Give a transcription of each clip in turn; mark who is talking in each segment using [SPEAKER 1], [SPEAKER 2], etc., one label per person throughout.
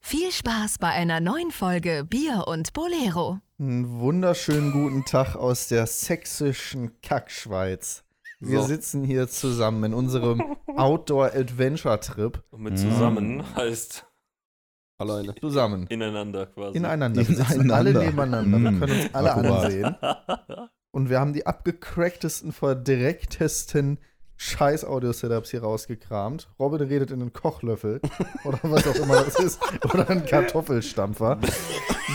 [SPEAKER 1] Viel Spaß bei einer neuen Folge Bier und Bolero.
[SPEAKER 2] Einen wunderschönen guten Tag aus der sächsischen Kackschweiz. Wir
[SPEAKER 3] So.
[SPEAKER 2] sitzen hier zusammen in unserem Outdoor-Adventure-Trip
[SPEAKER 3] Und mit zusammen heißt
[SPEAKER 4] Alleine.
[SPEAKER 2] zusammen.
[SPEAKER 3] ineinander quasi.
[SPEAKER 2] Ineinander. Wir sitzen alle
[SPEAKER 4] Ineinander.
[SPEAKER 2] nebeneinander. Wir
[SPEAKER 3] Mhm.
[SPEAKER 4] Mm.
[SPEAKER 2] können uns alle
[SPEAKER 4] Guck mal.
[SPEAKER 2] ansehen. Und wir haben die abgecracktesten, verdrecktesten Scheiß-Audio-Setups hier rausgekramt. Robin redet in einen Kochlöffel oder was auch immer das ist. Oder einen Kartoffelstampfer.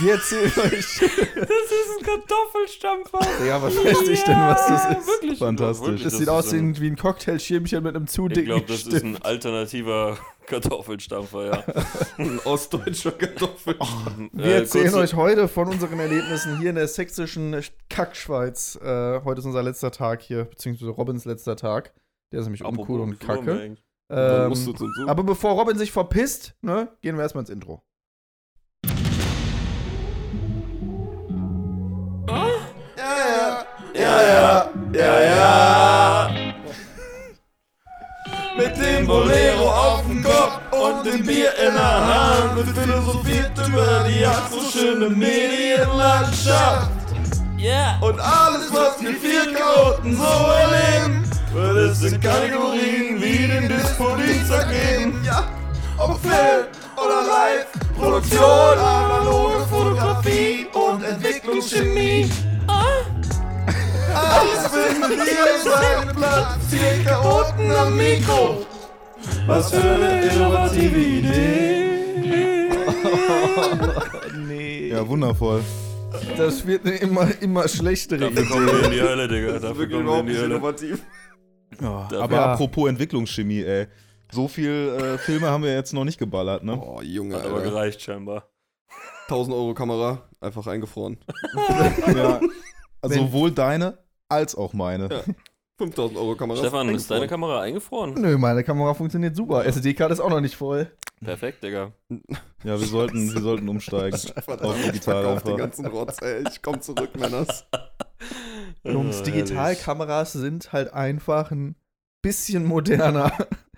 [SPEAKER 2] Wir erzählen euch.
[SPEAKER 3] Das ist ein Kartoffelstampfer.
[SPEAKER 2] Digga, was weiß ich denn, was das ist?
[SPEAKER 3] Wirklich,
[SPEAKER 4] Fantastisch.
[SPEAKER 3] wirklich,
[SPEAKER 2] Das, sieht
[SPEAKER 3] ist
[SPEAKER 2] aus wie
[SPEAKER 3] ein,
[SPEAKER 2] ein, wie ein Cocktailschirmchen mit einem zu
[SPEAKER 3] Ich
[SPEAKER 2] dicken
[SPEAKER 3] glaube, das
[SPEAKER 2] Stift.
[SPEAKER 3] ist ein alternativer Kartoffelstampfer, ja.
[SPEAKER 4] Ein ostdeutscher Kartoffel.
[SPEAKER 2] Oh,
[SPEAKER 4] Äh,
[SPEAKER 2] Wir erzählen
[SPEAKER 3] Äh, kurze-
[SPEAKER 2] euch heute von unseren Erlebnissen hier in der sächsischen Kackschweiz. Äh, heute ist unser letzter Tag hier, beziehungsweise Robins letzter Tag. Der ist nämlich
[SPEAKER 3] Apropos,
[SPEAKER 2] uncool und
[SPEAKER 3] ich wurm
[SPEAKER 2] kacke.
[SPEAKER 3] eigentlich.
[SPEAKER 4] Dann
[SPEAKER 2] Ähm,
[SPEAKER 4] musst du zum Suchen.
[SPEAKER 2] aber bevor Robin sich verpisst, ne, gehen wir erstmal ins Intro.
[SPEAKER 4] Mit dem Bolero auf dem Kopf und dem Bier in der Hand wird philosophiert über die ach so schöne Medienlandschaft. Yeah. Und alles, was wir vier Chaoten so erleben, wird es in Kategorien wie den Dispo-Dienstag geben. Ja, ob Film oder Live, Produktion, analoge Fotografie und Entwicklungschemie. Alles finden wir seinen Platz, vier Chaoten am Mikro. Was für eine innovative Idee.
[SPEAKER 5] Ja, wundervoll.
[SPEAKER 2] Das wird eine immer, immer schlechtere
[SPEAKER 3] Dafür
[SPEAKER 2] Idee.
[SPEAKER 3] kommen wir in die Hölle, Digga. Dafür kommen wir in die Hölle.
[SPEAKER 4] innovativ.
[SPEAKER 3] Dafür-
[SPEAKER 5] Aber
[SPEAKER 2] Ja.
[SPEAKER 5] apropos Entwicklungschemie, ey. So viel äh, Filme haben wir jetzt noch nicht geballert, ne?
[SPEAKER 4] Oh, Junge,
[SPEAKER 3] Hat aber
[SPEAKER 4] Alter.
[SPEAKER 3] gereicht scheinbar.
[SPEAKER 4] 1000 Euro Kamera, einfach eingefroren.
[SPEAKER 5] Ja. Also
[SPEAKER 2] Wenn-
[SPEAKER 5] sowohl deine als auch meine.
[SPEAKER 4] Ja. 5000 Euro Kamera.
[SPEAKER 3] Stefan, ist deine
[SPEAKER 4] eingefroren.
[SPEAKER 3] Kamera eingefroren?
[SPEAKER 2] Nö, meine Kamera funktioniert super. SD-Karte ist auch noch nicht voll.
[SPEAKER 3] Perfekt, Digga.
[SPEAKER 5] Ja, wir sollten, wir sollten umsteigen.
[SPEAKER 4] Verdammt,
[SPEAKER 5] Auf
[SPEAKER 4] ich
[SPEAKER 5] digital
[SPEAKER 4] verkauf den
[SPEAKER 5] einfach.
[SPEAKER 4] ganzen Rotz, ey. Ich komm zurück, Männers.
[SPEAKER 2] Jungs,
[SPEAKER 4] Äh,
[SPEAKER 3] Oh, herrlich.
[SPEAKER 2] Digitalkameras sind halt einfach ein bisschen moderner.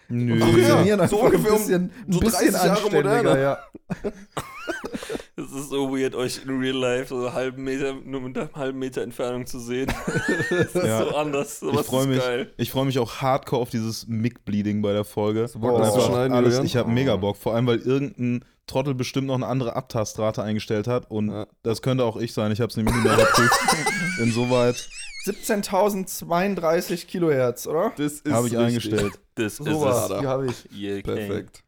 [SPEAKER 5] Nö.
[SPEAKER 4] Ach ja.
[SPEAKER 2] Funktionieren
[SPEAKER 4] so
[SPEAKER 2] einfach
[SPEAKER 4] ungefähr
[SPEAKER 2] ein
[SPEAKER 4] um
[SPEAKER 2] bisschen, ein
[SPEAKER 4] so 30
[SPEAKER 2] bisschen
[SPEAKER 4] Jahre
[SPEAKER 2] anständiger,
[SPEAKER 4] moderner.
[SPEAKER 2] ja.
[SPEAKER 3] Es ist so weird, euch in real life so einen halben Meter, nur mit einem halben Meter Entfernung zu sehen. Das ist
[SPEAKER 5] Ja.
[SPEAKER 3] so anders.
[SPEAKER 5] Ich
[SPEAKER 3] Sowas
[SPEAKER 5] freue
[SPEAKER 3] ist
[SPEAKER 5] mich,
[SPEAKER 3] geil.
[SPEAKER 5] ich freu mich auch hardcore auf dieses Mic-Bleeding bei der Folge.
[SPEAKER 2] Bock, das
[SPEAKER 5] Einfach
[SPEAKER 2] zu
[SPEAKER 4] schneiden,
[SPEAKER 5] alles,
[SPEAKER 4] Julian?
[SPEAKER 5] ich habe
[SPEAKER 3] Oh.
[SPEAKER 5] mega Bock. Vor allem, weil irgendein Trottel bestimmt noch eine andere Abtastrate eingestellt hat. Und
[SPEAKER 4] Ja.
[SPEAKER 5] das könnte auch ich sein. Ich habe es nämlich nicht mehr geprüft. Insoweit
[SPEAKER 2] 17.032 Kilohertz, oder?
[SPEAKER 4] Das ist
[SPEAKER 5] habe ich
[SPEAKER 4] richtig.
[SPEAKER 5] eingestellt.
[SPEAKER 3] Das
[SPEAKER 2] So was,
[SPEAKER 4] es.
[SPEAKER 2] die habe ich. Ah,
[SPEAKER 3] Yeah, Perfekt.
[SPEAKER 4] Perfekt.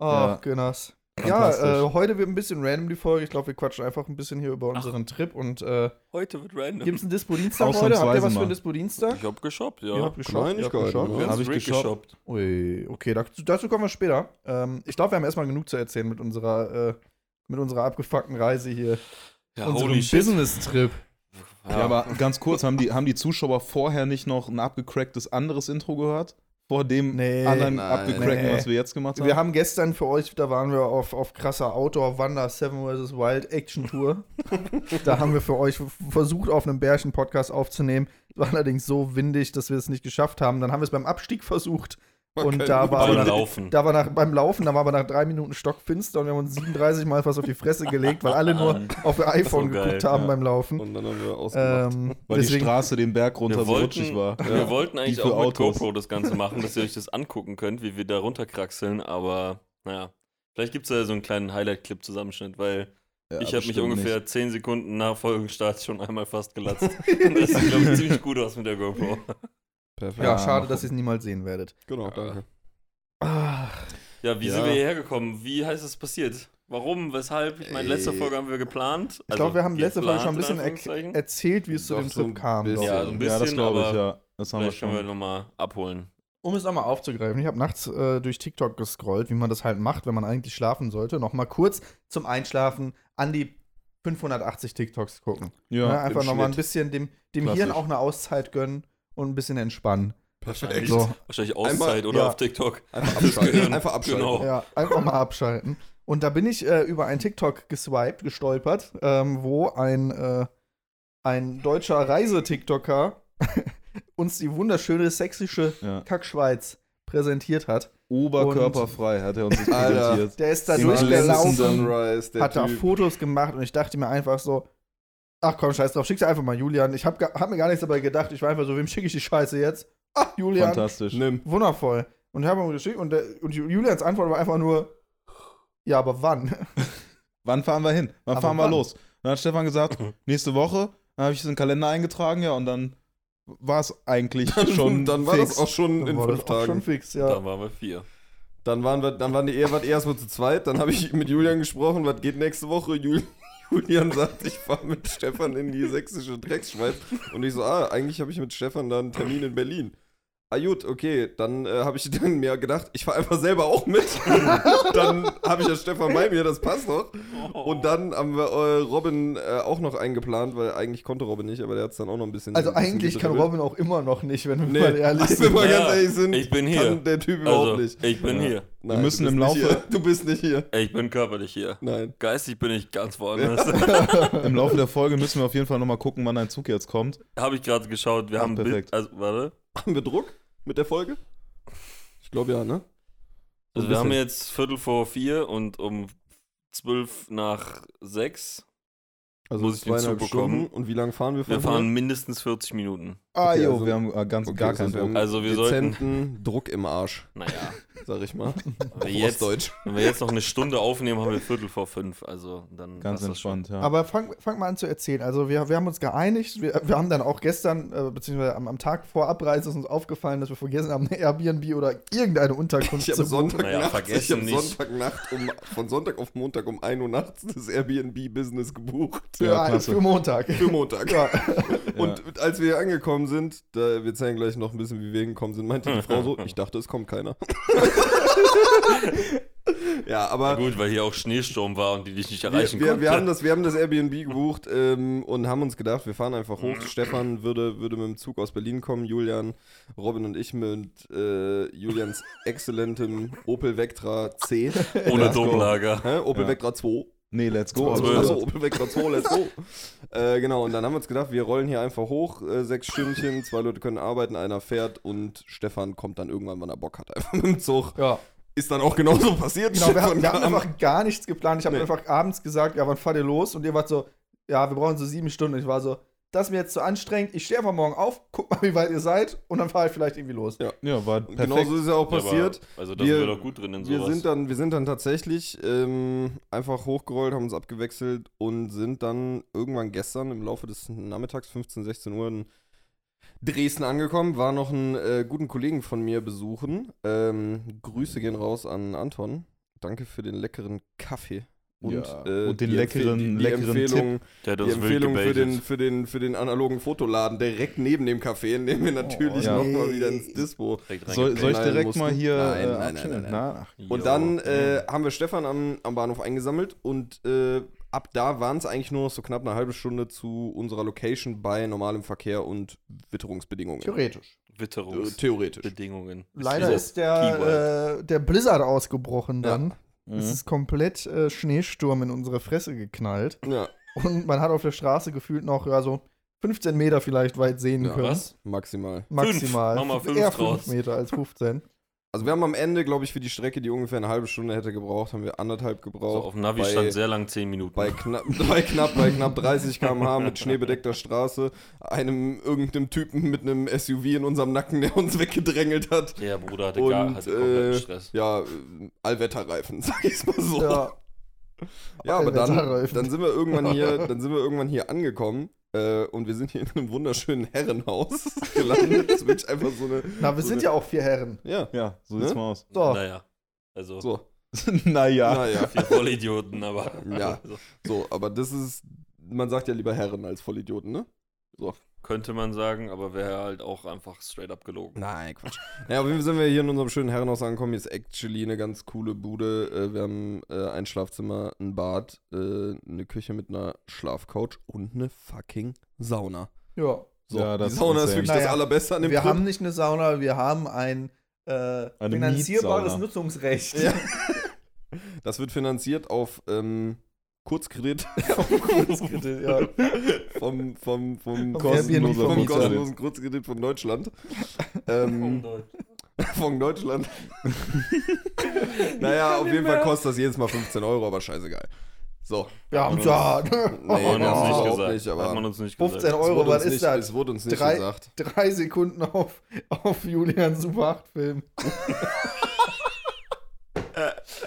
[SPEAKER 2] Ach,
[SPEAKER 5] Ja.
[SPEAKER 2] Gönners. Ja,
[SPEAKER 5] Fantastisch.
[SPEAKER 2] äh, heute wird ein bisschen random die Folge. Ich glaube, wir quatschen einfach ein bisschen hier über unseren Trip und äh,
[SPEAKER 3] Heute wird random.
[SPEAKER 2] gibt's einen Dispo-Dienstag heute? Habt ihr was
[SPEAKER 5] Ausnahmsweise
[SPEAKER 2] für einen
[SPEAKER 5] mal.
[SPEAKER 2] Dispo-Dienstag?
[SPEAKER 3] Ich hab geshoppt, ja.
[SPEAKER 2] Ihr habt geshoppt, ihr habt
[SPEAKER 4] Kleinigkeiten,
[SPEAKER 2] geshoppt.
[SPEAKER 4] ja.
[SPEAKER 5] Hab ich
[SPEAKER 3] Rick
[SPEAKER 5] geshoppt.
[SPEAKER 2] Ui, okay, dazu, dazu kommen wir später. Ähm, ich glaube, wir haben erstmal genug zu erzählen mit unserer, äh, mit unserer abgefuckten Reise hier.
[SPEAKER 3] Ja,
[SPEAKER 2] Unserem
[SPEAKER 3] holy shit.
[SPEAKER 2] Business-Trip.
[SPEAKER 5] Ja, aber ganz kurz, haben die, haben die Zuschauer vorher nicht noch ein abgecracktes anderes Intro gehört? Vor dem
[SPEAKER 2] Nee,
[SPEAKER 5] anderen
[SPEAKER 4] nein.
[SPEAKER 5] abgecrackten,
[SPEAKER 2] Nee.
[SPEAKER 5] was wir jetzt gemacht haben?
[SPEAKER 2] Wir haben gestern für euch, da waren wir auf, auf krasser Outdoor-Wander Seven vs. Wild Action Tour. da haben wir für euch versucht, auf einem Bärchen-Podcast aufzunehmen. Es war allerdings so windig, dass wir es nicht geschafft haben. Dann haben wir es beim Abstieg versucht.
[SPEAKER 4] War
[SPEAKER 2] und
[SPEAKER 4] kein
[SPEAKER 2] da
[SPEAKER 4] guter
[SPEAKER 2] war,
[SPEAKER 3] beim
[SPEAKER 2] aber
[SPEAKER 4] Plan.
[SPEAKER 2] nach,
[SPEAKER 3] Laufen.
[SPEAKER 2] da war nach, beim Laufen, da war aber nach drei Minuten stockfinster und wir haben uns 37 Mal fast auf die Fresse gelegt, weil alle nur auf ihr iPhone
[SPEAKER 3] geil,
[SPEAKER 2] geguckt haben
[SPEAKER 3] ja.
[SPEAKER 2] beim Laufen.
[SPEAKER 4] Und dann haben wir ausgemacht.
[SPEAKER 2] Ähm,
[SPEAKER 5] weil die
[SPEAKER 2] deswegen,
[SPEAKER 5] Straße den Berg runter
[SPEAKER 3] wir
[SPEAKER 5] so
[SPEAKER 3] wollten,
[SPEAKER 5] rutschig war.
[SPEAKER 3] wir wollten eigentlich
[SPEAKER 5] Die
[SPEAKER 3] auch
[SPEAKER 5] für
[SPEAKER 3] mit
[SPEAKER 5] Autos.
[SPEAKER 3] GoPro das Ganze machen, dass ihr euch das angucken könnt, wie wir da runterkraxeln, aber naja. Vielleicht gibt's da so einen kleinen Highlight-Clip-Zusammenschnitt, weil
[SPEAKER 5] Ja,
[SPEAKER 3] ich habe mich
[SPEAKER 5] bestimmt
[SPEAKER 3] ungefähr
[SPEAKER 5] nicht.
[SPEAKER 3] 10 Sekunden nach Folgenstart schon einmal fast gelatzt. Und das sieht, glaube ich, ziemlich gut aus mit der GoPro.
[SPEAKER 4] Perfekt.
[SPEAKER 2] ja,
[SPEAKER 5] Ja,
[SPEAKER 2] schade,
[SPEAKER 5] machen.
[SPEAKER 2] dass ihr es niemals sehen werdet.
[SPEAKER 4] Genau, danke.
[SPEAKER 3] Ja, wie sind
[SPEAKER 4] Ja.
[SPEAKER 3] wir hierher gekommen? Wie heißt das passiert? Warum? Weshalb? Ich meine, letzte
[SPEAKER 4] Ey.
[SPEAKER 3] Folge haben wir geplant.
[SPEAKER 2] Ich glaube, wir haben letzte Folge schon ein bisschen
[SPEAKER 3] erklärt.
[SPEAKER 2] er erzählt, wie es zu
[SPEAKER 4] Doch,
[SPEAKER 2] dem
[SPEAKER 4] so
[SPEAKER 2] Trip
[SPEAKER 4] ein
[SPEAKER 2] kam.
[SPEAKER 4] bisschen.
[SPEAKER 2] doch.
[SPEAKER 3] Ja, so ein bisschen,
[SPEAKER 5] ja, das glaube ich,
[SPEAKER 3] aber
[SPEAKER 5] ja. Das haben wir
[SPEAKER 3] Vielleicht können wir
[SPEAKER 5] schon.
[SPEAKER 3] nochmal abholen.
[SPEAKER 2] Um es nochmal aufzugreifen, ich habe nachts äh, durch TikTok gescrollt, wie man das halt macht, wenn man eigentlich schlafen sollte. Nochmal kurz zum Einschlafen an die 580 TikToks gucken. ne?
[SPEAKER 5] Ja,
[SPEAKER 2] Einfach
[SPEAKER 4] im
[SPEAKER 2] nochmal ein
[SPEAKER 4] Schnitt.
[SPEAKER 2] bisschen dem, dem
[SPEAKER 5] Klassisch.
[SPEAKER 2] Hirn auch eine Auszeit gönnen und ein bisschen entspannen.
[SPEAKER 4] Perfekt.
[SPEAKER 2] So,
[SPEAKER 3] Wahrscheinlich Auszeit
[SPEAKER 4] Einmal-
[SPEAKER 3] oder
[SPEAKER 2] ja.
[SPEAKER 3] auf TikTok.
[SPEAKER 4] Einfach
[SPEAKER 3] Das Gehirn.
[SPEAKER 4] abschalten. Einfach abschalten.
[SPEAKER 3] Genau.
[SPEAKER 2] ja, einfach mal abschalten. Und da bin ich äh, über einen TikTok geswiped, gestolpert, ähm, wo ein, äh, ein deutscher Reise-TikToker uns die wunderschöne sächsische
[SPEAKER 5] ja.
[SPEAKER 2] Kackschweiz präsentiert hat.
[SPEAKER 5] Oberkörperfrei hat er uns das
[SPEAKER 6] Alter.
[SPEAKER 5] präsentiert.
[SPEAKER 2] Der ist da
[SPEAKER 5] Die glänzenden
[SPEAKER 2] durchgelaufen.
[SPEAKER 6] Sunrise, der
[SPEAKER 2] hat da
[SPEAKER 6] typ.
[SPEAKER 2] Fotos gemacht und ich dachte mir einfach so, ach komm, scheiß drauf, schick's einfach mal Julian. Ich hab, ga- hab mir gar nichts dabei gedacht. Ich war einfach so, wem schicke ich die Scheiße jetzt? Ach, Julian.
[SPEAKER 5] Fantastisch.
[SPEAKER 2] Ne.
[SPEAKER 6] Nimm.
[SPEAKER 2] Wundervoll. Und ich habe ihm geschickt und, der, und Julians Antwort war einfach nur, ja, aber wann?
[SPEAKER 5] Wann fahren wir hin? Wann
[SPEAKER 2] Aber
[SPEAKER 5] fahren wir
[SPEAKER 2] wann?
[SPEAKER 5] los? Dann hat Stefan gesagt, nächste Woche. Dann habe ich es in den Kalender eingetragen, ja, und dann war es eigentlich schon.
[SPEAKER 6] dann war
[SPEAKER 5] fix.
[SPEAKER 6] das auch schon in
[SPEAKER 2] War das
[SPEAKER 6] fünf
[SPEAKER 2] auch
[SPEAKER 6] Tagen.
[SPEAKER 2] schon fix,
[SPEAKER 3] Da
[SPEAKER 2] ja. Also
[SPEAKER 3] waren wir vier.
[SPEAKER 6] Dann waren wir, dann waren die eher, wart ihr erstmal zu zweit. Dann habe ich mit Julian gesprochen, was geht nächste Woche? Jul Julian sagt, ich fahre mit Stefan in die sächsische Drecksschweiz. Und ich so, ah, eigentlich habe ich mit Stefan da einen Termin in Berlin. Ah gut, okay, dann äh, habe ich dann mir gedacht, ich fahre einfach selber auch mit. dann habe ich ja Stefan bei mir, das passt doch. Und dann haben wir äh, Robin äh, auch noch eingeplant, weil eigentlich konnte Robin nicht, aber der hat es dann auch noch ein bisschen.
[SPEAKER 2] Also
[SPEAKER 6] ein bisschen
[SPEAKER 2] eigentlich kann
[SPEAKER 6] gedribbelt.
[SPEAKER 2] Robin auch immer noch nicht, wenn wir
[SPEAKER 6] Nee,
[SPEAKER 2] mal ehrlich
[SPEAKER 6] wenn wir
[SPEAKER 2] sind.
[SPEAKER 6] mal
[SPEAKER 3] Ja,
[SPEAKER 6] ganz ehrlich sind,
[SPEAKER 3] ich bin hier.
[SPEAKER 6] kann der Typ überhaupt
[SPEAKER 3] Also,
[SPEAKER 6] nicht.
[SPEAKER 3] ich bin
[SPEAKER 6] Ja.
[SPEAKER 3] hier.
[SPEAKER 6] Nein,
[SPEAKER 5] Wir müssen
[SPEAKER 6] du bist
[SPEAKER 5] im
[SPEAKER 6] nicht
[SPEAKER 5] Laufe-
[SPEAKER 6] Hier. Du bist nicht hier.
[SPEAKER 3] Ich bin körperlich hier.
[SPEAKER 6] Nein.
[SPEAKER 3] Geistig bin ich ganz woanders.
[SPEAKER 5] Im Laufe der Folge müssen wir auf jeden Fall nochmal gucken, wann ein Zug jetzt kommt.
[SPEAKER 3] Habe ich gerade geschaut. Wir
[SPEAKER 5] Ach,
[SPEAKER 3] haben ein Bild.
[SPEAKER 5] perfekt.
[SPEAKER 3] Also, warte.
[SPEAKER 6] Haben wir Druck mit der Folge? Ich glaube ja, ne? So
[SPEAKER 3] Also
[SPEAKER 6] ein
[SPEAKER 3] wir haben
[SPEAKER 6] bisschen.
[SPEAKER 3] jetzt Viertel vor vier und um zwölf nach sechs.
[SPEAKER 6] Also
[SPEAKER 3] Muss ich den
[SPEAKER 6] zweieinhalb
[SPEAKER 3] Zug
[SPEAKER 6] Stunden.
[SPEAKER 3] bekommen?
[SPEAKER 6] Und wie lange fahren wir?
[SPEAKER 3] Wir
[SPEAKER 6] von
[SPEAKER 3] fahren
[SPEAKER 6] hier?
[SPEAKER 3] mindestens 40 Minuten.
[SPEAKER 5] Ah,
[SPEAKER 6] Okay,
[SPEAKER 5] jo,
[SPEAKER 6] also-
[SPEAKER 5] wir haben äh, ganz
[SPEAKER 6] Okay,
[SPEAKER 5] gar
[SPEAKER 6] das heißt,
[SPEAKER 5] keinen
[SPEAKER 6] wir
[SPEAKER 5] Druck.
[SPEAKER 6] haben
[SPEAKER 3] Also wir sollten,
[SPEAKER 6] dezenten Druck im Arsch,
[SPEAKER 3] naja,
[SPEAKER 6] sag ich mal.
[SPEAKER 3] wenn wir, jetzt,
[SPEAKER 6] Ostdeutsch.
[SPEAKER 3] wenn wir jetzt noch eine Stunde aufnehmen, haben wir Viertel vor fünf. Also dann
[SPEAKER 5] Ganz
[SPEAKER 3] passt das schon.
[SPEAKER 5] entspannt, ja.
[SPEAKER 2] Aber fang, fang mal an zu erzählen. Also wir, wir haben uns geeinigt, wir, wir haben dann auch gestern, äh, beziehungsweise am, am Tag vor Abreise ist uns aufgefallen, dass wir vergessen haben, eine Airbnb oder irgendeine Unterkunft
[SPEAKER 6] Ich habe
[SPEAKER 2] zu buchen.
[SPEAKER 3] Naja,
[SPEAKER 6] Sonntagnacht, ich
[SPEAKER 3] vergessen
[SPEAKER 6] hab
[SPEAKER 3] nicht.
[SPEAKER 6] Sonntagnacht um, von Sonntag auf Montag um 1 Uhr nachts das Airbnb-Business gebucht.
[SPEAKER 2] Für,
[SPEAKER 5] Ja,
[SPEAKER 2] ein-
[SPEAKER 5] klasse.
[SPEAKER 2] für Montag.
[SPEAKER 6] Für Montag.
[SPEAKER 2] Ja.
[SPEAKER 6] Und als wir hier angekommen sind, da, wir zeigen gleich noch ein bisschen, wie wir hingekommen sind, meinte die Frau so, ich dachte, es kommt keiner. ja,
[SPEAKER 3] Na
[SPEAKER 6] aber
[SPEAKER 3] Gut, weil hier auch Schneesturm war und die dich nicht
[SPEAKER 6] wir,
[SPEAKER 3] erreichen
[SPEAKER 6] wir,
[SPEAKER 3] konnten.
[SPEAKER 6] wir, haben das, wir haben das Airbnb gebucht ähm, und haben uns gedacht, wir fahren einfach
[SPEAKER 3] Mhm.
[SPEAKER 6] hoch. Stefan würde, würde mit dem Zug aus Berlin kommen, Julian, Robin und ich mit äh, Julians exzellentem Opel Vectra C.
[SPEAKER 3] Ohne
[SPEAKER 6] Let's go.
[SPEAKER 3] Domlager.
[SPEAKER 6] Hä? Opel
[SPEAKER 5] Ja.
[SPEAKER 6] Vectra 2.
[SPEAKER 5] nee, let's go.
[SPEAKER 6] Also,
[SPEAKER 5] Also,
[SPEAKER 6] also, Opel Vectra 2, let's go. äh, genau, und dann haben wir uns gedacht, wir rollen hier einfach hoch, äh, sechs Stündchen, zwei Leute können arbeiten, einer fährt und Stefan kommt dann irgendwann, wann er Bock hat, einfach mit dem Zug.
[SPEAKER 2] Ja.
[SPEAKER 6] Ist dann auch genauso passiert.
[SPEAKER 2] Genau, wir
[SPEAKER 6] Stefan
[SPEAKER 2] haben, wir haben
[SPEAKER 6] kam.
[SPEAKER 2] einfach gar nichts geplant. Ich habe
[SPEAKER 6] Nee.
[SPEAKER 2] einfach abends gesagt, ja, wann fahrt ihr los? Und ihr wart so, ja, wir brauchen so sieben Stunden. Ich war so, das ist mir jetzt zu anstrengend. Ich stehe einfach morgen auf, guck mal, wie weit ihr seid und dann fahre ich vielleicht irgendwie los.
[SPEAKER 5] ja, war
[SPEAKER 6] Und
[SPEAKER 5] perfekt.
[SPEAKER 6] genau so ist es ja auch
[SPEAKER 3] Ja, aber-
[SPEAKER 6] passiert.
[SPEAKER 3] Also da
[SPEAKER 6] Wir-
[SPEAKER 3] sind wir doch gut drin in sowas.
[SPEAKER 6] wir, sind dann, wir sind dann tatsächlich ähm, einfach hochgerollt, haben uns abgewechselt und sind dann irgendwann gestern im Laufe des Nachmittags, 15, 16 Uhr, in Dresden angekommen. War noch einen äh, guten Kollegen von mir besuchen. Ähm, Grüße gehen raus an Anton. Danke für den leckeren Kaffee.
[SPEAKER 5] Ja,
[SPEAKER 6] äh,
[SPEAKER 5] und den
[SPEAKER 6] die Empfe-
[SPEAKER 5] leckeren-
[SPEAKER 6] die, die
[SPEAKER 5] leckeren
[SPEAKER 6] Empfehlung,
[SPEAKER 3] der hat
[SPEAKER 6] Die
[SPEAKER 3] uns wild
[SPEAKER 6] Empfehlung für
[SPEAKER 3] gebaitet.
[SPEAKER 6] den, für, den, für den analogen Fotoladen direkt neben dem Café, in dem wir natürlich
[SPEAKER 5] Oh, ja.
[SPEAKER 6] noch nochmal wieder ins Dispo.
[SPEAKER 3] Direkt
[SPEAKER 5] soll, soll ich
[SPEAKER 6] reingeknallt
[SPEAKER 5] direkt
[SPEAKER 6] mussten.
[SPEAKER 5] mal hier.
[SPEAKER 6] Nein,
[SPEAKER 5] äh,
[SPEAKER 6] nein, nein,
[SPEAKER 5] abstimmen?
[SPEAKER 6] nein,
[SPEAKER 5] Na, ach,
[SPEAKER 3] reingepackt.
[SPEAKER 6] Und
[SPEAKER 3] Jo.
[SPEAKER 6] dann äh, haben wir Stefan am, am Bahnhof eingesammelt und äh, ab da waren es eigentlich nur noch so knapp eine halbe Stunde zu unserer Location bei normalem Verkehr und Witterungsbedingungen.
[SPEAKER 2] Theoretisch.
[SPEAKER 6] Äh,
[SPEAKER 3] Witterungsbedingungen.
[SPEAKER 6] theoretisch.
[SPEAKER 2] Leider
[SPEAKER 3] so.
[SPEAKER 2] ist der, äh, der Blizzard ausgebrochen dann. Es
[SPEAKER 5] mhm.
[SPEAKER 2] ist komplett äh, Schneesturm in unsere Fresse geknallt.
[SPEAKER 6] Ja,
[SPEAKER 2] Und man hat auf der Straße gefühlt noch ja, so 15 Meter vielleicht weit sehen
[SPEAKER 6] Ja,
[SPEAKER 2] können.
[SPEAKER 3] was?
[SPEAKER 6] maximal.
[SPEAKER 2] Maximal.
[SPEAKER 3] Fünf. Mach mal fünf
[SPEAKER 2] Eher
[SPEAKER 3] draus.
[SPEAKER 2] 5 Meter als 15.
[SPEAKER 6] Also wir haben am Ende, glaube ich, für die Strecke, die ungefähr eine halbe Stunde hätte gebraucht, haben wir anderthalb
[SPEAKER 3] So,
[SPEAKER 6] gebraucht.
[SPEAKER 3] auf dem Navi
[SPEAKER 6] bei-
[SPEAKER 3] stand sehr lang 10 Minuten.
[SPEAKER 6] bei knapp, bei knapp, bei knapp 30 km/h mit schneebedeckter Straße, einem irgendeinem Typen mit einem SUV in unserem Nacken, der uns weggedrängelt hat.
[SPEAKER 3] der Bruder hatte, gar,
[SPEAKER 6] Und
[SPEAKER 3] hatte kompletten
[SPEAKER 6] äh,
[SPEAKER 3] Stress.
[SPEAKER 6] ja, äh, Allwetterreifen, sag ich's mal so.
[SPEAKER 2] Ja.
[SPEAKER 6] Ja, aber dann,
[SPEAKER 2] Allwetterreifen.
[SPEAKER 6] dann sind wir irgendwann hier, dann sind wir irgendwann hier angekommen äh, und wir sind hier in einem wunderschönen Herrenhaus gelandet. Das ist wirklich einfach so eine.
[SPEAKER 2] Na, wir
[SPEAKER 6] so
[SPEAKER 2] sind
[SPEAKER 6] eine,
[SPEAKER 2] ja auch vier Herren.
[SPEAKER 6] ja.
[SPEAKER 5] Ja, so sieht's
[SPEAKER 6] Ne?
[SPEAKER 5] mal aus.
[SPEAKER 2] So.
[SPEAKER 3] Naja. Also, so.
[SPEAKER 6] So,
[SPEAKER 5] naja.
[SPEAKER 6] naja,
[SPEAKER 3] wir Vollidioten, aber.
[SPEAKER 6] Ja.
[SPEAKER 3] Also,
[SPEAKER 6] so, aber das ist, man sagt ja lieber Herren als Vollidioten, ne?
[SPEAKER 3] könnte man sagen, aber wäre halt auch einfach straight up gelogen.
[SPEAKER 6] Nein, Quatsch. Naja, auf jeden Fall sind wir hier in unserem schönen Herrenhaus angekommen. Hier ist actually eine ganz coole Bude. Äh, wir haben äh, ein Schlafzimmer, ein Bad, äh, eine Küche mit einer Schlafcouch und eine fucking Sauna.
[SPEAKER 2] Ja.
[SPEAKER 6] So,
[SPEAKER 5] Ja, das
[SPEAKER 6] die
[SPEAKER 5] ist
[SPEAKER 6] Sauna ist
[SPEAKER 5] insane.
[SPEAKER 6] wirklich das
[SPEAKER 2] Naja,
[SPEAKER 6] Allerbeste an dem
[SPEAKER 2] Wir
[SPEAKER 6] Trip.
[SPEAKER 2] haben nicht eine Sauna, wir haben ein äh, finanzierbares
[SPEAKER 5] Mietsauna.
[SPEAKER 2] Nutzungsrecht.
[SPEAKER 6] Ja. Das wird finanziert auf ähm, Kurzkredit
[SPEAKER 2] Kurzkredit, ja.
[SPEAKER 6] vom, vom, vom,
[SPEAKER 2] Airbnb
[SPEAKER 6] kostenlosen, vom
[SPEAKER 5] vermieter.
[SPEAKER 2] Oh
[SPEAKER 6] kostenlosen Kurzkredit von Deutschland. ähm,
[SPEAKER 3] Deutsch.
[SPEAKER 6] Werbung Deutschland. naja, auf jeden Fall kostet das jedes Mal 15 Euro, aber scheißegal. So.
[SPEAKER 2] Ja,
[SPEAKER 3] Aber
[SPEAKER 2] ja.
[SPEAKER 6] Nee,
[SPEAKER 3] Hat man
[SPEAKER 6] das
[SPEAKER 3] uns nicht
[SPEAKER 6] überhaupt
[SPEAKER 3] gesagt.
[SPEAKER 6] nicht, aber-
[SPEAKER 3] Hat man uns nicht
[SPEAKER 2] 15
[SPEAKER 3] gesagt.
[SPEAKER 2] Euro,
[SPEAKER 6] wurde
[SPEAKER 2] was
[SPEAKER 6] uns
[SPEAKER 2] ist
[SPEAKER 6] nicht,
[SPEAKER 2] das?
[SPEAKER 6] Es wurde uns nicht
[SPEAKER 2] drei,
[SPEAKER 6] gesagt.
[SPEAKER 2] drei Sekunden auf, auf Julian Super 8 Film.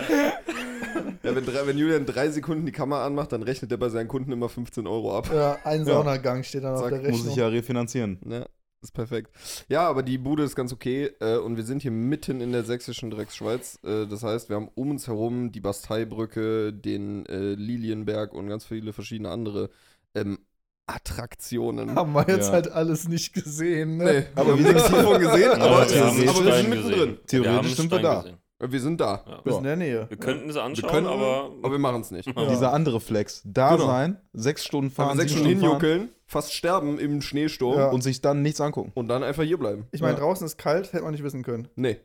[SPEAKER 6] Ja, wenn, drei, wenn Julian drei Sekunden die Kamera anmacht, dann rechnet er bei seinen Kunden immer 15 Euro ab.
[SPEAKER 2] Ja, ein Saunagang steht dann auf
[SPEAKER 6] Zack,
[SPEAKER 2] der
[SPEAKER 5] Muss
[SPEAKER 2] Rechnung.
[SPEAKER 5] ich ja refinanzieren.
[SPEAKER 6] Ja, Ne? ist perfekt. Ja, aber die Bude ist ganz okay äh, und wir sind hier mitten in der sächsischen Drecksschweiz. Äh, das heißt, wir haben um uns herum die Basteibrücke, den äh, Lilienberg und ganz viele verschiedene andere ähm, Attraktionen.
[SPEAKER 2] Haben wir jetzt
[SPEAKER 5] Ja.
[SPEAKER 2] halt alles nicht gesehen. Ne?
[SPEAKER 6] Nee,
[SPEAKER 5] Aber
[SPEAKER 6] aber wir
[SPEAKER 5] wir
[SPEAKER 6] haben nichts
[SPEAKER 5] sind-
[SPEAKER 6] davon gesehen,
[SPEAKER 3] Ja,
[SPEAKER 6] aber,
[SPEAKER 5] wir haben
[SPEAKER 6] aber, wir sind
[SPEAKER 3] Stein
[SPEAKER 6] mittendrin. Äh,
[SPEAKER 3] gesehen.
[SPEAKER 5] Theoretisch
[SPEAKER 3] Wir haben
[SPEAKER 5] sind wir
[SPEAKER 3] Stein
[SPEAKER 5] da.
[SPEAKER 3] gesehen.
[SPEAKER 6] Wir sind da.
[SPEAKER 3] Ja.
[SPEAKER 2] Bis in der Nähe.
[SPEAKER 3] Wir könnten es
[SPEAKER 6] Wir
[SPEAKER 3] anschauen,
[SPEAKER 6] können,
[SPEAKER 3] aber,
[SPEAKER 6] aber wir machen es nicht.
[SPEAKER 2] Ja.
[SPEAKER 5] Dieser andere Flex. Da
[SPEAKER 6] Genau.
[SPEAKER 5] sein, sechs Stunden
[SPEAKER 6] Fahren
[SPEAKER 5] fahren,
[SPEAKER 6] sechs
[SPEAKER 5] sieben
[SPEAKER 6] Stunden
[SPEAKER 5] Stunden fahren
[SPEAKER 6] hinjuckeln, fast sterben im Schneesturm
[SPEAKER 2] Ja.
[SPEAKER 5] und sich dann nichts angucken.
[SPEAKER 6] und dann einfach hier bleiben.
[SPEAKER 2] Ich meine,
[SPEAKER 5] Ja.
[SPEAKER 2] draußen ist kalt, hätte man nicht wissen können.
[SPEAKER 6] Nee.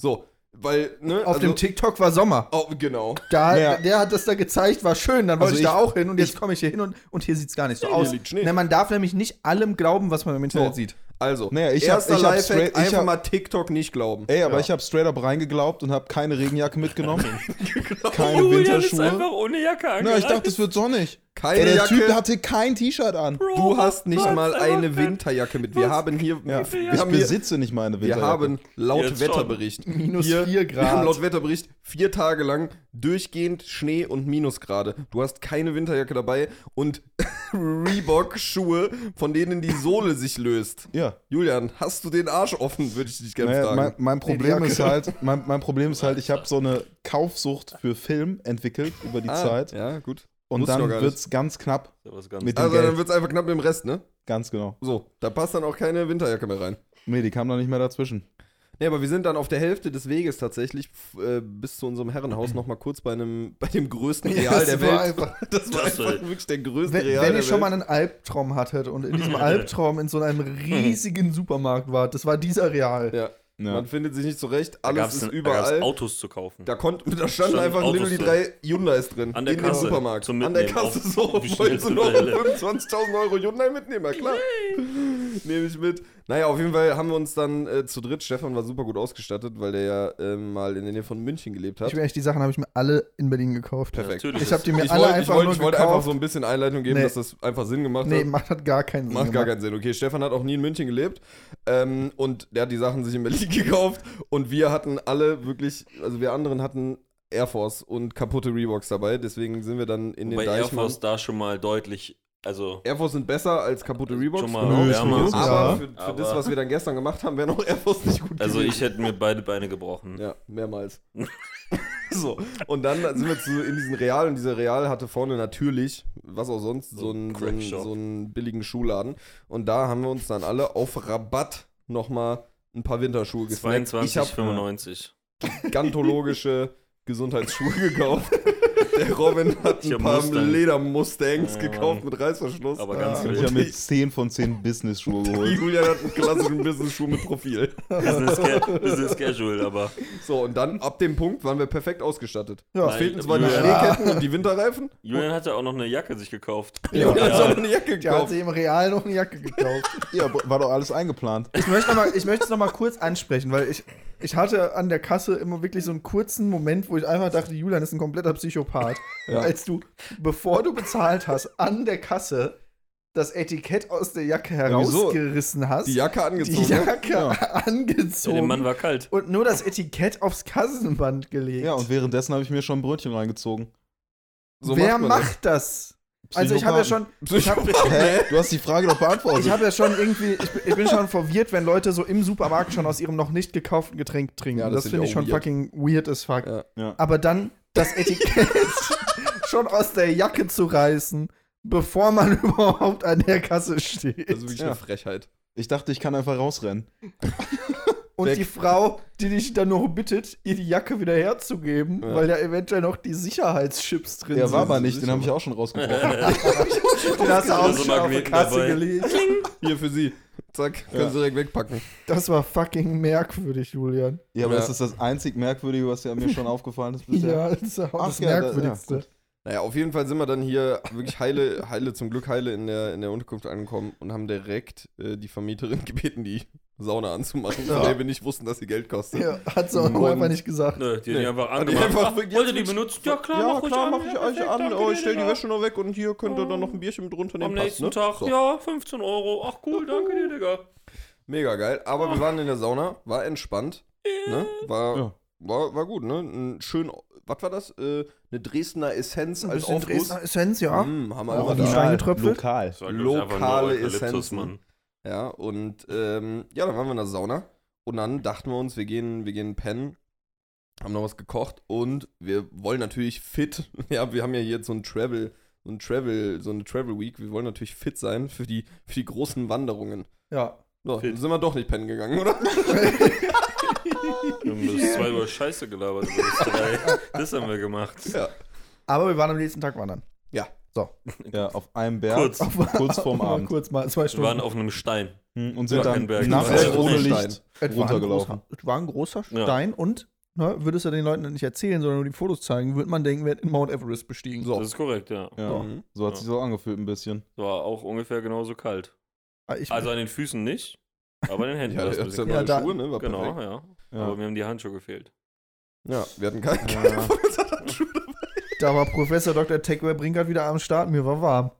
[SPEAKER 6] So, weil, ne?
[SPEAKER 2] Auf dem TikTok war Sommer.
[SPEAKER 6] Oh, genau.
[SPEAKER 2] Da,
[SPEAKER 5] Ja.
[SPEAKER 2] Der hat das da gezeigt, war schön. Dann wollte
[SPEAKER 5] Also
[SPEAKER 2] ich da
[SPEAKER 5] ich-
[SPEAKER 2] auch hin und jetzt komme ich hier hin und, und hier sieht es gar nicht so
[SPEAKER 6] Hier
[SPEAKER 2] aus.
[SPEAKER 6] liegt Schnee.
[SPEAKER 2] Ne, man darf nämlich nicht allem glauben, was man im Internet
[SPEAKER 6] So.
[SPEAKER 2] sieht.
[SPEAKER 6] Also,
[SPEAKER 5] Naja, ich hab-
[SPEAKER 6] erster
[SPEAKER 5] ich hab
[SPEAKER 6] Lifehack,
[SPEAKER 5] straight- ich
[SPEAKER 6] einfach
[SPEAKER 5] hab-
[SPEAKER 6] mal TikTok nicht glauben.
[SPEAKER 5] Ey, aber ich habe straight up reingeglaubt und habe keine Regenjacke mitgenommen.
[SPEAKER 6] Genau.
[SPEAKER 5] keine
[SPEAKER 3] Julian ist einfach
[SPEAKER 5] Winterschuhe.
[SPEAKER 3] ohne Jacke
[SPEAKER 5] Na,
[SPEAKER 3] angereist.
[SPEAKER 5] ich dachte, es wird sonnig.
[SPEAKER 6] Keine
[SPEAKER 5] Ey, der
[SPEAKER 6] Jacke.
[SPEAKER 5] Typ hatte kein T-Shirt an.
[SPEAKER 6] du hast nicht
[SPEAKER 3] Was?
[SPEAKER 6] mal
[SPEAKER 3] Was?
[SPEAKER 6] eine Winterjacke mit. Wir haben hier,
[SPEAKER 5] Ja.
[SPEAKER 6] wir,
[SPEAKER 5] Ich
[SPEAKER 6] haben hier
[SPEAKER 5] besitze nicht meine
[SPEAKER 6] wir
[SPEAKER 5] Winterjacke.
[SPEAKER 6] haben laut
[SPEAKER 3] Jetzt schon.
[SPEAKER 6] Wetterbericht
[SPEAKER 2] Minus
[SPEAKER 6] hier,
[SPEAKER 2] 4
[SPEAKER 6] Wir haben
[SPEAKER 2] Grad.
[SPEAKER 6] laut Wetterbericht vier Tage lang durchgehend Schnee und Minusgrade. Du hast keine Winterjacke dabei und Reebok-Schuhe, von denen die Sohle sich löst.
[SPEAKER 5] ja.
[SPEAKER 6] Julian, hast du den Arsch offen, würde ich dich gerne
[SPEAKER 5] Naja, mein,
[SPEAKER 6] fragen.
[SPEAKER 5] mein Problem
[SPEAKER 2] Jacke.
[SPEAKER 5] ist halt, mein, mein Problem ist halt, ich habe so eine Kaufsucht für Film entwickelt über die
[SPEAKER 6] Ah,
[SPEAKER 5] Zeit
[SPEAKER 6] Ja, gut.
[SPEAKER 5] und
[SPEAKER 6] wusste ich
[SPEAKER 5] dann
[SPEAKER 6] noch gar
[SPEAKER 5] wird's ganz knapp,
[SPEAKER 3] Das ist was ganz
[SPEAKER 5] Mit-
[SPEAKER 6] Also
[SPEAKER 5] Geld.
[SPEAKER 6] dann wird es einfach knapp mit dem Rest, ne?
[SPEAKER 5] ganz genau.
[SPEAKER 6] So, da passt dann auch keine Winterjacke mehr rein.
[SPEAKER 5] Nee, die kam da nicht mehr dazwischen.
[SPEAKER 6] Nee, aber wir sind dann auf der Hälfte des Weges tatsächlich f- äh, bis zu unserem Herrenhaus nochmal kurz bei einem bei dem größten
[SPEAKER 2] Ja,
[SPEAKER 6] Real
[SPEAKER 2] das
[SPEAKER 6] der
[SPEAKER 2] war
[SPEAKER 6] Welt.
[SPEAKER 2] einfach-
[SPEAKER 6] das war
[SPEAKER 3] Das
[SPEAKER 6] einfach
[SPEAKER 3] war-
[SPEAKER 6] wirklich der größte
[SPEAKER 2] Wenn,
[SPEAKER 6] Real
[SPEAKER 2] wenn
[SPEAKER 6] der
[SPEAKER 2] ihr schon mal
[SPEAKER 6] Welt.
[SPEAKER 2] einen Albtraum hattet und in diesem Albtraum in so einem riesigen Supermarkt wart, das war dieser Real.
[SPEAKER 6] ja.
[SPEAKER 5] Ja.
[SPEAKER 6] Man findet sich nicht zurecht,
[SPEAKER 3] Da
[SPEAKER 6] alles
[SPEAKER 3] gab's
[SPEAKER 6] ist
[SPEAKER 3] denn- da
[SPEAKER 6] überall.
[SPEAKER 3] gab's
[SPEAKER 6] Da,
[SPEAKER 3] Autos zu kaufen.
[SPEAKER 6] konnten, da standen
[SPEAKER 3] Standen
[SPEAKER 6] einfach
[SPEAKER 3] Autos
[SPEAKER 6] nur die
[SPEAKER 3] drin.
[SPEAKER 6] drei Hyundais drin.
[SPEAKER 3] An der
[SPEAKER 6] in
[SPEAKER 3] Kasse,
[SPEAKER 6] dem Supermarkt.
[SPEAKER 3] zum
[SPEAKER 6] An der
[SPEAKER 3] Mitnehmen,
[SPEAKER 6] Kasse
[SPEAKER 3] auf-
[SPEAKER 6] so.
[SPEAKER 3] wie schnell
[SPEAKER 6] Wolltest du
[SPEAKER 3] zur
[SPEAKER 6] noch
[SPEAKER 3] Hölle.
[SPEAKER 6] 25.000 Euro Hyundai mitnehmen? Ja, klar. Nehme ich mit. Naja, auf jeden Fall haben wir uns dann äh, zu dritt. Stefan war super gut ausgestattet, weil der ja ähm, mal in der Nähe von München gelebt hat.
[SPEAKER 2] Ich bin echt, die Sachen habe ich mir alle in Berlin gekauft.
[SPEAKER 6] Perfekt.
[SPEAKER 3] Natürlich.
[SPEAKER 2] Ich habe die mir
[SPEAKER 6] Ich
[SPEAKER 2] alle
[SPEAKER 6] wollte ich
[SPEAKER 2] einfach
[SPEAKER 6] wollte-
[SPEAKER 2] nur
[SPEAKER 6] ich wollte
[SPEAKER 2] gekauft.
[SPEAKER 6] einfach so ein bisschen Einleitung geben,
[SPEAKER 2] Nee.
[SPEAKER 6] dass das einfach Sinn gemacht
[SPEAKER 2] nee,
[SPEAKER 6] hat.
[SPEAKER 2] macht halt gar keinen Sinn.
[SPEAKER 6] Macht gar
[SPEAKER 2] gemacht.
[SPEAKER 6] keinen Sinn. Okay, Stefan hat auch nie in München gelebt ähm, und der hat die Sachen sich in Berlin gekauft und wir hatten alle wirklich, also wir anderen hatten Air Force und kaputte Reeboks dabei, deswegen sind wir dann in
[SPEAKER 3] Wobei
[SPEAKER 6] den
[SPEAKER 3] Air
[SPEAKER 6] Deichmann.
[SPEAKER 3] Force da schon mal deutlich, also
[SPEAKER 6] Air Force sind besser als kaputte Reeboks.
[SPEAKER 3] schon mal
[SPEAKER 5] Nö,
[SPEAKER 3] wärmer.
[SPEAKER 5] ist mir
[SPEAKER 6] aber
[SPEAKER 5] Ja.
[SPEAKER 6] für, für
[SPEAKER 3] Aber-
[SPEAKER 6] das, was wir dann gestern gemacht haben, wären auch Air Force nicht gut
[SPEAKER 3] Also
[SPEAKER 6] gewesen.
[SPEAKER 3] ich hätte mir beide Beine gebrochen.
[SPEAKER 6] Ja, mehrmals. so, und dann sind wir zu, in diesen Real und dieser Real hatte vorne natürlich, was auch sonst, so
[SPEAKER 3] So ein
[SPEAKER 6] einen, so, einen,
[SPEAKER 3] Crackshop.
[SPEAKER 6] so einen billigen Schuhladen. Und da haben wir uns dann alle auf Rabatt nochmal ein paar Winterschuhe gesnackt. Ich
[SPEAKER 3] 22,
[SPEAKER 6] habe
[SPEAKER 3] 95.
[SPEAKER 6] gantologische Gesundheitsschuhe gekauft. Der Robin hat
[SPEAKER 3] Ich
[SPEAKER 6] ein
[SPEAKER 3] hab
[SPEAKER 6] paar
[SPEAKER 3] Mustang.
[SPEAKER 6] Leder-Mustangs
[SPEAKER 3] Ja,
[SPEAKER 6] gekauft
[SPEAKER 3] Mann.
[SPEAKER 6] mit Reißverschluss. Ah.
[SPEAKER 3] Aber ganz
[SPEAKER 5] Ich
[SPEAKER 3] wild.
[SPEAKER 5] habe mir 10 von 10 Business-Schuhe geholt.
[SPEAKER 6] Julian hat einen klassischen Business-Schuh mit Profil.
[SPEAKER 3] Business, ca Business Casual, aber
[SPEAKER 6] So, und dann ab dem Punkt waren wir perfekt ausgestattet.
[SPEAKER 2] Ja.
[SPEAKER 6] Es fehlten
[SPEAKER 3] Nein,
[SPEAKER 6] zwar die
[SPEAKER 3] Julian-
[SPEAKER 6] Schneeketten und die Winterreifen,
[SPEAKER 3] Julian hatte auch noch eine Jacke sich gekauft.
[SPEAKER 6] Ja, ja.
[SPEAKER 3] Ja.
[SPEAKER 6] hat eine Jacke
[SPEAKER 2] Der hat
[SPEAKER 6] gekauft.
[SPEAKER 2] sich im Real noch eine Jacke gekauft.
[SPEAKER 5] Ja, war doch alles eingeplant.
[SPEAKER 2] ich möchte nochmal noch mal kurz ansprechen, weil ich, ich hatte an der Kasse immer wirklich so einen kurzen Moment, wo ich einfach dachte, Julian ist ein kompletter Psychopath. Als du, bevor du bezahlt hast, an der Kasse das Etikett aus der Jacke
[SPEAKER 5] wieso?
[SPEAKER 2] herausgerissen hast,
[SPEAKER 6] Die Jacke ne? angezogen.
[SPEAKER 2] die Jacke
[SPEAKER 3] Ja,
[SPEAKER 5] Ja.
[SPEAKER 2] angezogen
[SPEAKER 3] dem Mann war kalt.
[SPEAKER 2] und nur das Etikett aufs Kassenband gelegt.
[SPEAKER 5] Ja, und währenddessen habe ich mir schon ein Brötchen reingezogen.
[SPEAKER 6] So
[SPEAKER 2] Wer
[SPEAKER 6] man
[SPEAKER 2] macht das? Also ich habe ja schon,
[SPEAKER 6] das.
[SPEAKER 2] ich habe
[SPEAKER 5] Hä? Du hast die Frage doch beantwortet.
[SPEAKER 2] ich hab ja schon irgendwie, ich, bin- ich bin schon verwirrt, wenn Leute so im Supermarkt schon aus ihrem noch nicht gekauften Getränk trinken.
[SPEAKER 6] Ja,
[SPEAKER 2] das
[SPEAKER 6] das find
[SPEAKER 2] finde
[SPEAKER 6] ich
[SPEAKER 2] ich
[SPEAKER 6] auch
[SPEAKER 2] schon
[SPEAKER 6] weird.
[SPEAKER 2] fucking weird as fuck.
[SPEAKER 6] Ja.
[SPEAKER 5] Ja.
[SPEAKER 2] Aber dann das Etikett schon aus der Jacke zu reißen, bevor man überhaupt an der Kasse steht.
[SPEAKER 6] Das ist Also wirklich
[SPEAKER 5] Ja.
[SPEAKER 6] eine Frechheit.
[SPEAKER 5] Ich dachte, ich kann einfach rausrennen.
[SPEAKER 2] Und
[SPEAKER 6] Weg.
[SPEAKER 2] die Frau, die dich dann noch bittet, ihr die Jacke wieder herzugeben,
[SPEAKER 6] Ja.
[SPEAKER 2] weil da eventuell noch die Sicherheitschips drin
[SPEAKER 5] Der
[SPEAKER 2] sind.
[SPEAKER 5] war aber nicht, den habe ich auch schon rausgebrochen.
[SPEAKER 2] Den hast du auch
[SPEAKER 3] Also
[SPEAKER 2] schon auf die
[SPEAKER 3] Magneten
[SPEAKER 2] Kasse
[SPEAKER 3] dabei.
[SPEAKER 2] gelegt.
[SPEAKER 6] Hier für Sie. Zack, können Sie direkt wegpacken.
[SPEAKER 2] Das war fucking merkwürdig, Julian.
[SPEAKER 5] Ja, aber
[SPEAKER 6] Ja.
[SPEAKER 5] das ist das einzig Merkwürdige, was ja mir schon aufgefallen ist bisher.
[SPEAKER 2] Ja, das ist auch
[SPEAKER 5] Ach
[SPEAKER 2] das
[SPEAKER 5] ja, da-
[SPEAKER 2] Merkwürdigste.
[SPEAKER 5] ja,
[SPEAKER 6] Naja, auf jeden Fall sind wir dann hier wirklich heile, heile zum Glück heile in der, in der Unterkunft angekommen und haben direkt äh, die Vermieterin gebeten, die Sauna anzumachen, von der wir nicht wussten, dass sie Geld kostet.
[SPEAKER 2] Ja, hat's auch
[SPEAKER 6] Und-
[SPEAKER 2] einfach nicht gesagt.
[SPEAKER 3] Nö, die hat
[SPEAKER 6] Nee.
[SPEAKER 3] die einfach
[SPEAKER 6] Hat die
[SPEAKER 3] angemacht.
[SPEAKER 6] einfach-
[SPEAKER 3] Ach, Wollt ihr die benutzen? Ja, klar,
[SPEAKER 6] ja,
[SPEAKER 3] mach ruhig
[SPEAKER 6] klar,
[SPEAKER 3] an.
[SPEAKER 6] mach ich
[SPEAKER 3] Ja,
[SPEAKER 6] euch
[SPEAKER 3] perfekt,
[SPEAKER 6] an.
[SPEAKER 3] danke
[SPEAKER 6] Oh,
[SPEAKER 3] dir,
[SPEAKER 6] ich stell die
[SPEAKER 3] Digga.
[SPEAKER 6] Wäsche noch weg und hier könnt ihr dann noch ein Bierchen mit runternehmen.
[SPEAKER 3] Am
[SPEAKER 6] passt,
[SPEAKER 3] nächsten
[SPEAKER 6] ne?
[SPEAKER 3] Tag,
[SPEAKER 6] So.
[SPEAKER 3] ja, 15 Euro. Ach cool, danke dir, Digga.
[SPEAKER 6] Mega geil. Aber
[SPEAKER 2] Ah.
[SPEAKER 6] wir waren in der Sauna, war entspannt. Ne? War,
[SPEAKER 5] Ja.
[SPEAKER 6] war, war gut, ne? Ein schön, was war das? Äh, eine Dresdner Essenz als
[SPEAKER 2] bisschen
[SPEAKER 6] Aufguss.
[SPEAKER 2] Dresdner Essenz, ja.
[SPEAKER 6] Mm, haben alle
[SPEAKER 2] Auch
[SPEAKER 6] mal
[SPEAKER 2] die
[SPEAKER 6] da.
[SPEAKER 2] Stein getröpfelt.
[SPEAKER 5] Lokal.
[SPEAKER 3] Das war, glaub ich, einfach nur
[SPEAKER 6] Lokale
[SPEAKER 3] Eukalyptus,
[SPEAKER 6] Essenzen.
[SPEAKER 3] Mann.
[SPEAKER 6] Ja, und ähm, ja, dann waren wir in der Sauna und dann dachten wir uns, wir gehen, wir gehen pennen, haben noch was gekocht und wir wollen natürlich fit. Ja, wir haben ja jetzt so ein Travel, so ein Travel, so eine Travel Week. Wir wollen natürlich fit sein für die, für die großen Wanderungen.
[SPEAKER 2] Ja.
[SPEAKER 6] So,
[SPEAKER 3] Fit.
[SPEAKER 6] sind wir doch nicht pennen gegangen, oder?
[SPEAKER 3] Wir haben bis zwei Uhr Scheiße gelabert. oder bis drei. Das haben wir gemacht.
[SPEAKER 6] Ja.
[SPEAKER 2] Aber wir waren am nächsten Tag wandern.
[SPEAKER 5] Ja, auf einem Berg.
[SPEAKER 3] Kurz.
[SPEAKER 5] Kurz vorm
[SPEAKER 2] Mal
[SPEAKER 5] Abend.
[SPEAKER 2] Kurz mal zwei
[SPEAKER 3] Wir
[SPEAKER 2] Stunden.
[SPEAKER 3] waren auf einem Stein.
[SPEAKER 5] Hm, Und
[SPEAKER 3] Ja,
[SPEAKER 5] sind
[SPEAKER 3] kein
[SPEAKER 5] dann
[SPEAKER 3] Berg.
[SPEAKER 5] nachts
[SPEAKER 3] Ja,
[SPEAKER 5] ohne
[SPEAKER 3] ohne
[SPEAKER 5] Licht.
[SPEAKER 2] Es war ein
[SPEAKER 5] runtergelaufen.
[SPEAKER 2] großer- Es war ein großer
[SPEAKER 3] Ja.
[SPEAKER 2] Stein und ne, würdest du den Leuten nicht erzählen, sondern nur die Fotos zeigen, würde man denken, wir hätten Mount Everest bestiegen.
[SPEAKER 6] So.
[SPEAKER 3] Das ist korrekt, ja.
[SPEAKER 5] Ja,
[SPEAKER 6] Mhm.
[SPEAKER 5] so hat sich so angefühlt ein bisschen.
[SPEAKER 3] War auch ungefähr genauso kalt.
[SPEAKER 2] Ah, Ich,
[SPEAKER 3] Also an den Füßen nicht, aber an den Händen.
[SPEAKER 6] Ja,
[SPEAKER 3] war's
[SPEAKER 6] das
[SPEAKER 3] ein
[SPEAKER 6] ist ja
[SPEAKER 3] bisschen
[SPEAKER 6] neue
[SPEAKER 2] Ja, da-
[SPEAKER 6] Schuhe, ne? War
[SPEAKER 3] kalt. Genau,
[SPEAKER 6] perfekt.
[SPEAKER 3] ja.
[SPEAKER 5] Ja.
[SPEAKER 3] Aber mir haben die Handschuhe gefehlt.
[SPEAKER 6] Ja, wir hatten keinen
[SPEAKER 5] Ja.
[SPEAKER 6] keine von unseren Handschuhen.
[SPEAKER 2] da war Professor Dr. Tegwer Brinkert wieder am Start, mir war warm.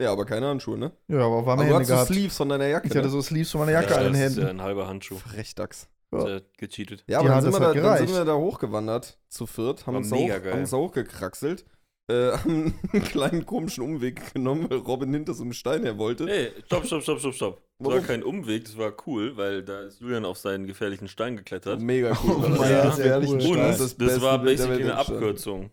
[SPEAKER 6] Ja, aber keine Handschuhe, ne?
[SPEAKER 2] Ja, aber warme
[SPEAKER 6] Aber du
[SPEAKER 2] Hände
[SPEAKER 6] hast so
[SPEAKER 2] gehabt.
[SPEAKER 6] Sleeves von deiner Jacke.
[SPEAKER 2] ich hatte
[SPEAKER 6] ne?
[SPEAKER 2] so Sleeves von meiner Jacke
[SPEAKER 3] ja,
[SPEAKER 2] an den
[SPEAKER 3] das ist ja
[SPEAKER 2] Händen.
[SPEAKER 3] ein halber Handschuh.
[SPEAKER 6] Frechdachs.
[SPEAKER 2] Ja.
[SPEAKER 3] Der hat gecheatet.
[SPEAKER 6] Ja,
[SPEAKER 2] Die
[SPEAKER 6] aber dann
[SPEAKER 2] hat-
[SPEAKER 6] sind, wir
[SPEAKER 2] das
[SPEAKER 6] da,
[SPEAKER 2] hat
[SPEAKER 6] dann sind
[SPEAKER 2] gereicht.
[SPEAKER 6] wir da hochgewandert zu viert, haben
[SPEAKER 3] War
[SPEAKER 6] uns, da hoch,
[SPEAKER 3] mega geil.
[SPEAKER 6] haben uns da hochgekraxelt, äh, haben einen kleinen komischen Umweg genommen, weil Robin hinter so einem Stein her wollte.
[SPEAKER 3] Ey, stopp, stopp, stopp, stopp, stopp. Das war
[SPEAKER 6] Warum?
[SPEAKER 3] kein Umweg, das war cool, weil da ist Julian auf seinen gefährlichen Stein geklettert.
[SPEAKER 6] Mega cool.
[SPEAKER 2] Oh
[SPEAKER 6] war das.
[SPEAKER 2] mein
[SPEAKER 6] Ja,
[SPEAKER 2] Gott, sehr
[SPEAKER 6] ehrlich,
[SPEAKER 2] cool.
[SPEAKER 6] ein
[SPEAKER 3] Und
[SPEAKER 6] Stein ist
[SPEAKER 3] das,
[SPEAKER 6] beste
[SPEAKER 3] war
[SPEAKER 6] Bild der
[SPEAKER 3] basically
[SPEAKER 6] Welt,
[SPEAKER 3] eine
[SPEAKER 6] ein Stein.
[SPEAKER 3] Abkürzung.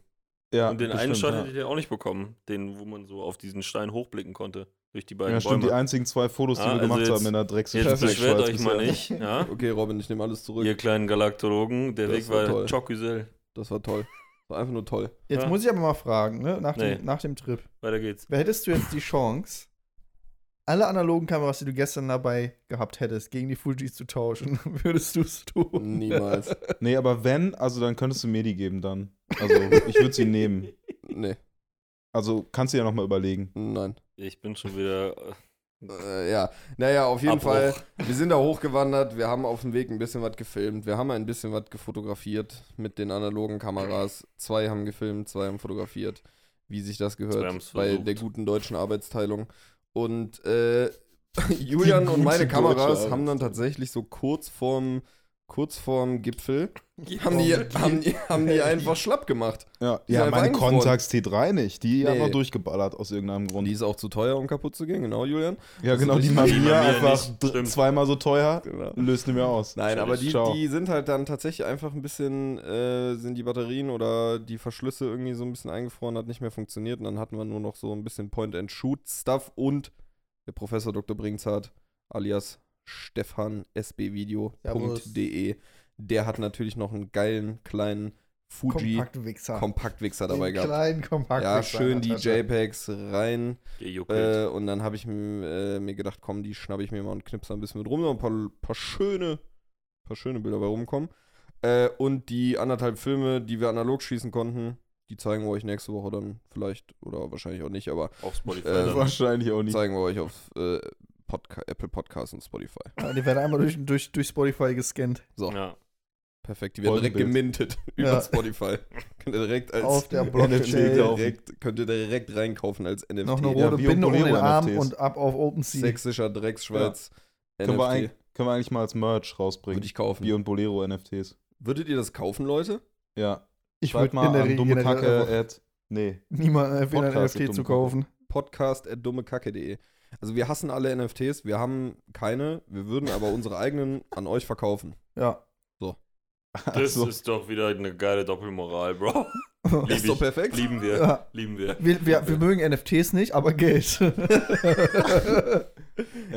[SPEAKER 5] Ja,
[SPEAKER 3] Und den
[SPEAKER 5] das
[SPEAKER 3] einen
[SPEAKER 5] stimmt,
[SPEAKER 3] Stein
[SPEAKER 5] ja.
[SPEAKER 3] hättet ihr auch nicht bekommen, den, wo man so auf diesen Stein hochblicken konnte. Durch die beiden
[SPEAKER 5] Ja, stimmt, die
[SPEAKER 3] Bäume.
[SPEAKER 5] einzigen zwei Fotos, die
[SPEAKER 3] Ah,
[SPEAKER 5] wir
[SPEAKER 3] also
[SPEAKER 5] gemacht
[SPEAKER 3] jetzt-
[SPEAKER 5] haben in der Drecks
[SPEAKER 3] Jetzt
[SPEAKER 5] Perfekt,
[SPEAKER 3] beschwert
[SPEAKER 5] Schweiz
[SPEAKER 3] euch mal
[SPEAKER 5] bisher.
[SPEAKER 3] nicht, ja?
[SPEAKER 6] Okay, Robin, ich nehme alles zurück.
[SPEAKER 3] Ihr kleinen Galaktologen, der
[SPEAKER 6] Das
[SPEAKER 3] Weg
[SPEAKER 6] war
[SPEAKER 3] war
[SPEAKER 6] toll.
[SPEAKER 3] Chocuzel.
[SPEAKER 6] Das war toll. War einfach nur toll.
[SPEAKER 2] Jetzt
[SPEAKER 3] Ja.
[SPEAKER 2] muss ich aber mal fragen, ne, nach,
[SPEAKER 3] Nee.
[SPEAKER 2] dem, nach dem Trip.
[SPEAKER 3] Weiter geht's.
[SPEAKER 2] Wer hättest du jetzt die Chance, alle analogen Kameras, die du gestern dabei gehabt hättest, gegen die Fujis zu tauschen? Würdest du es tun?
[SPEAKER 6] Niemals.
[SPEAKER 5] Nee, aber wenn, also dann könntest du mir die geben dann. Also ich würde sie nehmen.
[SPEAKER 6] nee,
[SPEAKER 5] Also kannst du ja nochmal überlegen.
[SPEAKER 6] nein.
[SPEAKER 3] Ich bin schon wieder.
[SPEAKER 6] Äh, ja, naja, auf jeden
[SPEAKER 3] Abbruch.
[SPEAKER 6] Fall. Wir sind da hochgewandert. Wir haben auf dem Weg ein bisschen was gefilmt. Wir haben ein bisschen was gefotografiert mit den analogen Kameras. Zwei haben gefilmt, zwei haben fotografiert. Wie sich das
[SPEAKER 3] Zwei
[SPEAKER 6] gehört
[SPEAKER 3] haben's
[SPEAKER 6] bei
[SPEAKER 3] versucht.
[SPEAKER 6] der guten deutschen Arbeitsteilung. Und äh, Julian und meine
[SPEAKER 5] gute deutsche
[SPEAKER 6] Kameras haben dann tatsächlich so kurz vorm, kurz vorm Gipfel haben die, haben, die, haben die einfach schlapp gemacht.
[SPEAKER 5] Ja,
[SPEAKER 6] Die sind
[SPEAKER 5] ja
[SPEAKER 6] einfach
[SPEAKER 5] meine
[SPEAKER 6] eingefroren.
[SPEAKER 5] Contax T3 nicht. Die haben
[SPEAKER 6] Nee.
[SPEAKER 5] noch durchgeballert aus irgendeinem Grund.
[SPEAKER 6] Die ist auch zu teuer, um kaputt zu gehen, genau, Julian.
[SPEAKER 5] ja, genau, die
[SPEAKER 6] Die
[SPEAKER 5] Mamiya
[SPEAKER 3] Mamiya
[SPEAKER 5] einfach
[SPEAKER 3] nicht.
[SPEAKER 5] dr-
[SPEAKER 3] Stimmt.
[SPEAKER 5] zweimal so teuer.
[SPEAKER 6] Genau.
[SPEAKER 5] Löst nicht mehr aus.
[SPEAKER 6] Nein, aber die,
[SPEAKER 5] Ciao.
[SPEAKER 6] die sind halt dann tatsächlich einfach ein bisschen, äh, sind die Batterien oder die Verschlüsse irgendwie so ein bisschen eingefroren, hat nicht mehr funktioniert und dann hatten wir nur noch so ein bisschen Point-and-Shoot-Stuff und der Professor Dr. Bringshardt alias Stefan sbvideo.de, E, der hat natürlich noch einen geilen kleinen Fuji
[SPEAKER 2] Kompaktwichser.
[SPEAKER 6] Kompaktwichser dabei
[SPEAKER 2] Den
[SPEAKER 6] gehabt.
[SPEAKER 2] Kleinen Kompaktwichser.
[SPEAKER 6] Ja, schön die
[SPEAKER 2] in der Tasche.
[SPEAKER 6] JPEGs rein.
[SPEAKER 3] Gejuckelt.
[SPEAKER 6] Äh, und dann habe ich m- äh, mir gedacht, komm, die schnappe ich mir mal und knipse da ein bisschen mit rum, so ein paar, paar schöne, paar schöne Bilder bei rumkommen. Äh, und die anderthalb Filme, die wir analog schießen konnten, die zeigen wir euch nächste Woche dann vielleicht oder wahrscheinlich auch nicht, aber
[SPEAKER 3] auf Spotify.
[SPEAKER 6] äh,
[SPEAKER 3] dann.
[SPEAKER 5] Wahrscheinlich auch nicht.
[SPEAKER 6] zeigen wir euch auf äh, Podca Apple Podcasts und Spotify.
[SPEAKER 2] Ja, die werden einmal durch, durch, durch Spotify gescannt.
[SPEAKER 6] So,
[SPEAKER 3] ja.
[SPEAKER 6] perfekt. Die werden direkt
[SPEAKER 5] Folgenbild.
[SPEAKER 6] gemintet über
[SPEAKER 2] Ja.
[SPEAKER 6] Spotify. könnt ihr direkt als
[SPEAKER 2] Auf der
[SPEAKER 6] könnt ihr
[SPEAKER 2] Blockchain.
[SPEAKER 5] kaufen.
[SPEAKER 6] direkt, könnt ihr direkt reinkaufen als NFT.
[SPEAKER 2] Noch eine
[SPEAKER 5] Ja,
[SPEAKER 2] rote
[SPEAKER 5] wie
[SPEAKER 2] Binde um
[SPEAKER 5] Opolero
[SPEAKER 2] den Arm
[SPEAKER 5] NFTs.
[SPEAKER 2] und ab auf OpenSea.
[SPEAKER 6] Sächsischer Drecksschweiz.
[SPEAKER 5] können, wir
[SPEAKER 6] NFT.
[SPEAKER 5] eigentlich, können wir eigentlich mal als Merch
[SPEAKER 6] Würde
[SPEAKER 5] rausbringen.
[SPEAKER 6] ich kaufen.
[SPEAKER 5] Bier und Bolero NFTs.
[SPEAKER 6] Würdet ihr das kaufen, Leute?
[SPEAKER 5] Ja. Ich
[SPEAKER 2] würd
[SPEAKER 5] würde mal
[SPEAKER 2] in der
[SPEAKER 5] an
[SPEAKER 2] Regel
[SPEAKER 5] dumme
[SPEAKER 2] generell
[SPEAKER 5] Kacke
[SPEAKER 2] einfach-
[SPEAKER 5] at. Nee.
[SPEAKER 2] Niemand erwähnt ein
[SPEAKER 5] Podcast
[SPEAKER 2] NFT
[SPEAKER 5] ist
[SPEAKER 2] zu
[SPEAKER 5] dumm.
[SPEAKER 2] kaufen.
[SPEAKER 6] podcast.dummekacke.de. Also wir hassen alle NFTs, wir haben keine, wir würden aber unsere eigenen an euch verkaufen.
[SPEAKER 2] Ja.
[SPEAKER 3] Das
[SPEAKER 5] Also,
[SPEAKER 3] ist doch wieder eine geile Doppelmoral, Bro. Lieb
[SPEAKER 6] Ist doch
[SPEAKER 3] ich.
[SPEAKER 6] perfekt.
[SPEAKER 3] Lieben wir.
[SPEAKER 2] ja.
[SPEAKER 3] Lieben wir.
[SPEAKER 2] Wir, wir, wir mögen NFTs nicht, aber Geld.
[SPEAKER 5] ja.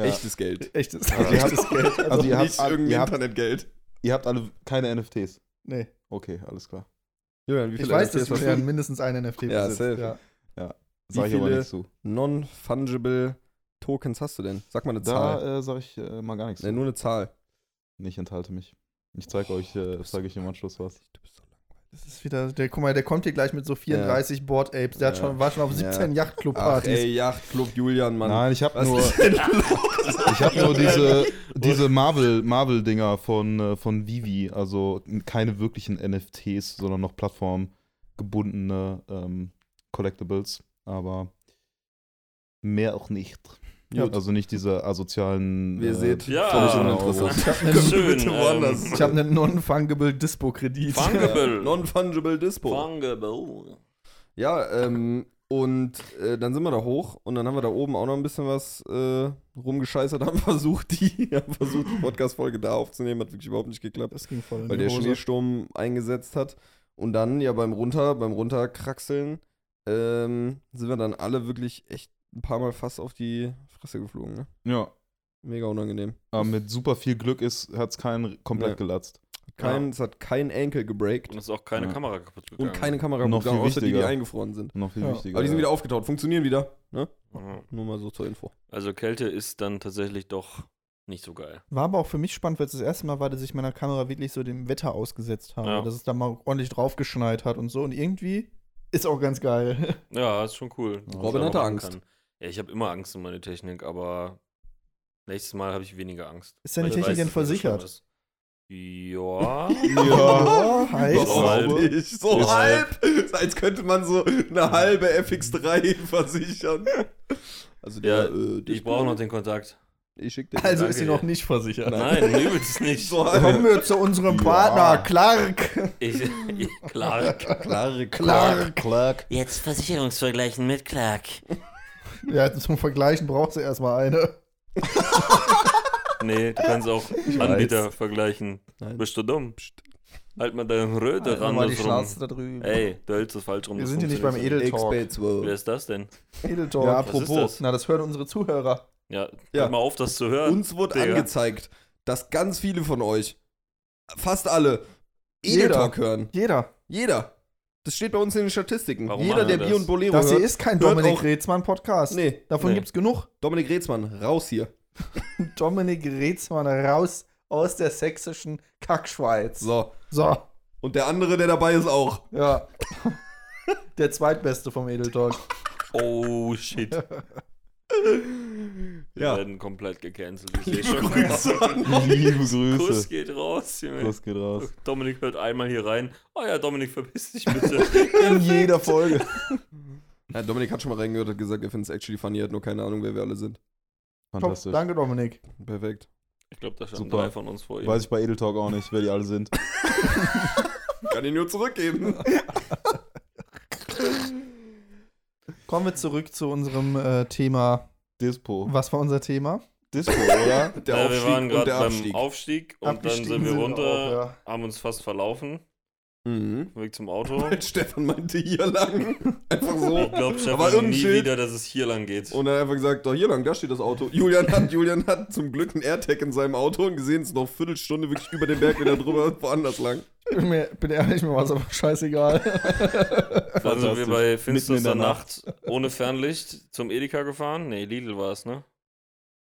[SPEAKER 6] Echtes Geld.
[SPEAKER 2] Echtes,
[SPEAKER 5] Also ihr
[SPEAKER 2] echtes
[SPEAKER 5] habt-
[SPEAKER 2] Geld. Also,
[SPEAKER 5] also ihr habt-
[SPEAKER 6] Nicht irgendein
[SPEAKER 5] ihr habt-
[SPEAKER 6] Internetgeld.
[SPEAKER 5] Ihr habt alle keine NFTs.
[SPEAKER 2] nee.
[SPEAKER 5] Okay, alles klar.
[SPEAKER 6] Julian, wie
[SPEAKER 2] Ich
[SPEAKER 6] viele
[SPEAKER 2] weiß, dass
[SPEAKER 6] NFTs hast
[SPEAKER 2] Julian
[SPEAKER 6] du?
[SPEAKER 2] mindestens ein NFT
[SPEAKER 6] Ja,
[SPEAKER 2] besitzt.
[SPEAKER 6] safe.
[SPEAKER 2] Ja.
[SPEAKER 6] Wie
[SPEAKER 5] Sag ich aber
[SPEAKER 6] viele-
[SPEAKER 5] nichts zu.
[SPEAKER 6] Non-fungible Tokens hast du denn? Sag mal eine Zahl.
[SPEAKER 5] Da äh, sag ich äh, mal gar nichts
[SPEAKER 6] Ne,
[SPEAKER 5] zu.
[SPEAKER 6] nur eine Zahl.
[SPEAKER 5] Ich enthalte mich. Ich zeige euch, äh, zeige euch im Anschluss was.
[SPEAKER 6] Du bist so langweilig.
[SPEAKER 2] Das ist wieder, der, guck mal, der kommt hier gleich mit so 34 Board Apes. Der hat
[SPEAKER 6] Ja.
[SPEAKER 2] schon, war schon auf
[SPEAKER 6] Ja.
[SPEAKER 2] 17
[SPEAKER 6] Ach,
[SPEAKER 2] Yachtclub-Partys.
[SPEAKER 6] ey, Yachtclub Julian, Mann.
[SPEAKER 5] Nein, ich habe
[SPEAKER 6] Was
[SPEAKER 5] nur,
[SPEAKER 6] ist denn los?
[SPEAKER 5] ich hab nur diese, diese Marvel- Marvel-Dinger von, äh, von Vivi, also keine wirklichen NFTs, sondern noch plattformgebundene ähm, Collectibles, aber mehr auch nicht.
[SPEAKER 6] Gut.
[SPEAKER 5] Also nicht diese asozialen. äh,
[SPEAKER 6] Wie ihr seht,
[SPEAKER 3] Ja.
[SPEAKER 6] völlig uninteressant.
[SPEAKER 3] Schön.
[SPEAKER 2] Bitte
[SPEAKER 3] Ähm,
[SPEAKER 2] Ich habe einen Non-Fungible-Dispo-Kredit.
[SPEAKER 3] Fungible.
[SPEAKER 6] Non-fungible Dispo.
[SPEAKER 3] Fungible.
[SPEAKER 6] Ja, ähm, und äh, dann sind wir da hoch und dann haben wir da oben auch noch ein bisschen was äh, rumgescheißert, haben versucht, die, haben versucht, die Podcast-Folge da aufzunehmen, hat wirklich überhaupt nicht geklappt,
[SPEAKER 2] Das ging voll in
[SPEAKER 6] weil
[SPEAKER 2] die
[SPEAKER 6] der
[SPEAKER 2] Hose.
[SPEAKER 6] Schneesturm eingesetzt hat. Und dann ja beim Runter, beim Runterkraxeln, ähm, sind wir dann alle wirklich echt ein paar Mal fast auf die Fresse geflogen, ne?
[SPEAKER 5] Ja,
[SPEAKER 6] Mega unangenehm.
[SPEAKER 5] aber mit super viel Glück ist, hat es keinen komplett
[SPEAKER 6] Nee.
[SPEAKER 5] gelatzt.
[SPEAKER 6] Kein, Es hat kein Ankle gebreakt
[SPEAKER 3] Und es ist auch keine
[SPEAKER 5] Ja.
[SPEAKER 3] Kamera kaputt gegangen.
[SPEAKER 6] und keine Kamera
[SPEAKER 5] Noch viel
[SPEAKER 6] gegangen, außer die, die
[SPEAKER 5] wichtiger.
[SPEAKER 6] eingefroren sind.
[SPEAKER 5] Noch viel
[SPEAKER 2] Ja.
[SPEAKER 5] wichtiger.
[SPEAKER 6] Aber die sind wieder aufgetaucht, funktionieren wieder, ne?
[SPEAKER 3] Ja.
[SPEAKER 6] Nur mal so zur Info.
[SPEAKER 3] Also Kälte ist dann tatsächlich doch nicht so geil.
[SPEAKER 2] War aber auch für mich spannend, weil es das erste Mal war, dass ich meiner Kamera wirklich so dem Wetter ausgesetzt habe.
[SPEAKER 3] Ja.
[SPEAKER 2] Dass es da mal ordentlich draufgeschneit hat und so. Und irgendwie ist auch ganz geil.
[SPEAKER 3] Ja, ist schon cool. dass
[SPEAKER 6] Robin
[SPEAKER 3] man
[SPEAKER 6] hatte
[SPEAKER 3] machen
[SPEAKER 6] Angst.
[SPEAKER 3] kann. Ja, ich habe immer Angst um meine Technik, aber nächstes Mal habe ich weniger Angst.
[SPEAKER 2] Ist deine
[SPEAKER 3] Weil ich
[SPEAKER 2] Technik
[SPEAKER 3] weiß,
[SPEAKER 2] denn
[SPEAKER 3] dass das
[SPEAKER 2] versichert?
[SPEAKER 3] schlimm ist. Ja.
[SPEAKER 2] Ja, heißt.
[SPEAKER 3] Überhaupt
[SPEAKER 6] Überhaupt nicht. So
[SPEAKER 3] Ist
[SPEAKER 6] halb. Als könnte man so eine halbe FX3 versichern. Also
[SPEAKER 3] Ja,
[SPEAKER 6] der, äh,
[SPEAKER 3] ich brauche noch den Kontakt.
[SPEAKER 6] Ich schick dir.
[SPEAKER 2] Also
[SPEAKER 3] Danke,
[SPEAKER 2] ist sie
[SPEAKER 3] ey.
[SPEAKER 2] noch nicht versichert.
[SPEAKER 3] Nein, übelst nicht.
[SPEAKER 6] so halb.
[SPEAKER 2] Kommen wir zu unserem Partner, Clark.
[SPEAKER 3] Ich, Clark.
[SPEAKER 6] Klare,
[SPEAKER 2] Clark.
[SPEAKER 5] Klack.
[SPEAKER 3] Jetzt Versicherungsvergleichen mit Clark.
[SPEAKER 2] Ja, zum Vergleichen brauchst du erstmal eine.
[SPEAKER 3] Nee, du kannst auch Anbieter vergleichen.
[SPEAKER 6] Nein.
[SPEAKER 3] Bist du dumm? Halt mal deinen Röder ran.
[SPEAKER 2] mal die
[SPEAKER 3] das
[SPEAKER 2] Schnauze da drüben.
[SPEAKER 3] Ey, du hältst es falsch rum.
[SPEAKER 2] wir
[SPEAKER 3] das
[SPEAKER 2] sind hier nicht beim
[SPEAKER 3] funktioniert
[SPEAKER 2] Edel Talk.
[SPEAKER 3] so. Wer ist das denn?
[SPEAKER 2] Edel Talk.
[SPEAKER 5] Ja,
[SPEAKER 3] Was ist
[SPEAKER 5] apropos.
[SPEAKER 3] das?
[SPEAKER 2] Na, das hören unsere Zuhörer.
[SPEAKER 3] Ja,
[SPEAKER 6] Ja.
[SPEAKER 3] hört mal auf, das zu hören.
[SPEAKER 6] Uns wurde
[SPEAKER 3] Digga.
[SPEAKER 6] angezeigt, dass ganz viele von euch, fast alle,
[SPEAKER 2] Jeder.
[SPEAKER 6] Edeltalk hören.
[SPEAKER 2] Jeder.
[SPEAKER 6] Jeder. Das steht bei uns in den Statistiken.
[SPEAKER 3] Warum
[SPEAKER 6] Jeder,
[SPEAKER 3] machen wir
[SPEAKER 6] der Bier
[SPEAKER 3] das?
[SPEAKER 6] und Bolero
[SPEAKER 2] Das hier
[SPEAKER 6] hört.
[SPEAKER 2] ist kein
[SPEAKER 6] hört
[SPEAKER 2] Dominik
[SPEAKER 6] auch-
[SPEAKER 2] Rezmann-Podcast.
[SPEAKER 6] Nee,
[SPEAKER 2] Davon
[SPEAKER 3] Nee.
[SPEAKER 2] gibt's genug.
[SPEAKER 6] Dominik Reetzmann, raus hier.
[SPEAKER 2] Dominik Rezmann raus aus der sächsischen Kackschweiz.
[SPEAKER 6] So.
[SPEAKER 2] So,
[SPEAKER 6] Und der andere, der dabei ist, auch.
[SPEAKER 2] ja. der zweitbeste vom Edel Talk.
[SPEAKER 3] Oh shit. Wir
[SPEAKER 6] Ja.
[SPEAKER 3] werden komplett gecancelt. Ich sehe
[SPEAKER 6] Liebe
[SPEAKER 3] schon.
[SPEAKER 6] Grüße an euch.
[SPEAKER 5] Liebe
[SPEAKER 3] Kuss
[SPEAKER 5] Grüße.
[SPEAKER 3] geht raus, Junge.
[SPEAKER 5] Kuss geht raus.
[SPEAKER 3] Dominik hört einmal hier rein. Oh ja, Dominik, verpiss dich bitte.
[SPEAKER 2] In jeder Folge.
[SPEAKER 6] Ja, Dominik hat schon mal reingehört, hat gesagt, er findet es actually funny, er hat nur keine Ahnung, wer wir alle sind.
[SPEAKER 2] Top,
[SPEAKER 5] Fantastisch.
[SPEAKER 2] danke, Dominik.
[SPEAKER 6] Perfekt.
[SPEAKER 3] Ich glaube, da standen
[SPEAKER 5] Super.
[SPEAKER 3] drei von uns vor ihm.
[SPEAKER 5] Weiß ich bei Edel Talk auch nicht, wer die alle sind.
[SPEAKER 6] Kann ihn nur zurückgeben.
[SPEAKER 2] Kommen wir zurück zu unserem äh, Thema.
[SPEAKER 5] Dispo.
[SPEAKER 2] Was war unser Thema?
[SPEAKER 5] Dispo,
[SPEAKER 3] ja,
[SPEAKER 5] oder?
[SPEAKER 6] Der
[SPEAKER 3] wir
[SPEAKER 6] Aufstieg
[SPEAKER 3] waren
[SPEAKER 6] und
[SPEAKER 3] gerade
[SPEAKER 6] der
[SPEAKER 3] beim
[SPEAKER 6] Abstieg.
[SPEAKER 3] Aufstieg und dann
[SPEAKER 2] Abgestiegen
[SPEAKER 3] sind wir
[SPEAKER 2] sind wir
[SPEAKER 3] runter,
[SPEAKER 2] auch,
[SPEAKER 3] haben uns fast verlaufen.
[SPEAKER 6] Mhm.
[SPEAKER 3] Weg zum Auto.
[SPEAKER 6] Weil Stefan meinte hier lang. Einfach
[SPEAKER 3] Ich
[SPEAKER 6] so.
[SPEAKER 3] glaube,
[SPEAKER 6] Aber
[SPEAKER 3] Stefan
[SPEAKER 6] irgendein
[SPEAKER 3] nie
[SPEAKER 6] Schild.
[SPEAKER 3] wieder, dass es hier lang geht.
[SPEAKER 6] Und er hat einfach gesagt, doch hier lang, da steht das Auto. Julian hat, Julian hat zum Glück einen AirTag in seinem Auto und gesehen, es ist noch eine Viertelstunde wirklich über den Berg wieder drüber, woanders lang.
[SPEAKER 2] Ich bin, mir, bin ehrlich, mir war es aber scheißegal.
[SPEAKER 3] dann sind wir
[SPEAKER 5] Fantastisch.
[SPEAKER 3] bei
[SPEAKER 5] Mitten
[SPEAKER 3] finsterster
[SPEAKER 5] in der
[SPEAKER 3] Nacht ohne Fernlicht zum Edeka gefahren. Nee, Lidl war es, ne?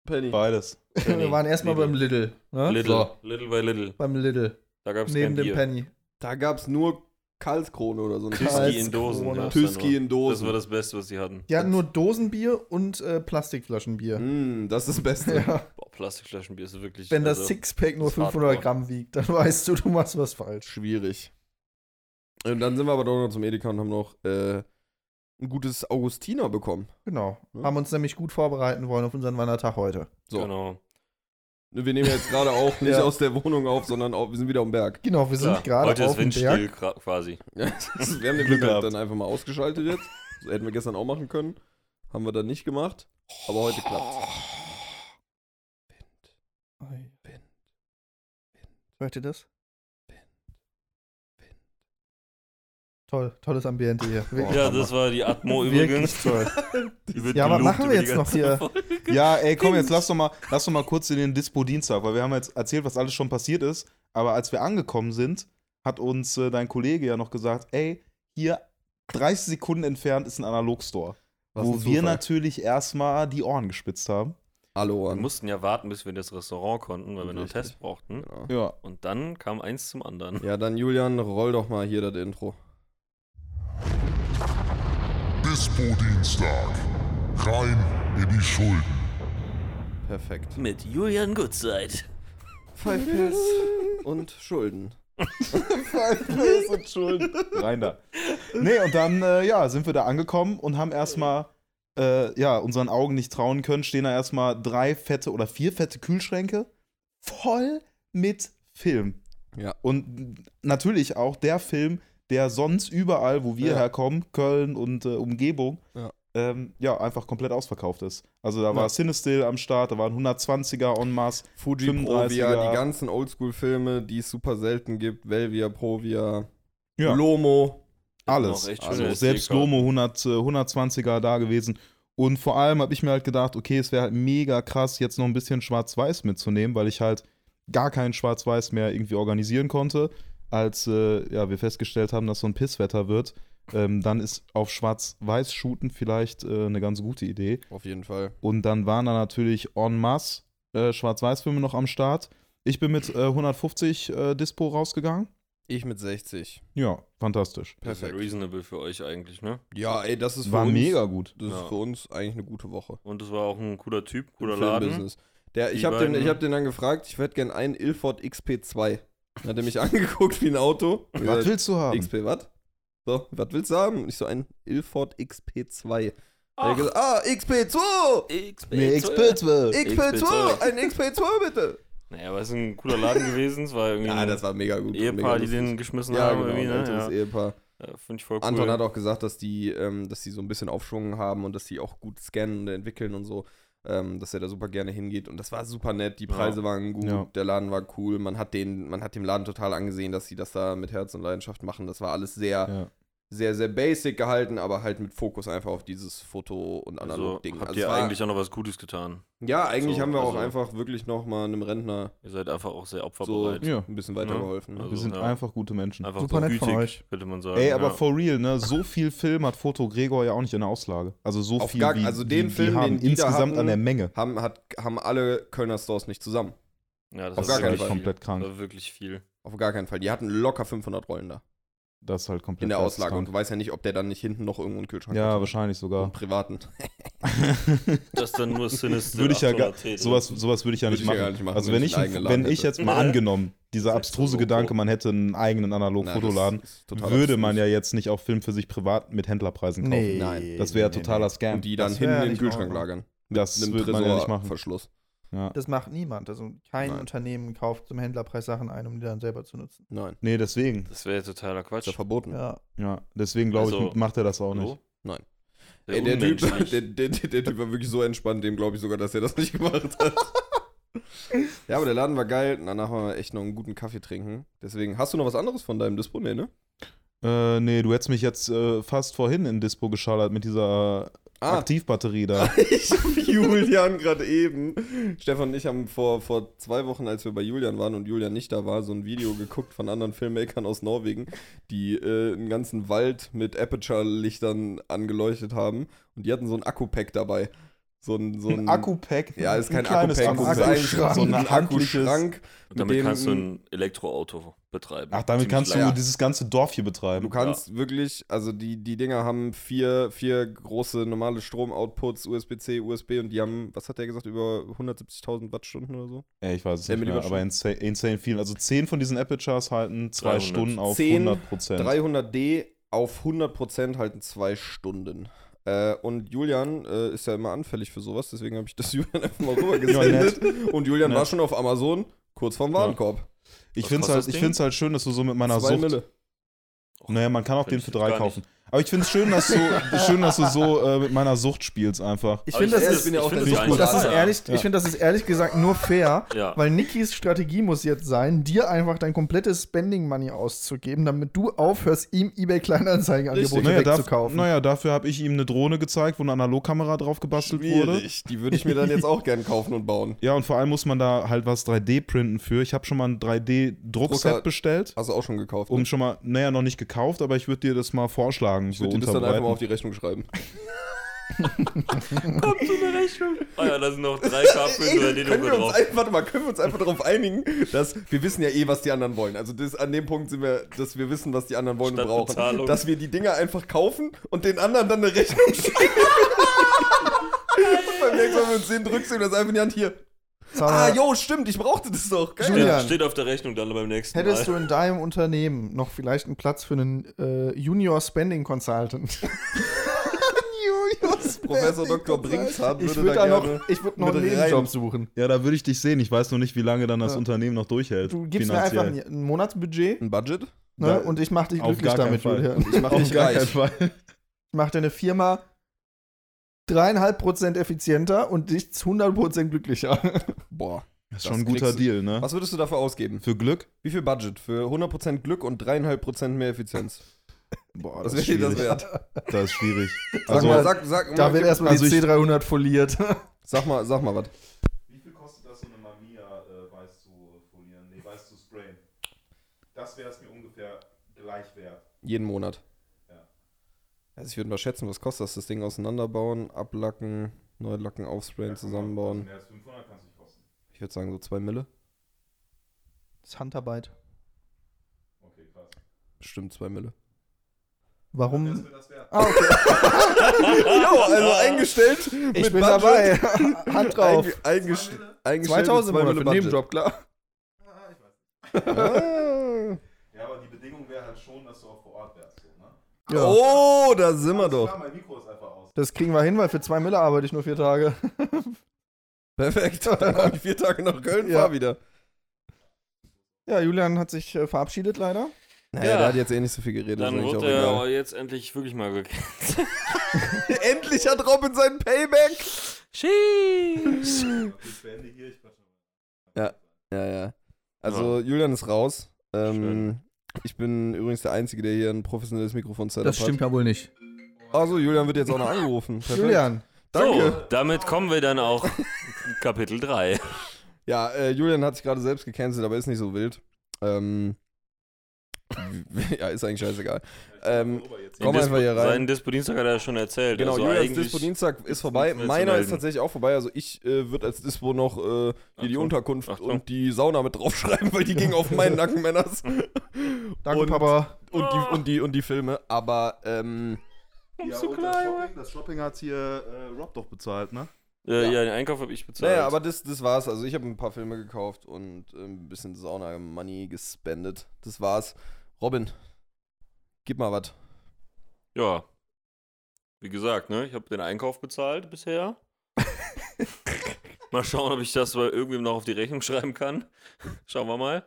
[SPEAKER 6] Penny.
[SPEAKER 5] Beides.
[SPEAKER 2] wir waren erstmal beim
[SPEAKER 3] Lidl.
[SPEAKER 2] Lidl. Ne?
[SPEAKER 3] Lidl.
[SPEAKER 2] So,
[SPEAKER 3] Little by Little.
[SPEAKER 2] beim Lidl.
[SPEAKER 3] Da gab es kein
[SPEAKER 2] Neben dem
[SPEAKER 3] Bier.
[SPEAKER 2] Penny.
[SPEAKER 6] Da gab es nur Karlskrone oder so.
[SPEAKER 3] Tüski in Dosen.
[SPEAKER 2] Karlskrone.
[SPEAKER 3] gab's da
[SPEAKER 6] Tüski
[SPEAKER 3] nur.
[SPEAKER 6] in
[SPEAKER 3] Das war
[SPEAKER 6] Dosen.
[SPEAKER 3] das Beste, was sie hatten.
[SPEAKER 2] Die hatten nur Dosenbier und äh,
[SPEAKER 3] Hm.
[SPEAKER 2] Plastikflaschenbier.
[SPEAKER 6] Mm, das ist das Beste.
[SPEAKER 2] Ja.
[SPEAKER 3] Boah, Plastikflaschenbier ist wirklich.
[SPEAKER 2] Wenn das
[SPEAKER 3] also,
[SPEAKER 2] Sixpack nur
[SPEAKER 3] das war
[SPEAKER 2] 500
[SPEAKER 3] hardcore.
[SPEAKER 2] Gramm wiegt, dann weißt du, du machst was falsch.
[SPEAKER 6] Schwierig. Und dann sind wir aber doch noch zum Edeka und haben noch äh, ein gutes Augustiner bekommen.
[SPEAKER 2] Genau.
[SPEAKER 6] Ja.
[SPEAKER 3] Hm.
[SPEAKER 2] Haben uns nämlich gut vorbereiten wollen auf unseren Wandertag heute.
[SPEAKER 6] So.
[SPEAKER 3] Genau.
[SPEAKER 6] Ne, Wir nehmen jetzt gerade auch nicht
[SPEAKER 2] Ja.
[SPEAKER 6] aus der Wohnung auf, sondern auf, wir sind wieder am Berg.
[SPEAKER 2] Genau, wir
[SPEAKER 3] Klar,
[SPEAKER 2] sind gerade
[SPEAKER 3] Heute
[SPEAKER 2] auf
[SPEAKER 3] ist
[SPEAKER 2] dem
[SPEAKER 3] windstill
[SPEAKER 2] Berg. Oh,
[SPEAKER 3] gra- quasi.
[SPEAKER 6] wir haben den
[SPEAKER 5] Glück
[SPEAKER 6] Glück
[SPEAKER 5] gehabt.
[SPEAKER 6] dann einfach mal ausgeschaltet jetzt. So, hätten wir gestern auch machen können. Haben wir dann nicht gemacht. Aber heute klappt's. Wind.
[SPEAKER 2] Hört ihr das? Toll, tolles Ambiente hier. Wirklich,
[SPEAKER 3] ja, das war die Atmo übrigens.
[SPEAKER 2] wirklich toll.
[SPEAKER 3] Die wird
[SPEAKER 2] Ja, aber
[SPEAKER 3] gelobt
[SPEAKER 2] machen wir
[SPEAKER 3] über die
[SPEAKER 2] jetzt noch
[SPEAKER 3] ganze
[SPEAKER 2] hier?
[SPEAKER 3] Folge.
[SPEAKER 5] Ja, ey, komm, jetzt lass doch mal, lass doch mal kurz in den Dispo-Dienstag, weil wir haben jetzt erzählt, was alles schon passiert ist. Aber als wir angekommen sind, hat uns äh, dein Kollege ja noch gesagt, ey, hier 30 Sekunden entfernt ist ein Analog-Store.
[SPEAKER 6] Was ein
[SPEAKER 5] Wo
[SPEAKER 6] Zufall.
[SPEAKER 5] wir natürlich erstmal die Ohren gespitzt haben.
[SPEAKER 6] Hallo
[SPEAKER 3] Wir
[SPEAKER 6] an.
[SPEAKER 3] mussten ja warten, bis wir in das Restaurant konnten, weil wir noch einen
[SPEAKER 6] Richtig.
[SPEAKER 3] Test brauchten.
[SPEAKER 6] Genau.
[SPEAKER 5] Ja.
[SPEAKER 3] Und dann kam eins zum anderen.
[SPEAKER 6] Ja, dann Julian, roll doch mal hier das Intro.
[SPEAKER 7] Dispo Dienstag. Rein in die Schulden.
[SPEAKER 6] Perfekt.
[SPEAKER 3] Mit Julian Goodside.
[SPEAKER 6] Five Pills und Schulden.
[SPEAKER 5] und Schulden. Rein da. Nee, und dann, äh, ja, sind wir da angekommen und haben erstmal, äh, ja, unseren Augen nicht trauen können, stehen da erstmal drei fette oder vier fette Kühlschränke voll mit Film.
[SPEAKER 6] Ja.
[SPEAKER 5] Und natürlich auch der Film, der sonst überall, wo wir
[SPEAKER 6] Ja.
[SPEAKER 5] herkommen, Köln und äh, Umgebung,
[SPEAKER 6] Ja.
[SPEAKER 5] Ähm, ja, einfach komplett ausverkauft ist. Also da war
[SPEAKER 6] Ja.
[SPEAKER 5] Cinestill am Start, da waren 120er en masse.
[SPEAKER 6] Fuji
[SPEAKER 5] 35er.
[SPEAKER 6] Provia, die ganzen Oldschool-Filme, die es super selten gibt. Velvia, Provia,
[SPEAKER 5] Ja.
[SPEAKER 6] Lomo.
[SPEAKER 5] Alles.
[SPEAKER 3] Noch echt
[SPEAKER 5] Also
[SPEAKER 3] schöne
[SPEAKER 5] selbst
[SPEAKER 3] SD-Karten.
[SPEAKER 5] Lomo 100, äh, 120er da gewesen. Und vor allem habe ich mir halt gedacht, okay, es wäre halt mega krass, jetzt noch ein bisschen Schwarz-Weiß mitzunehmen, weil ich halt gar kein Schwarz-Weiß mehr irgendwie organisieren konnte. Als äh, ja, wir festgestellt haben, dass so ein Pisswetter wird, ähm, dann ist auf Schwarz-Weiß-Shooten vielleicht äh, eine ganz gute Idee.
[SPEAKER 6] Auf jeden Fall.
[SPEAKER 5] Und dann waren da natürlich en masse äh, Schwarz-Weiß-Filme noch am Start. Ich bin mit äh, 150 äh, Dispo rausgegangen.
[SPEAKER 6] Ich mit 60.
[SPEAKER 5] Ja, fantastisch.
[SPEAKER 3] Das ist ja
[SPEAKER 6] Perfekt.
[SPEAKER 3] reasonable für euch eigentlich, ne?
[SPEAKER 6] Ja, ey, das ist für
[SPEAKER 5] War
[SPEAKER 6] uns,
[SPEAKER 5] mega gut.
[SPEAKER 6] Das
[SPEAKER 3] Ja.
[SPEAKER 6] ist für uns eigentlich eine gute Woche.
[SPEAKER 3] Und das war auch ein cooler Typ, cooler
[SPEAKER 6] Im
[SPEAKER 3] Laden.
[SPEAKER 6] Filmbusiness. Der,
[SPEAKER 3] Die
[SPEAKER 6] ich habe den,
[SPEAKER 3] beiden-
[SPEAKER 6] ich hab den dann gefragt, ich hätte gern einen Ilford XP2. Dann hat er mich angeguckt wie ein Auto. Und
[SPEAKER 5] Was
[SPEAKER 6] gesagt,
[SPEAKER 5] willst du haben?
[SPEAKER 6] XP, was? So, was willst du haben? Und ich so ein Ilford XP2. Ach. Er gesagt, ah, XP2!
[SPEAKER 3] XP.
[SPEAKER 5] Nee, XP12.
[SPEAKER 6] XP2! Ein XP2 bitte!
[SPEAKER 3] Naja, aber es ist ein cooler Laden gewesen. Es war irgendwie
[SPEAKER 6] Ja,
[SPEAKER 3] ein
[SPEAKER 6] das war mega gut.
[SPEAKER 3] Ehepaar,
[SPEAKER 6] mega
[SPEAKER 3] die den
[SPEAKER 6] lustig.
[SPEAKER 3] geschmissen
[SPEAKER 6] ja,
[SPEAKER 3] haben.
[SPEAKER 6] genau, ein
[SPEAKER 3] irgendwie,
[SPEAKER 6] älteres
[SPEAKER 3] ne? ja.
[SPEAKER 6] Ehepaar.
[SPEAKER 3] ja, Finde ich voll cool.
[SPEAKER 6] eh- Anton hat auch gesagt, dass die, ähm, dass die so ein bisschen Aufschwung haben und dass die auch gut scannen und entwickeln und so, ähm, dass er da super gerne hingeht. Und das war super nett, die
[SPEAKER 3] Ja.
[SPEAKER 6] Preise waren gut,
[SPEAKER 5] Ja.
[SPEAKER 6] der Laden war cool, man hat, den, man hat dem Laden total angesehen, dass sie das da mit Herz und Leidenschaft machen. Das war alles sehr,
[SPEAKER 5] Ja.
[SPEAKER 6] sehr, sehr basic gehalten, aber halt mit Fokus einfach auf dieses Foto- und
[SPEAKER 3] also,
[SPEAKER 6] Analog-Ding.
[SPEAKER 3] habt
[SPEAKER 6] Also es
[SPEAKER 3] ihr
[SPEAKER 6] war-
[SPEAKER 3] eigentlich auch noch was Gutes getan.
[SPEAKER 6] ja, eigentlich
[SPEAKER 3] so,
[SPEAKER 6] haben wir auch
[SPEAKER 3] also-
[SPEAKER 6] einfach wirklich nochmal einem Rentner
[SPEAKER 3] Ihr seid einfach auch sehr
[SPEAKER 6] so
[SPEAKER 3] opferbereit.
[SPEAKER 5] Ja.
[SPEAKER 6] ein bisschen weitergeholfen. ne?
[SPEAKER 3] Also,
[SPEAKER 5] Wir sind
[SPEAKER 3] ja.
[SPEAKER 5] einfach gute Menschen.
[SPEAKER 3] Einfach
[SPEAKER 2] Super
[SPEAKER 3] so
[SPEAKER 2] nett von
[SPEAKER 3] gütig,
[SPEAKER 2] euch.
[SPEAKER 3] könnte man sagen.
[SPEAKER 5] Ey, aber
[SPEAKER 3] ja.
[SPEAKER 5] for real, ne? So viel Film hat Foto Gregor ja auch nicht in der Auslage. Also so
[SPEAKER 6] Auf
[SPEAKER 5] viel
[SPEAKER 6] gar-
[SPEAKER 5] wie
[SPEAKER 6] also den
[SPEAKER 5] die,
[SPEAKER 6] Film,
[SPEAKER 5] die haben
[SPEAKER 6] den die da
[SPEAKER 5] insgesamt
[SPEAKER 6] hatten,
[SPEAKER 5] an der Menge.
[SPEAKER 6] Haben, hat, haben alle Kölner Stores nicht zusammen.
[SPEAKER 3] Ja, das
[SPEAKER 6] auf
[SPEAKER 3] ist
[SPEAKER 6] gar keinen
[SPEAKER 3] wirklich viel.
[SPEAKER 6] Fall.
[SPEAKER 5] halt Komplett krank.
[SPEAKER 3] Das war wirklich viel.
[SPEAKER 6] Auf gar keinen Fall. Die hatten locker 500 Rollen da.
[SPEAKER 5] Das ist halt komplett
[SPEAKER 6] in der Auslage. Und
[SPEAKER 5] geisteskrank.
[SPEAKER 6] du weißt ja nicht, ob der dann nicht hinten noch irgendwo einen Kühlschrank
[SPEAKER 5] Ja,
[SPEAKER 6] hat.
[SPEAKER 5] wahrscheinlich
[SPEAKER 6] Einen
[SPEAKER 5] sogar.
[SPEAKER 6] privaten.
[SPEAKER 3] Das dann nur Sinister. ne?
[SPEAKER 5] Würde ich ja gar,
[SPEAKER 3] 800T drin.
[SPEAKER 5] sowas, sowas würde ich ja nicht,
[SPEAKER 6] Würde ich ja
[SPEAKER 5] machen.
[SPEAKER 6] gar nicht machen,
[SPEAKER 5] Also
[SPEAKER 6] wenn
[SPEAKER 5] wenn
[SPEAKER 6] ich
[SPEAKER 5] ich,
[SPEAKER 6] einen eigenen Laden
[SPEAKER 5] wenn ich
[SPEAKER 6] hätte.
[SPEAKER 5] jetzt mal angenommen, dieser abstruse
[SPEAKER 3] so
[SPEAKER 5] Gedanke,
[SPEAKER 3] hoch.
[SPEAKER 5] man hätte einen eigenen
[SPEAKER 6] Nein, das-
[SPEAKER 5] Analog-Fotoladen,
[SPEAKER 6] das ist total
[SPEAKER 5] würde
[SPEAKER 6] abstrus.
[SPEAKER 5] man ja jetzt nicht auch Film für sich privat mit Händlerpreisen kaufen.
[SPEAKER 2] Nee.
[SPEAKER 6] Nein,
[SPEAKER 5] Das wäre
[SPEAKER 2] nee, nee,
[SPEAKER 5] totaler
[SPEAKER 2] nee.
[SPEAKER 5] Scam.
[SPEAKER 6] Und die dann
[SPEAKER 2] Das wär
[SPEAKER 6] hinten in den
[SPEAKER 2] nicht
[SPEAKER 6] Kühlschrank
[SPEAKER 2] normal.
[SPEAKER 6] lagern.
[SPEAKER 5] das
[SPEAKER 6] Einem
[SPEAKER 5] würde man ja nicht machen.
[SPEAKER 6] Verschluss.
[SPEAKER 5] Ja.
[SPEAKER 2] Das macht niemand. Also kein
[SPEAKER 6] Nein.
[SPEAKER 2] Unternehmen kauft zum Händlerpreis Sachen ein, um die dann selber zu nutzen.
[SPEAKER 6] Nein.
[SPEAKER 5] Nee, deswegen.
[SPEAKER 3] Das wäre totaler Quatsch.
[SPEAKER 6] Ist ja verboten.
[SPEAKER 2] Ja.
[SPEAKER 5] Ja, deswegen glaube
[SPEAKER 3] Also,
[SPEAKER 5] ich, macht er das auch nicht.
[SPEAKER 3] Hallo?
[SPEAKER 6] Nein.
[SPEAKER 3] Sehr
[SPEAKER 6] Ey, der, typ,
[SPEAKER 3] unmenschlich.
[SPEAKER 6] der, der, der, der Typ war wirklich so entspannt, dem glaube ich sogar, dass er das nicht gemacht hat. ja, aber der Laden war geil. Danach wollen wir echt noch einen guten Kaffee trinken. Deswegen, hast du noch was anderes von deinem Dispo? Nee, ne?
[SPEAKER 5] Äh, nee, du hättest mich jetzt äh, fast vorhin in Dispo geschallert mit dieser äh,
[SPEAKER 6] Ah.
[SPEAKER 5] Aktivbatterie da.
[SPEAKER 6] Ich hab Julian gerade eben. Stefan und ich haben vor, vor zwei Wochen, als wir bei Julian waren und Julian nicht da war, so ein Video geguckt von anderen Filmmakern aus Norwegen, die äh, einen ganzen Wald mit Aperture-Lichtern angeleuchtet haben. Und die hatten so ein Akku-Pack dabei. So ein, so ein,
[SPEAKER 5] Akku-Pack.
[SPEAKER 6] Ja, ist kein
[SPEAKER 5] Ein kleines
[SPEAKER 6] Akku-Pack, das ist eigentlich
[SPEAKER 5] Akkuschrank.
[SPEAKER 6] so ein
[SPEAKER 5] Ein handliches-
[SPEAKER 6] Akkuschrank. mit
[SPEAKER 3] Damit
[SPEAKER 6] dem-
[SPEAKER 3] kannst du ein Elektroauto betreiben.
[SPEAKER 5] Ach, damit
[SPEAKER 3] Ziemlich
[SPEAKER 5] kannst du
[SPEAKER 3] leicht.
[SPEAKER 5] dieses ganze Dorf hier betreiben.
[SPEAKER 6] Du kannst wirklich, also die, die Dinger haben vier, vier große normale Stromoutputs, USB-C, USB und die haben, was hat der gesagt, über 170.000 Wattstunden oder so?
[SPEAKER 5] Ey, ich weiß es
[SPEAKER 6] Ja,
[SPEAKER 5] nicht
[SPEAKER 6] mit
[SPEAKER 5] mehr,
[SPEAKER 6] Überstunden.
[SPEAKER 5] aber insane, insane viel. Also 10 von diesen Apertures halten 2
[SPEAKER 3] 300.
[SPEAKER 5] Stunden auf
[SPEAKER 6] 10,
[SPEAKER 5] 100 Prozent.
[SPEAKER 6] 300D auf 100% halten zwei Stunden. Äh, und Julian äh, ist ja immer anfällig für sowas, deswegen habe ich das Julian einfach mal rübergesendet. und Julian war
[SPEAKER 5] Nett.
[SPEAKER 6] schon auf Amazon, kurz vorm Warenkorb.
[SPEAKER 5] Ich
[SPEAKER 3] Was
[SPEAKER 5] finde es
[SPEAKER 3] kostet
[SPEAKER 5] halt,
[SPEAKER 3] das
[SPEAKER 5] ich
[SPEAKER 3] Ding?
[SPEAKER 5] find's halt schön, dass du so mit meiner
[SPEAKER 6] Zwei
[SPEAKER 5] Sucht.
[SPEAKER 6] Mille.
[SPEAKER 5] Naja, man kann auch den
[SPEAKER 3] Find
[SPEAKER 5] für
[SPEAKER 3] ich
[SPEAKER 5] drei
[SPEAKER 3] gar
[SPEAKER 5] kaufen. Aber ich finde es schön, dass du, schön, dass du so äh, mit meiner Sucht spielst einfach.
[SPEAKER 2] Ich
[SPEAKER 3] Aber
[SPEAKER 2] finde, das,
[SPEAKER 6] ich
[SPEAKER 2] ist-
[SPEAKER 6] bin ja auch
[SPEAKER 3] ich
[SPEAKER 6] der
[SPEAKER 3] find
[SPEAKER 6] Typ,
[SPEAKER 2] und das
[SPEAKER 3] einfach-
[SPEAKER 2] ist ehrlich,
[SPEAKER 5] Ja.
[SPEAKER 2] ich finde, das ist ehrlich gesagt nur fair,
[SPEAKER 3] Ja.
[SPEAKER 2] weil Nikis Strategie muss jetzt sein, dir einfach dein komplettes Spending Money auszugeben, damit du aufhörst, ihm eBay Kleinanzeigenangebote
[SPEAKER 5] Naja, darf,
[SPEAKER 2] wegzukaufen.
[SPEAKER 5] naja, dafür habe ich ihm eine Drohne gezeigt, wo eine Analogkamera drauf gebastelt wurde.
[SPEAKER 6] Schwierig. Die würde ich mir dann jetzt auch gern kaufen und bauen.
[SPEAKER 5] Ja, und vor allem muss man da halt was 3D-Printen für. Ich habe schon mal ein 3D-Druckset
[SPEAKER 6] Drucker.
[SPEAKER 5] bestellt.
[SPEAKER 6] Hast du auch schon gekauft. ne?
[SPEAKER 5] Um schon mal, naja, noch nicht gekauft, aber ich würde dir das mal vorschlagen.
[SPEAKER 6] ich
[SPEAKER 5] so
[SPEAKER 6] würde dir das dann einfach mal
[SPEAKER 5] unterbreiten.
[SPEAKER 6] auf die Rechnung schreiben.
[SPEAKER 3] Kommt so eine Rechnung. Ah ja, da sind noch drei Karpfen oder die
[SPEAKER 6] können wir uns
[SPEAKER 3] drauf.
[SPEAKER 6] ein, warte mal, können wir uns einfach darauf einigen, dass wir wissen ja eh, was die anderen wollen. Also das, an dem Punkt sind wir, dass wir wissen, was die anderen wollen
[SPEAKER 3] Statt
[SPEAKER 6] und brauchen.
[SPEAKER 3] Bezahlung.
[SPEAKER 6] Dass wir die Dinger einfach kaufen und den anderen dann eine Rechnung schicken. und beim nächsten Mal, wenn wir uns den drückst, ihm das einfach in die Hand hier.
[SPEAKER 2] Sag
[SPEAKER 6] Ah,
[SPEAKER 2] mal,
[SPEAKER 6] jo, stimmt, ich brauchte das doch. Geil.
[SPEAKER 3] Steht,
[SPEAKER 2] Julian.
[SPEAKER 3] steht auf der Rechnung dann beim nächsten
[SPEAKER 2] hättest
[SPEAKER 3] Mal.
[SPEAKER 2] du in deinem Unternehmen noch vielleicht einen Platz für einen äh, Junior Spending Consultant? Junior
[SPEAKER 6] Professor Dr. Brinkshart
[SPEAKER 2] Ich
[SPEAKER 6] würde
[SPEAKER 2] würde
[SPEAKER 6] da
[SPEAKER 2] da
[SPEAKER 6] gerne
[SPEAKER 2] noch, ich würde noch
[SPEAKER 6] mit
[SPEAKER 2] einen
[SPEAKER 6] rein.
[SPEAKER 2] Nebenjob suchen.
[SPEAKER 5] Ja, da würde ich dich sehen. Ich weiß nur nicht, wie lange dann das
[SPEAKER 2] Ja.
[SPEAKER 5] Unternehmen noch durchhält.
[SPEAKER 2] Du gibst mir
[SPEAKER 5] finanziell.
[SPEAKER 2] einfach ein, ein Monatsbudget
[SPEAKER 6] Ein Budget?
[SPEAKER 2] ne,
[SPEAKER 5] Da-
[SPEAKER 2] und ich mache dich
[SPEAKER 5] auf
[SPEAKER 2] glücklich
[SPEAKER 5] gar keinen
[SPEAKER 2] damit,
[SPEAKER 5] Fall.
[SPEAKER 2] Julian.
[SPEAKER 6] Ich mach
[SPEAKER 5] Auf
[SPEAKER 6] dich
[SPEAKER 5] gar keinen
[SPEAKER 6] reich.
[SPEAKER 5] Fall.
[SPEAKER 2] Ich mache deine Firma dreieinhalb Prozent effizienter und dich zu 100 Prozent glücklicher.
[SPEAKER 6] Boah.
[SPEAKER 5] Das ist
[SPEAKER 6] Das
[SPEAKER 5] schon ein guter
[SPEAKER 6] kriegst du-
[SPEAKER 5] Deal, ne?
[SPEAKER 6] Hm? Was würdest du dafür ausgeben?
[SPEAKER 5] Für Glück?
[SPEAKER 6] Wie viel Budget? Für 100% Glück und 3,5% mehr Effizienz.
[SPEAKER 5] Boah,
[SPEAKER 6] Was wäre dir das wert?
[SPEAKER 5] Das ist schwierig.
[SPEAKER 6] Sag
[SPEAKER 5] Also,
[SPEAKER 6] mal, sag, sag,
[SPEAKER 2] Da wird
[SPEAKER 6] gib-
[SPEAKER 2] erstmal
[SPEAKER 5] also
[SPEAKER 2] die
[SPEAKER 5] ich-
[SPEAKER 2] C300 foliert.
[SPEAKER 6] sag mal, sag mal was.
[SPEAKER 5] Wie viel kostet das, so eine Mamiya äh, weiß zu folieren? Nee, weiß zu sprayen? Das wäre es mir ungefähr gleich wert.
[SPEAKER 6] Jeden Monat. Also ich würde mal schätzen, was kostet das? Das Ding auseinanderbauen, ablacken, neu lacken, aufsprayen, zusammenbauen.
[SPEAKER 5] als 500 kann es nicht kosten.
[SPEAKER 6] Ich würde sagen so zwei Mille.
[SPEAKER 2] Das Handarbeit.
[SPEAKER 5] Okay, krass.
[SPEAKER 6] Bestimmt zwei Mille.
[SPEAKER 2] Warum?
[SPEAKER 5] das wert.
[SPEAKER 2] Ah, okay.
[SPEAKER 6] Jo, also eingestellt.
[SPEAKER 2] Ich
[SPEAKER 6] mit
[SPEAKER 2] bin
[SPEAKER 6] Budget.
[SPEAKER 2] dabei. Hand drauf.
[SPEAKER 6] Einge, eingestellt. eingestellt
[SPEAKER 2] 2000
[SPEAKER 6] mit
[SPEAKER 2] im
[SPEAKER 6] zwei
[SPEAKER 2] Monat für einen Nebenjob, klar.
[SPEAKER 6] Ah.
[SPEAKER 5] Ja, aber die Bedingung wäre halt schon, dass du auch vor Ort wärst. So, ne?
[SPEAKER 2] Ja.
[SPEAKER 6] Oh, da sind wir
[SPEAKER 5] Klar,
[SPEAKER 6] doch.
[SPEAKER 5] mein Mikro ist einfach aus.
[SPEAKER 2] Das kriegen wir hin, weil für zwei Miller arbeite ich nur vier Tage.
[SPEAKER 6] Perfekt. Dann komm ich vier Tage nach Köln,
[SPEAKER 2] Ja.
[SPEAKER 6] fahr wieder.
[SPEAKER 2] Ja, Julian hat sich äh, verabschiedet leider.
[SPEAKER 6] Naja,
[SPEAKER 3] Ja.
[SPEAKER 6] der hat jetzt eh nicht so viel geredet.
[SPEAKER 3] Dann
[SPEAKER 6] ist eigentlich
[SPEAKER 3] wird
[SPEAKER 6] auch
[SPEAKER 3] er
[SPEAKER 6] egal.
[SPEAKER 3] aber jetzt endlich wirklich mal gekriegt.
[SPEAKER 6] Endlich hat Robin seinen Payback.
[SPEAKER 2] Hm.
[SPEAKER 6] ja, ja, ja. Also Julian ist raus. Ähm, ich bin übrigens der Einzige, der hier ein professionelles Mikrofon setup
[SPEAKER 2] ja wohl nicht.
[SPEAKER 6] hat. Also Julian wird jetzt auch noch angerufen. Perfekt.
[SPEAKER 2] Julian,
[SPEAKER 3] So,
[SPEAKER 6] danke.
[SPEAKER 3] damit kommen wir dann auch Kapitel 3.
[SPEAKER 6] Ja, äh, Julian hat sich gerade selbst gecancelt, aber ist nicht so wild. Ähm, ja, ist eigentlich scheißegal. Ähm, komm einfach hier rein.
[SPEAKER 3] Seinen Dispo-Dienstag hat er ja schon erzählt.
[SPEAKER 6] Genau,
[SPEAKER 3] also
[SPEAKER 6] Julians
[SPEAKER 3] eigentlich
[SPEAKER 6] Dispo-Dienstag ist
[SPEAKER 3] ist
[SPEAKER 6] vorbei.
[SPEAKER 3] nichts mehr zu
[SPEAKER 6] Meiner ist
[SPEAKER 3] melden.
[SPEAKER 6] tatsächlich auch vorbei. Also ich äh, würde als Dispo noch äh, hier die
[SPEAKER 3] Achtung,
[SPEAKER 6] Unterkunft
[SPEAKER 3] Achtung.
[SPEAKER 6] und die Sauna mit draufschreiben, weil die gingen auf meinen Nacken, Männers.
[SPEAKER 2] danke
[SPEAKER 6] Und-
[SPEAKER 2] Papa.
[SPEAKER 6] Und die, und die, und die Filme. Aber ähm,
[SPEAKER 5] Ja, und das Shopping, das Shopping hat hier äh, Rob doch bezahlt, ne?
[SPEAKER 3] Äh, ja. den Einkauf habe ich bezahlt.
[SPEAKER 6] naja, aber das, das war's. Also ich habe ein paar Filme gekauft und äh, ein bisschen Sauna-Money gespendet. Das war's. Robin, gib mal was.
[SPEAKER 3] ja. Wie gesagt, ne, ich habe den Einkauf bezahlt bisher. mal schauen, ob ich das bei irgendwem noch auf die Rechnung schreiben kann. Schauen wir mal.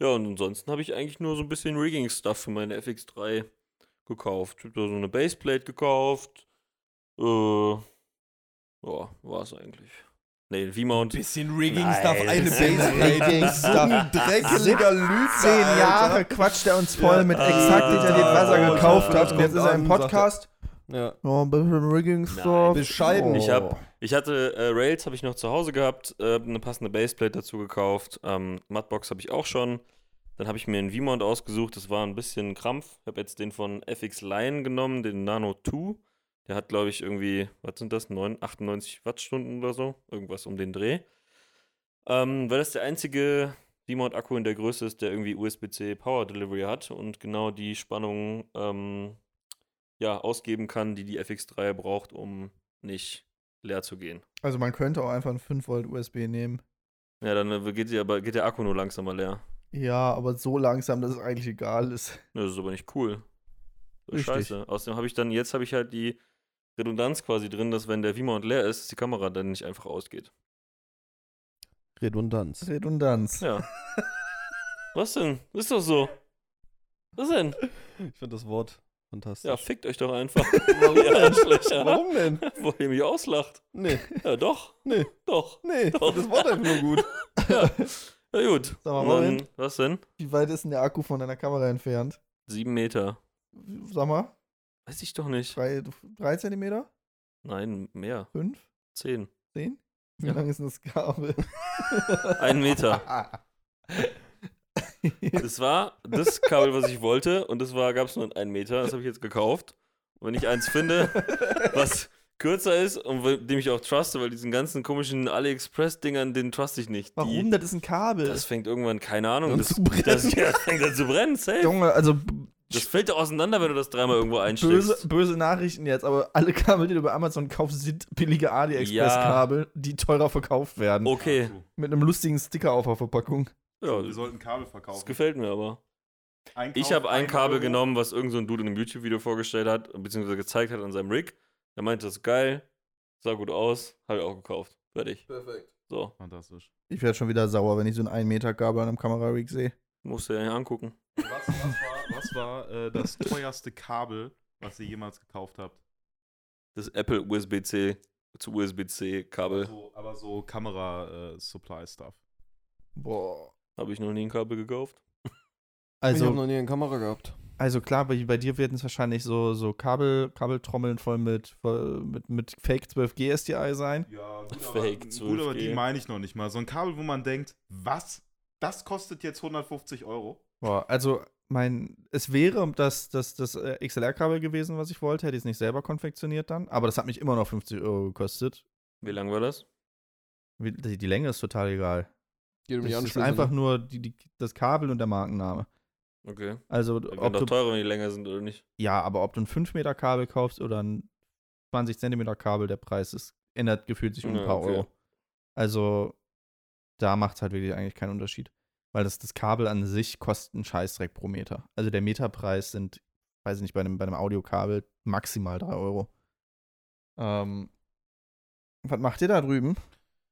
[SPEAKER 3] Ja, und ansonsten habe ich eigentlich nur so ein bisschen Rigging-Stuff für meine FX3 gekauft. Ich habe da so eine Baseplate gekauft. Äh, ja, war's eigentlich. Nee, den V-Mount.
[SPEAKER 6] Bisschen
[SPEAKER 3] Rigging-Stuff, Nein. eine
[SPEAKER 2] Rigging-Stuff.
[SPEAKER 6] Dreckiger Lügner.
[SPEAKER 2] Zehn Jahre quatscht er uns voll mit exakt
[SPEAKER 3] Alter.
[SPEAKER 2] detailliert, was er gekauft hat. Und
[SPEAKER 6] Äh, Kommt
[SPEAKER 2] jetzt ist er im
[SPEAKER 6] an, sagt er.
[SPEAKER 2] Podcast.
[SPEAKER 6] Ja.
[SPEAKER 2] Oh, ein bisschen Oh.
[SPEAKER 3] Nein.
[SPEAKER 2] Rigging-Stuff.
[SPEAKER 6] Bescheiden.
[SPEAKER 3] Ich hab- Ich hatte äh, Rails habe ich noch zu Hause gehabt, äh, hab eine passende Baseplate dazu gekauft, ähm, Mudbox habe ich auch schon. Dann habe ich mir einen V-Mount ausgesucht, das war ein bisschen Krampf. Ich habe jetzt den von FX Lion genommen, den Nano 2. Der hat, glaube ich, irgendwie, was sind das, 9, 98 Wattstunden oder so, irgendwas um den Dreh. Ähm, weil das der einzige V-Mount-Akku in der Größe ist, der irgendwie USB-C Power Delivery hat und genau die Spannung ähm, ja, ausgeben kann, die die FX3 braucht, um nicht leer zu gehen.
[SPEAKER 2] Also man könnte auch einfach einen 5 Volt USB nehmen.
[SPEAKER 3] Ja, dann äh, geht, die, aber, geht der Akku nur langsamer leer.
[SPEAKER 2] Ja, aber so langsam, dass es eigentlich egal ist.
[SPEAKER 3] Das ist aber nicht cool. Das ist
[SPEAKER 2] Richtig.
[SPEAKER 3] Scheiße. Außerdem habe ich dann, jetzt habe ich halt die Redundanz quasi drin, dass wenn der V-Mount leer ist, dass die Kamera dann nicht einfach ausgeht.
[SPEAKER 6] Redundanz.
[SPEAKER 2] Redundanz.
[SPEAKER 3] Ja. Was denn? Ist doch so. Was denn?
[SPEAKER 6] Ich finde das Wort fantastisch.
[SPEAKER 3] Ja, fickt euch doch einfach. Warum Arschlöcher.
[SPEAKER 6] Warum denn?
[SPEAKER 3] Wollt ihr mich auslacht?
[SPEAKER 6] Nee,
[SPEAKER 3] Ja, doch.
[SPEAKER 6] Nee.
[SPEAKER 3] Doch.
[SPEAKER 6] nee, ich find das Wort einfach nur gut.
[SPEAKER 3] Na gut.
[SPEAKER 2] Sag mal,
[SPEAKER 3] Und dann-
[SPEAKER 2] Robin.
[SPEAKER 3] was denn?
[SPEAKER 2] Wie weit ist denn der Akku von deiner Kamera entfernt?
[SPEAKER 3] Sieben Meter.
[SPEAKER 2] Sag mal,
[SPEAKER 3] Weiß ich doch nicht.
[SPEAKER 2] drei, drei Zentimeter?
[SPEAKER 3] Nein, mehr.
[SPEAKER 2] Fünf?
[SPEAKER 3] Zehn.
[SPEAKER 2] Zehn? Wie
[SPEAKER 3] Ja.
[SPEAKER 2] lang ist denn das Kabel?
[SPEAKER 3] Ein Meter. Das war das Kabel, was ich wollte, und das war, gab es nur in einem Meter. Das habe ich jetzt gekauft. Und wenn ich eins finde, was kürzer ist und weil- dem ich auch truste, weil diesen ganzen komischen AliExpress-Dingern, den truste ich nicht.
[SPEAKER 2] Warum?
[SPEAKER 3] Die,
[SPEAKER 2] das ist ein Kabel.
[SPEAKER 3] das fängt irgendwann, keine Ahnung,
[SPEAKER 2] An
[SPEAKER 3] das,
[SPEAKER 2] zu brennen.
[SPEAKER 3] das, ja, das fängt an zu brennen, safe.
[SPEAKER 2] Junge, also
[SPEAKER 3] Das fällt doch auseinander, wenn du das dreimal irgendwo einschlägst.
[SPEAKER 2] böse, böse Nachrichten jetzt, aber alle Kabel, die du bei Amazon kaufst, sind billige AliExpress-Kabel, die teurer verkauft werden.
[SPEAKER 3] Okay,
[SPEAKER 2] Mit einem lustigen Sticker auf der Verpackung.
[SPEAKER 3] ja,
[SPEAKER 5] Wir
[SPEAKER 3] das,
[SPEAKER 5] sollten Kabel verkaufen.
[SPEAKER 3] das gefällt mir aber.
[SPEAKER 5] Ein
[SPEAKER 3] Ich
[SPEAKER 5] Kauf,
[SPEAKER 3] habe ein Kabel
[SPEAKER 5] Euro.
[SPEAKER 3] genommen, was irgend so ein Dude in einem YouTube-Video vorgestellt hat, beziehungsweise gezeigt hat an seinem Rig. Der meinte, das ist geil, sah gut aus, habe ich auch gekauft. Fertig.
[SPEAKER 6] Perfekt.
[SPEAKER 3] So,
[SPEAKER 5] Fantastisch.
[SPEAKER 8] Ich werde schon wieder sauer, wenn ich so ein 1-Meter-Kabel an einem Kamerarig sehe.
[SPEAKER 3] musst du dir angucken.
[SPEAKER 5] Was, was war, was war äh, das teuerste Kabel, was ihr jemals gekauft habt?
[SPEAKER 3] Das Apple USB-C zu
[SPEAKER 2] Äh.
[SPEAKER 3] USB-C-Kabel.
[SPEAKER 5] So, aber so äh, Kamera-Supply-Stuff.
[SPEAKER 2] Boah.
[SPEAKER 3] Habe ich noch nie ein Kabel gekauft.
[SPEAKER 6] ich habe
[SPEAKER 2] Also,
[SPEAKER 6] noch nie eine Kamera gehabt.
[SPEAKER 2] also klar, bei, bei dir werden es wahrscheinlich so, so Kabel, Kabeltrommeln voll mit, voll mit, mit Fake 12G SDI sein.
[SPEAKER 5] ja, gut,
[SPEAKER 3] Fake
[SPEAKER 5] aber, gut, aber
[SPEAKER 3] 12G.
[SPEAKER 5] die meine ich noch nicht mal. So ein Kabel, wo man denkt, was? Das kostet jetzt 150 Euro?
[SPEAKER 2] Boah, also mein, es wäre das, das, das äh, XLR-Kabel gewesen, was ich wollte, hätte ich es nicht selber konfektioniert dann, aber das hat mich immer noch 50 Euro gekostet.
[SPEAKER 3] Wie lang war das?
[SPEAKER 2] Wie- Die, die Länge ist total egal.
[SPEAKER 6] Geht um die
[SPEAKER 2] Das ist
[SPEAKER 6] Anschlüsse.
[SPEAKER 2] einfach
[SPEAKER 6] ne?
[SPEAKER 2] nur die, die, das Kabel und der Markenname.
[SPEAKER 3] Okay.
[SPEAKER 2] Also,
[SPEAKER 3] Die
[SPEAKER 2] ob
[SPEAKER 3] werden doch
[SPEAKER 2] du,
[SPEAKER 3] teurer, wenn die länger sind oder nicht.
[SPEAKER 2] ja, aber ob du ein 5-Meter-Kabel kaufst oder ein 20-Zentimeter-Kabel, der Preis ist, ändert gefühlt sich um ein
[SPEAKER 3] Ja,
[SPEAKER 2] paar
[SPEAKER 3] okay.
[SPEAKER 2] Euro. Also, da macht es halt wirklich eigentlich keinen Unterschied. Weil das, das Kabel an sich kostet einen Scheißdreck pro Meter. Also, der Meterpreis sind, weiß ich nicht, bei einem, bei einem Audiokabel maximal 3 Euro. Ähm, was macht ihr da drüben?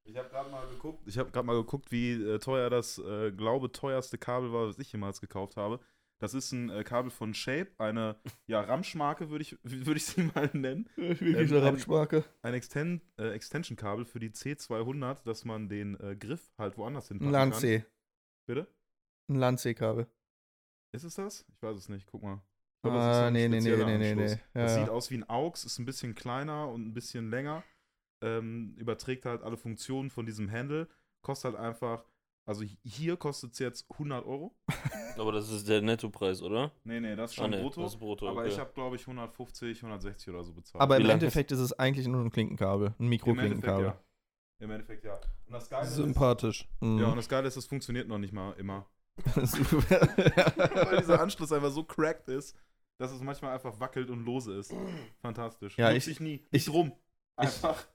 [SPEAKER 5] Ich habe gerade mal geguckt. Ich habe gerade mal geguckt, wie äh, teuer das, äh, glaube teuerste Kabel war, was ich jemals gekauft habe. Das ist ein äh, Kabel von Shape, eine ja, Ramschmarke würde ich, würd ich sie mal nennen.
[SPEAKER 2] Wirklich
[SPEAKER 5] eine
[SPEAKER 2] Ramschmarke.
[SPEAKER 5] Ein Exten äh, Extension-Kabel für die C200, dass man den äh, Griff halt woanders hinpacken
[SPEAKER 8] Ein
[SPEAKER 5] kann.
[SPEAKER 8] Landsee.
[SPEAKER 5] Bitte?
[SPEAKER 8] Ein Landsee-Kabel.
[SPEAKER 5] Ist es das? Ich weiß es nicht. Guck mal. Ich glaub, das ist so
[SPEAKER 2] Ah,
[SPEAKER 5] ein
[SPEAKER 2] nee, nee, nee,
[SPEAKER 5] spezieller
[SPEAKER 2] nee, nee,
[SPEAKER 5] Anschluss.
[SPEAKER 2] nee.
[SPEAKER 5] das
[SPEAKER 2] Ja, ja.
[SPEAKER 5] sieht aus wie ein AUX, ist ein bisschen kleiner und ein bisschen länger. Ähm, überträgt halt alle Funktionen von diesem Handle. Kostet halt einfach, also hi- hier kostet es jetzt 100 Euro.
[SPEAKER 3] Aber das ist der Nettopreis, oder? Ah,
[SPEAKER 5] Nee, nee, das ist schon
[SPEAKER 3] nee,
[SPEAKER 5] brutto.
[SPEAKER 3] Das ist brutto
[SPEAKER 5] aber
[SPEAKER 3] okay.
[SPEAKER 5] ich habe, glaube ich, 150, 160 oder so bezahlt.
[SPEAKER 2] Aber im
[SPEAKER 3] lang ist-
[SPEAKER 2] Endeffekt ist es eigentlich nur ein Klinkenkabel, ein
[SPEAKER 5] Im Endeffekt
[SPEAKER 2] Mikroklinkenkabel.
[SPEAKER 5] ja. Im Endeffekt ja. Und das Geile
[SPEAKER 6] Sympathisch.
[SPEAKER 5] ist, ja,
[SPEAKER 2] Mhm.
[SPEAKER 5] und das Geile ist, das funktioniert noch nicht mal immer. Weil
[SPEAKER 2] ja,
[SPEAKER 5] dieser Anschluss einfach so cracked ist, dass es manchmal einfach wackelt und lose ist. Fantastisch.
[SPEAKER 2] Ja, ich-
[SPEAKER 5] ich nie.
[SPEAKER 2] ich-
[SPEAKER 5] Nicht rum. Einfach.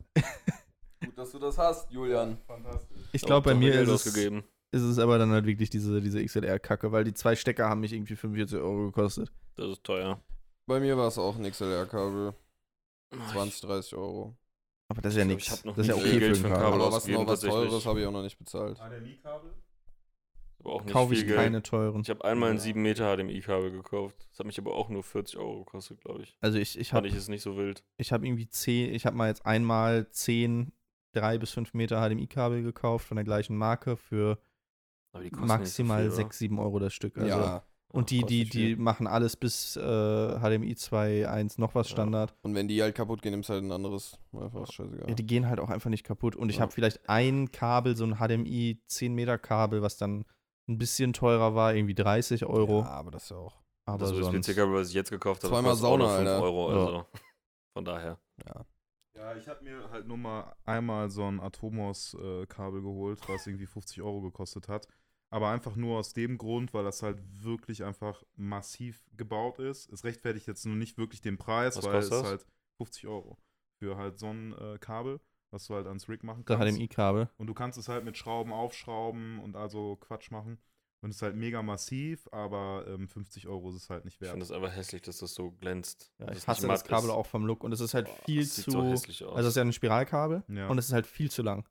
[SPEAKER 6] Gut, dass du das hast, Julian.
[SPEAKER 5] Fantastisch.
[SPEAKER 2] ich glaube, bei
[SPEAKER 3] Aber
[SPEAKER 2] mir
[SPEAKER 3] Geld
[SPEAKER 2] ist es, ist
[SPEAKER 3] ausgegeben.
[SPEAKER 2] es aber dann halt wirklich diese, diese XLR-Kacke, weil die zwei Stecker haben mich irgendwie 45 Euro gekostet.
[SPEAKER 3] Das ist teuer. Ah,
[SPEAKER 6] Bei mir war es auch ein XLR-Kabel. 20, 30 Euro.
[SPEAKER 2] Aber das ist ja
[SPEAKER 3] Ich glaub,
[SPEAKER 2] nichts.
[SPEAKER 3] ich hab noch
[SPEAKER 2] Das ist ja
[SPEAKER 3] nie
[SPEAKER 2] okay für
[SPEAKER 3] viel Geld
[SPEAKER 2] ein
[SPEAKER 3] für ein
[SPEAKER 2] Kabel.
[SPEAKER 3] Kabel.
[SPEAKER 6] Aber was
[SPEAKER 3] ausgegeben,
[SPEAKER 6] noch was
[SPEAKER 3] tatsächlich.
[SPEAKER 6] Teures habe ich auch noch nicht bezahlt.
[SPEAKER 5] HDMI-Kabel?
[SPEAKER 3] Aber auch nicht
[SPEAKER 2] Kaufe
[SPEAKER 3] viel
[SPEAKER 2] ich
[SPEAKER 3] Geld.
[SPEAKER 2] keine teuren.
[SPEAKER 3] Ich habe einmal ein 7 Meter HDMI-Kabel gekauft. Das hat mich aber auch nur 40 Euro gekostet, glaube ich.
[SPEAKER 2] Also ich, ich
[SPEAKER 3] Fand
[SPEAKER 2] habe
[SPEAKER 3] ich es nicht so wild.
[SPEAKER 2] ich hab irgendwie 10, ich habe mal jetzt einmal 10, 3 bis 5 Meter HDMI-Kabel gekauft von der gleichen Marke für
[SPEAKER 3] Aber die kosten
[SPEAKER 2] maximal
[SPEAKER 3] nicht so viel, oder?
[SPEAKER 2] 6, 7 Euro das Stück. Also
[SPEAKER 6] ja,
[SPEAKER 2] Und die,
[SPEAKER 3] kostet
[SPEAKER 2] die,
[SPEAKER 3] nicht viel.
[SPEAKER 2] die machen alles bis äh, HDMI 2.1 noch was
[SPEAKER 3] Ja.
[SPEAKER 2] Standard.
[SPEAKER 6] und wenn die halt kaputt gehen, nimmst du halt ein anderes. Einfach ist
[SPEAKER 2] Ja.
[SPEAKER 6] scheißegal.
[SPEAKER 2] die gehen halt auch einfach nicht kaputt. Und ich
[SPEAKER 6] Ja.
[SPEAKER 2] habe vielleicht ein Kabel, so ein HDMI 10 Meter Kabel, was dann ein bisschen teurer war, irgendwie 30 Euro.
[SPEAKER 6] Ja, aber das ist ja auch.
[SPEAKER 2] aber
[SPEAKER 3] Das
[SPEAKER 2] sonst.
[SPEAKER 3] USB-C-Kabel, was ich jetzt gekauft habe,
[SPEAKER 6] Zweimal
[SPEAKER 3] kostet auch
[SPEAKER 6] Sauna,
[SPEAKER 3] nur fünf
[SPEAKER 6] Alter.
[SPEAKER 3] Euro.
[SPEAKER 2] Ja.
[SPEAKER 3] Also. Von daher.
[SPEAKER 6] Ja.
[SPEAKER 5] Ja, ich habe mir halt nur mal einmal so ein Atomos-Kabel geholt, was irgendwie 50 Euro gekostet hat. Aber einfach nur aus dem Grund, weil das halt wirklich einfach massiv gebaut ist. Es rechtfertigt jetzt nur nicht wirklich den Preis,
[SPEAKER 3] Was
[SPEAKER 5] weil es
[SPEAKER 3] kostet das?
[SPEAKER 5] halt 50 Euro für halt so ein äh, Kabel, was du halt ans Rig machen
[SPEAKER 2] Der
[SPEAKER 5] kannst.
[SPEAKER 2] HDMI-Kabel.
[SPEAKER 5] Und du kannst es halt mit Schrauben aufschrauben und also Quatsch machen. Und es ist halt mega massiv, aber ähm, 50 Euro ist es halt nicht
[SPEAKER 3] Ich finde
[SPEAKER 5] wert.
[SPEAKER 3] das einfach hässlich, dass das so glänzt.
[SPEAKER 2] Ja,
[SPEAKER 3] dass
[SPEAKER 2] ich
[SPEAKER 3] es
[SPEAKER 2] hasse
[SPEAKER 3] nicht
[SPEAKER 2] das
[SPEAKER 3] matt
[SPEAKER 2] Kabel
[SPEAKER 3] ist.
[SPEAKER 2] auch vom Look. Und es ist halt
[SPEAKER 3] Boah, das
[SPEAKER 2] viel
[SPEAKER 3] sieht
[SPEAKER 2] zu.
[SPEAKER 3] so
[SPEAKER 2] also,
[SPEAKER 3] hässlich aus.
[SPEAKER 2] es ist ja ein Spiralkabel.
[SPEAKER 5] Ja.
[SPEAKER 2] Und es ist halt viel zu lang.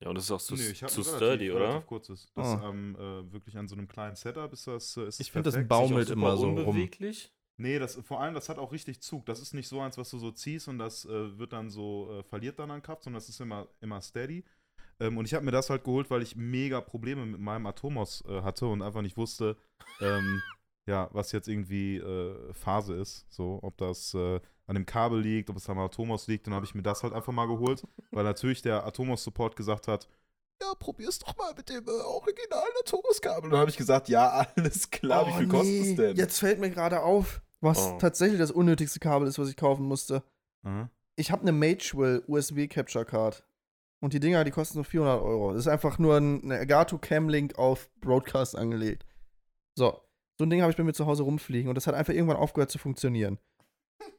[SPEAKER 3] ja, und das ist auch zu,
[SPEAKER 5] Nö, ich hab
[SPEAKER 3] zu
[SPEAKER 5] ein relativ-
[SPEAKER 3] sturdy, oder?
[SPEAKER 5] relativ kurzes. Das
[SPEAKER 2] Ah.
[SPEAKER 5] ähm, äh, wirklich an so einem kleinen Setup ist das. Äh, ist
[SPEAKER 2] Ich finde, das
[SPEAKER 5] perfekt.
[SPEAKER 2] baum-
[SPEAKER 3] Ist auch
[SPEAKER 2] baumelt
[SPEAKER 3] super
[SPEAKER 2] immer so rum.
[SPEAKER 3] unbeweglich.
[SPEAKER 5] Nee, das, vor allem, das hat auch richtig Zug. Das ist nicht so eins, was du so ziehst und das äh, wird dann so, äh, verliert dann an Kraft, sondern das ist immer, immer steady. Ähm, und ich habe mir das halt geholt, weil ich mega Probleme mit meinem Atomos äh, hatte und einfach nicht wusste, ähm, ja, was jetzt irgendwie äh, Phase ist. So, ob das äh, an dem Kabel liegt, ob es am Atomos liegt. Dann habe ich mir das halt einfach mal geholt, weil natürlich der Atomos-Support gesagt hat, ja, probier's doch mal mit dem äh, originalen Atomos-Kabel. Dann habe ich gesagt, ja, alles klar,
[SPEAKER 2] Oh,
[SPEAKER 5] wie viel kostet es denn?
[SPEAKER 8] Jetzt fällt mir gerade auf, was
[SPEAKER 3] Oh.
[SPEAKER 8] tatsächlich das unnötigste Kabel ist, was ich kaufen musste.
[SPEAKER 5] Aha.
[SPEAKER 2] ich ne habe eine Magewell USB Capture Card. Und die Dinger, die kosten so 400 Euro. Das ist einfach nur ein, eine Elgato Cam Link auf Broadcast angelegt. So. So ein Ding habe ich bei mir zu Hause rumfliegen und das hat einfach irgendwann aufgehört zu funktionieren.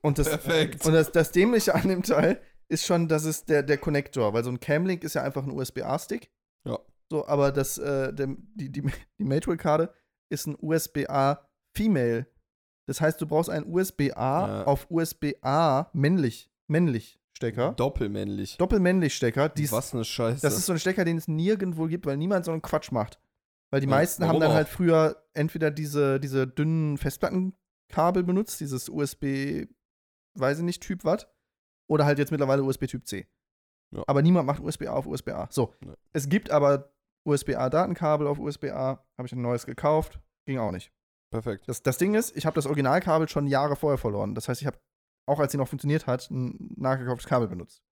[SPEAKER 2] Und das,
[SPEAKER 6] Perfekt.
[SPEAKER 2] Und das, das Dämliche an dem Teil ist schon, dass es der, der Connector, weil so ein Cam Link ist ja einfach ein USB-A-Stick.
[SPEAKER 6] Ja.
[SPEAKER 2] So, aber das, äh, der, die, die, die Matewell-Karte ist ein USB-A-Female. Das heißt, du brauchst einen USB-A
[SPEAKER 6] Ja.
[SPEAKER 2] auf USB-A männlich, männlich Stecker.
[SPEAKER 6] Doppelmännlich.
[SPEAKER 2] Doppelmännlich Stecker. Dies,
[SPEAKER 6] Was eine Scheiße.
[SPEAKER 2] das ist so ein Stecker, den es nirgendwo gibt, weil niemand so einen Quatsch macht. Weil die
[SPEAKER 6] Ja,
[SPEAKER 2] meisten haben
[SPEAKER 6] warum
[SPEAKER 2] dann
[SPEAKER 6] auch?
[SPEAKER 2] halt früher entweder diese, diese dünnen Festplattenkabel benutzt, dieses USB, weiß ich nicht, Typ Watt, oder halt jetzt mittlerweile USB Typ C.
[SPEAKER 6] Ja.
[SPEAKER 2] Aber niemand macht USB-A auf USB-A. So,
[SPEAKER 6] Nee.
[SPEAKER 2] es gibt aber USB-A-Datenkabel auf USB-A, habe ich ein neues gekauft, ging auch nicht.
[SPEAKER 6] Perfekt.
[SPEAKER 2] Das, das Ding ist, ich habe das Originalkabel schon Jahre vorher verloren. Das heißt, ich habe, auch als sie noch funktioniert hat, ein nachgekauftes Kabel benutzt.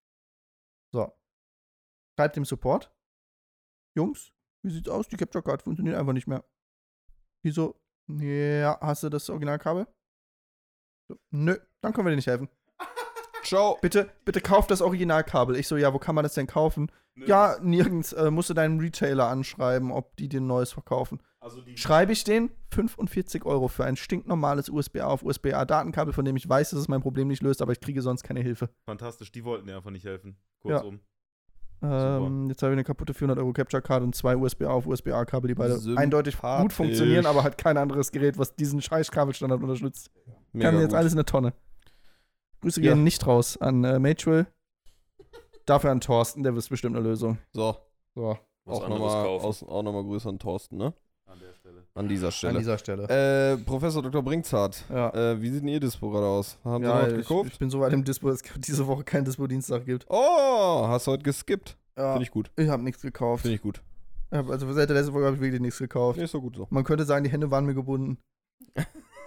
[SPEAKER 2] So. Schreibt dem Support. Jungs, wie sieht's aus? Die Capture Card funktioniert einfach nicht mehr. Die so, ja, hast du das Originalkabel? So, nö, dann können wir dir nicht helfen.
[SPEAKER 6] Ciao.
[SPEAKER 2] Bitte, bitte kauf das Originalkabel. Ich so, ja, wo kann man das denn kaufen? Ja, nirgends. Äh, musst du deinen Retailer anschreiben, ob die dir ein neues verkaufen. Schreibe ich den 45 Euro für ein stinknormales USB-A auf USB-A-Datenkabel, von dem ich weiß, dass es mein Problem nicht löst, aber ich kriege sonst keine Hilfe.
[SPEAKER 5] Fantastisch, die wollten dir einfach nicht helfen. um.
[SPEAKER 2] Kurzum. Ähm, jetzt habe ich eine kaputte 400 Euro Capture-Card und zwei USB-A auf USB-A-Kabel, die beide
[SPEAKER 6] Sympathisch.
[SPEAKER 2] eindeutig gut funktionieren, aber halt kein anderes Gerät, was diesen scheiß Kabelstandard unterstützt.
[SPEAKER 6] Mega
[SPEAKER 2] Kann jetzt
[SPEAKER 6] gut.
[SPEAKER 2] alles in der Tonne. Grüße
[SPEAKER 6] Ja.
[SPEAKER 2] gehen nicht raus an äh, Matewell. Dafür an Thorsten, der wisst bestimmt eine Lösung.
[SPEAKER 6] So,
[SPEAKER 2] So,
[SPEAKER 3] Was
[SPEAKER 6] auch
[SPEAKER 3] anderes
[SPEAKER 6] nochmal
[SPEAKER 3] kaufen.
[SPEAKER 6] aus- auch nochmal Grüße an Thorsten, ne? An dieser Stelle.
[SPEAKER 2] an
[SPEAKER 6] An dieser
[SPEAKER 2] dieser Stelle.
[SPEAKER 6] Stelle. äh, Professor Dr. Bringzart,
[SPEAKER 2] ja.
[SPEAKER 6] äh, wie sieht denn Ihr Dispo gerade aus? Haben Sie
[SPEAKER 2] ja,
[SPEAKER 6] noch was
[SPEAKER 2] ich, ich
[SPEAKER 6] geguckt?
[SPEAKER 2] bin so weit im Dispo, dass es diese Woche keinen Dispo-Dienstag gibt.
[SPEAKER 6] Oh, hast du heute geskippt.
[SPEAKER 2] Ja,
[SPEAKER 6] Finde
[SPEAKER 2] ich
[SPEAKER 6] ich gut.
[SPEAKER 2] habe nichts gekauft.
[SPEAKER 6] Finde ich gut.
[SPEAKER 2] Hab- Also seit der letzten Folge habe ich wirklich nichts gekauft.
[SPEAKER 6] Nee, ist so gut so.
[SPEAKER 2] Man könnte sagen, die Hände waren mir gebunden.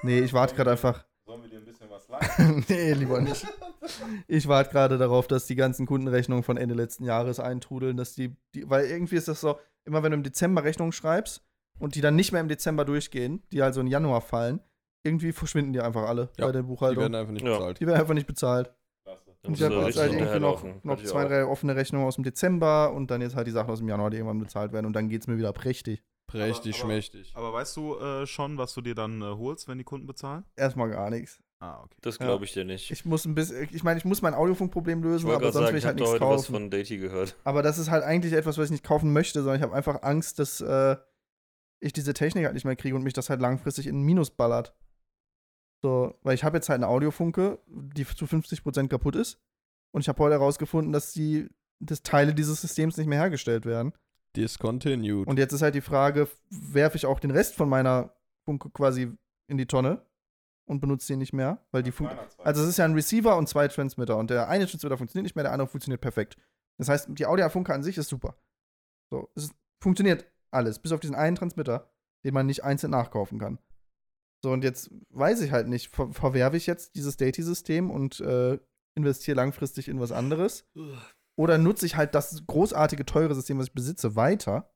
[SPEAKER 2] Nee, ich warte gerade einfach.
[SPEAKER 5] Sollen wir dir ein bisschen was leihen?
[SPEAKER 2] nee, lieber nicht. Ich warte gerade darauf, dass die ganzen Kundenrechnungen von Ende letzten Jahres eintrudeln, dass die, die. Weil irgendwie ist das so, immer wenn du im Dezember Rechnungen schreibst und die dann nicht mehr im Dezember durchgehen, die also im Januar fallen, irgendwie verschwinden die einfach alle
[SPEAKER 6] Ja,
[SPEAKER 2] bei der
[SPEAKER 6] Die
[SPEAKER 2] Buchhaltung.
[SPEAKER 6] werden einfach nicht
[SPEAKER 3] Ja.
[SPEAKER 6] bezahlt.
[SPEAKER 2] die werden einfach nicht bezahlt. Und ich
[SPEAKER 6] Ja,
[SPEAKER 2] habe
[SPEAKER 6] das
[SPEAKER 2] jetzt
[SPEAKER 6] ist
[SPEAKER 2] halt irgendwie
[SPEAKER 6] so
[SPEAKER 2] noch,
[SPEAKER 3] hinterherlaufen.
[SPEAKER 2] noch
[SPEAKER 3] Hatte ich
[SPEAKER 2] zwei,
[SPEAKER 3] auch.
[SPEAKER 2] drei offene Rechnungen aus dem Dezember und dann jetzt halt die Sachen aus dem Januar, die irgendwann bezahlt werden und dann geht's mir wieder prächtig.
[SPEAKER 6] Prächtig,
[SPEAKER 5] Aber- aber-
[SPEAKER 6] schmächtig.
[SPEAKER 5] Aber weißt du äh, schon, was du dir dann äh, holst, wenn die Kunden bezahlen?
[SPEAKER 2] Erstmal gar nichts.
[SPEAKER 5] Ah, okay.
[SPEAKER 3] Das glaube ich dir nicht.
[SPEAKER 2] Ich muss ein bisschen, ich meine, ich muss mein Audiofunkproblem
[SPEAKER 3] Ich
[SPEAKER 2] lösen,
[SPEAKER 3] wollte
[SPEAKER 2] aber
[SPEAKER 3] gerade
[SPEAKER 2] sonst
[SPEAKER 3] sagen,
[SPEAKER 2] will ich
[SPEAKER 3] ich
[SPEAKER 2] halt
[SPEAKER 3] habe da
[SPEAKER 2] nichts
[SPEAKER 3] heute was
[SPEAKER 2] kaufen.
[SPEAKER 3] von Datey gehört.
[SPEAKER 2] Aber das ist halt eigentlich etwas, was ich nicht kaufen möchte, sondern ich habe einfach Angst, dass äh, ich diese Technik halt nicht mehr kriege und mich das halt langfristig in den Minus ballert. So, weil ich habe jetzt halt eine Audiofunke, die zu 50% kaputt ist. Und ich habe heute herausgefunden, dass die, dass Teile dieses Systems nicht mehr hergestellt werden.
[SPEAKER 6] Discontinued.
[SPEAKER 2] Und jetzt ist halt die Frage, werfe ich auch den Rest von meiner Funke quasi in die Tonne und benutze den nicht mehr, weil die Funke, also es ist ja ein Receiver und zwei Transmitter und der eine Transmitter funktioniert nicht mehr, der andere funktioniert perfekt. Das heißt, die Audiofunke an sich ist super. So, es funktioniert alles, bis auf diesen einen Transmitter, den man nicht einzeln nachkaufen kann. So, und jetzt weiß ich halt nicht, ver verwerfe ich jetzt dieses Datey-System und äh, investiere langfristig in was anderes? Oder nutze ich halt das großartige, teure System, was ich besitze, weiter?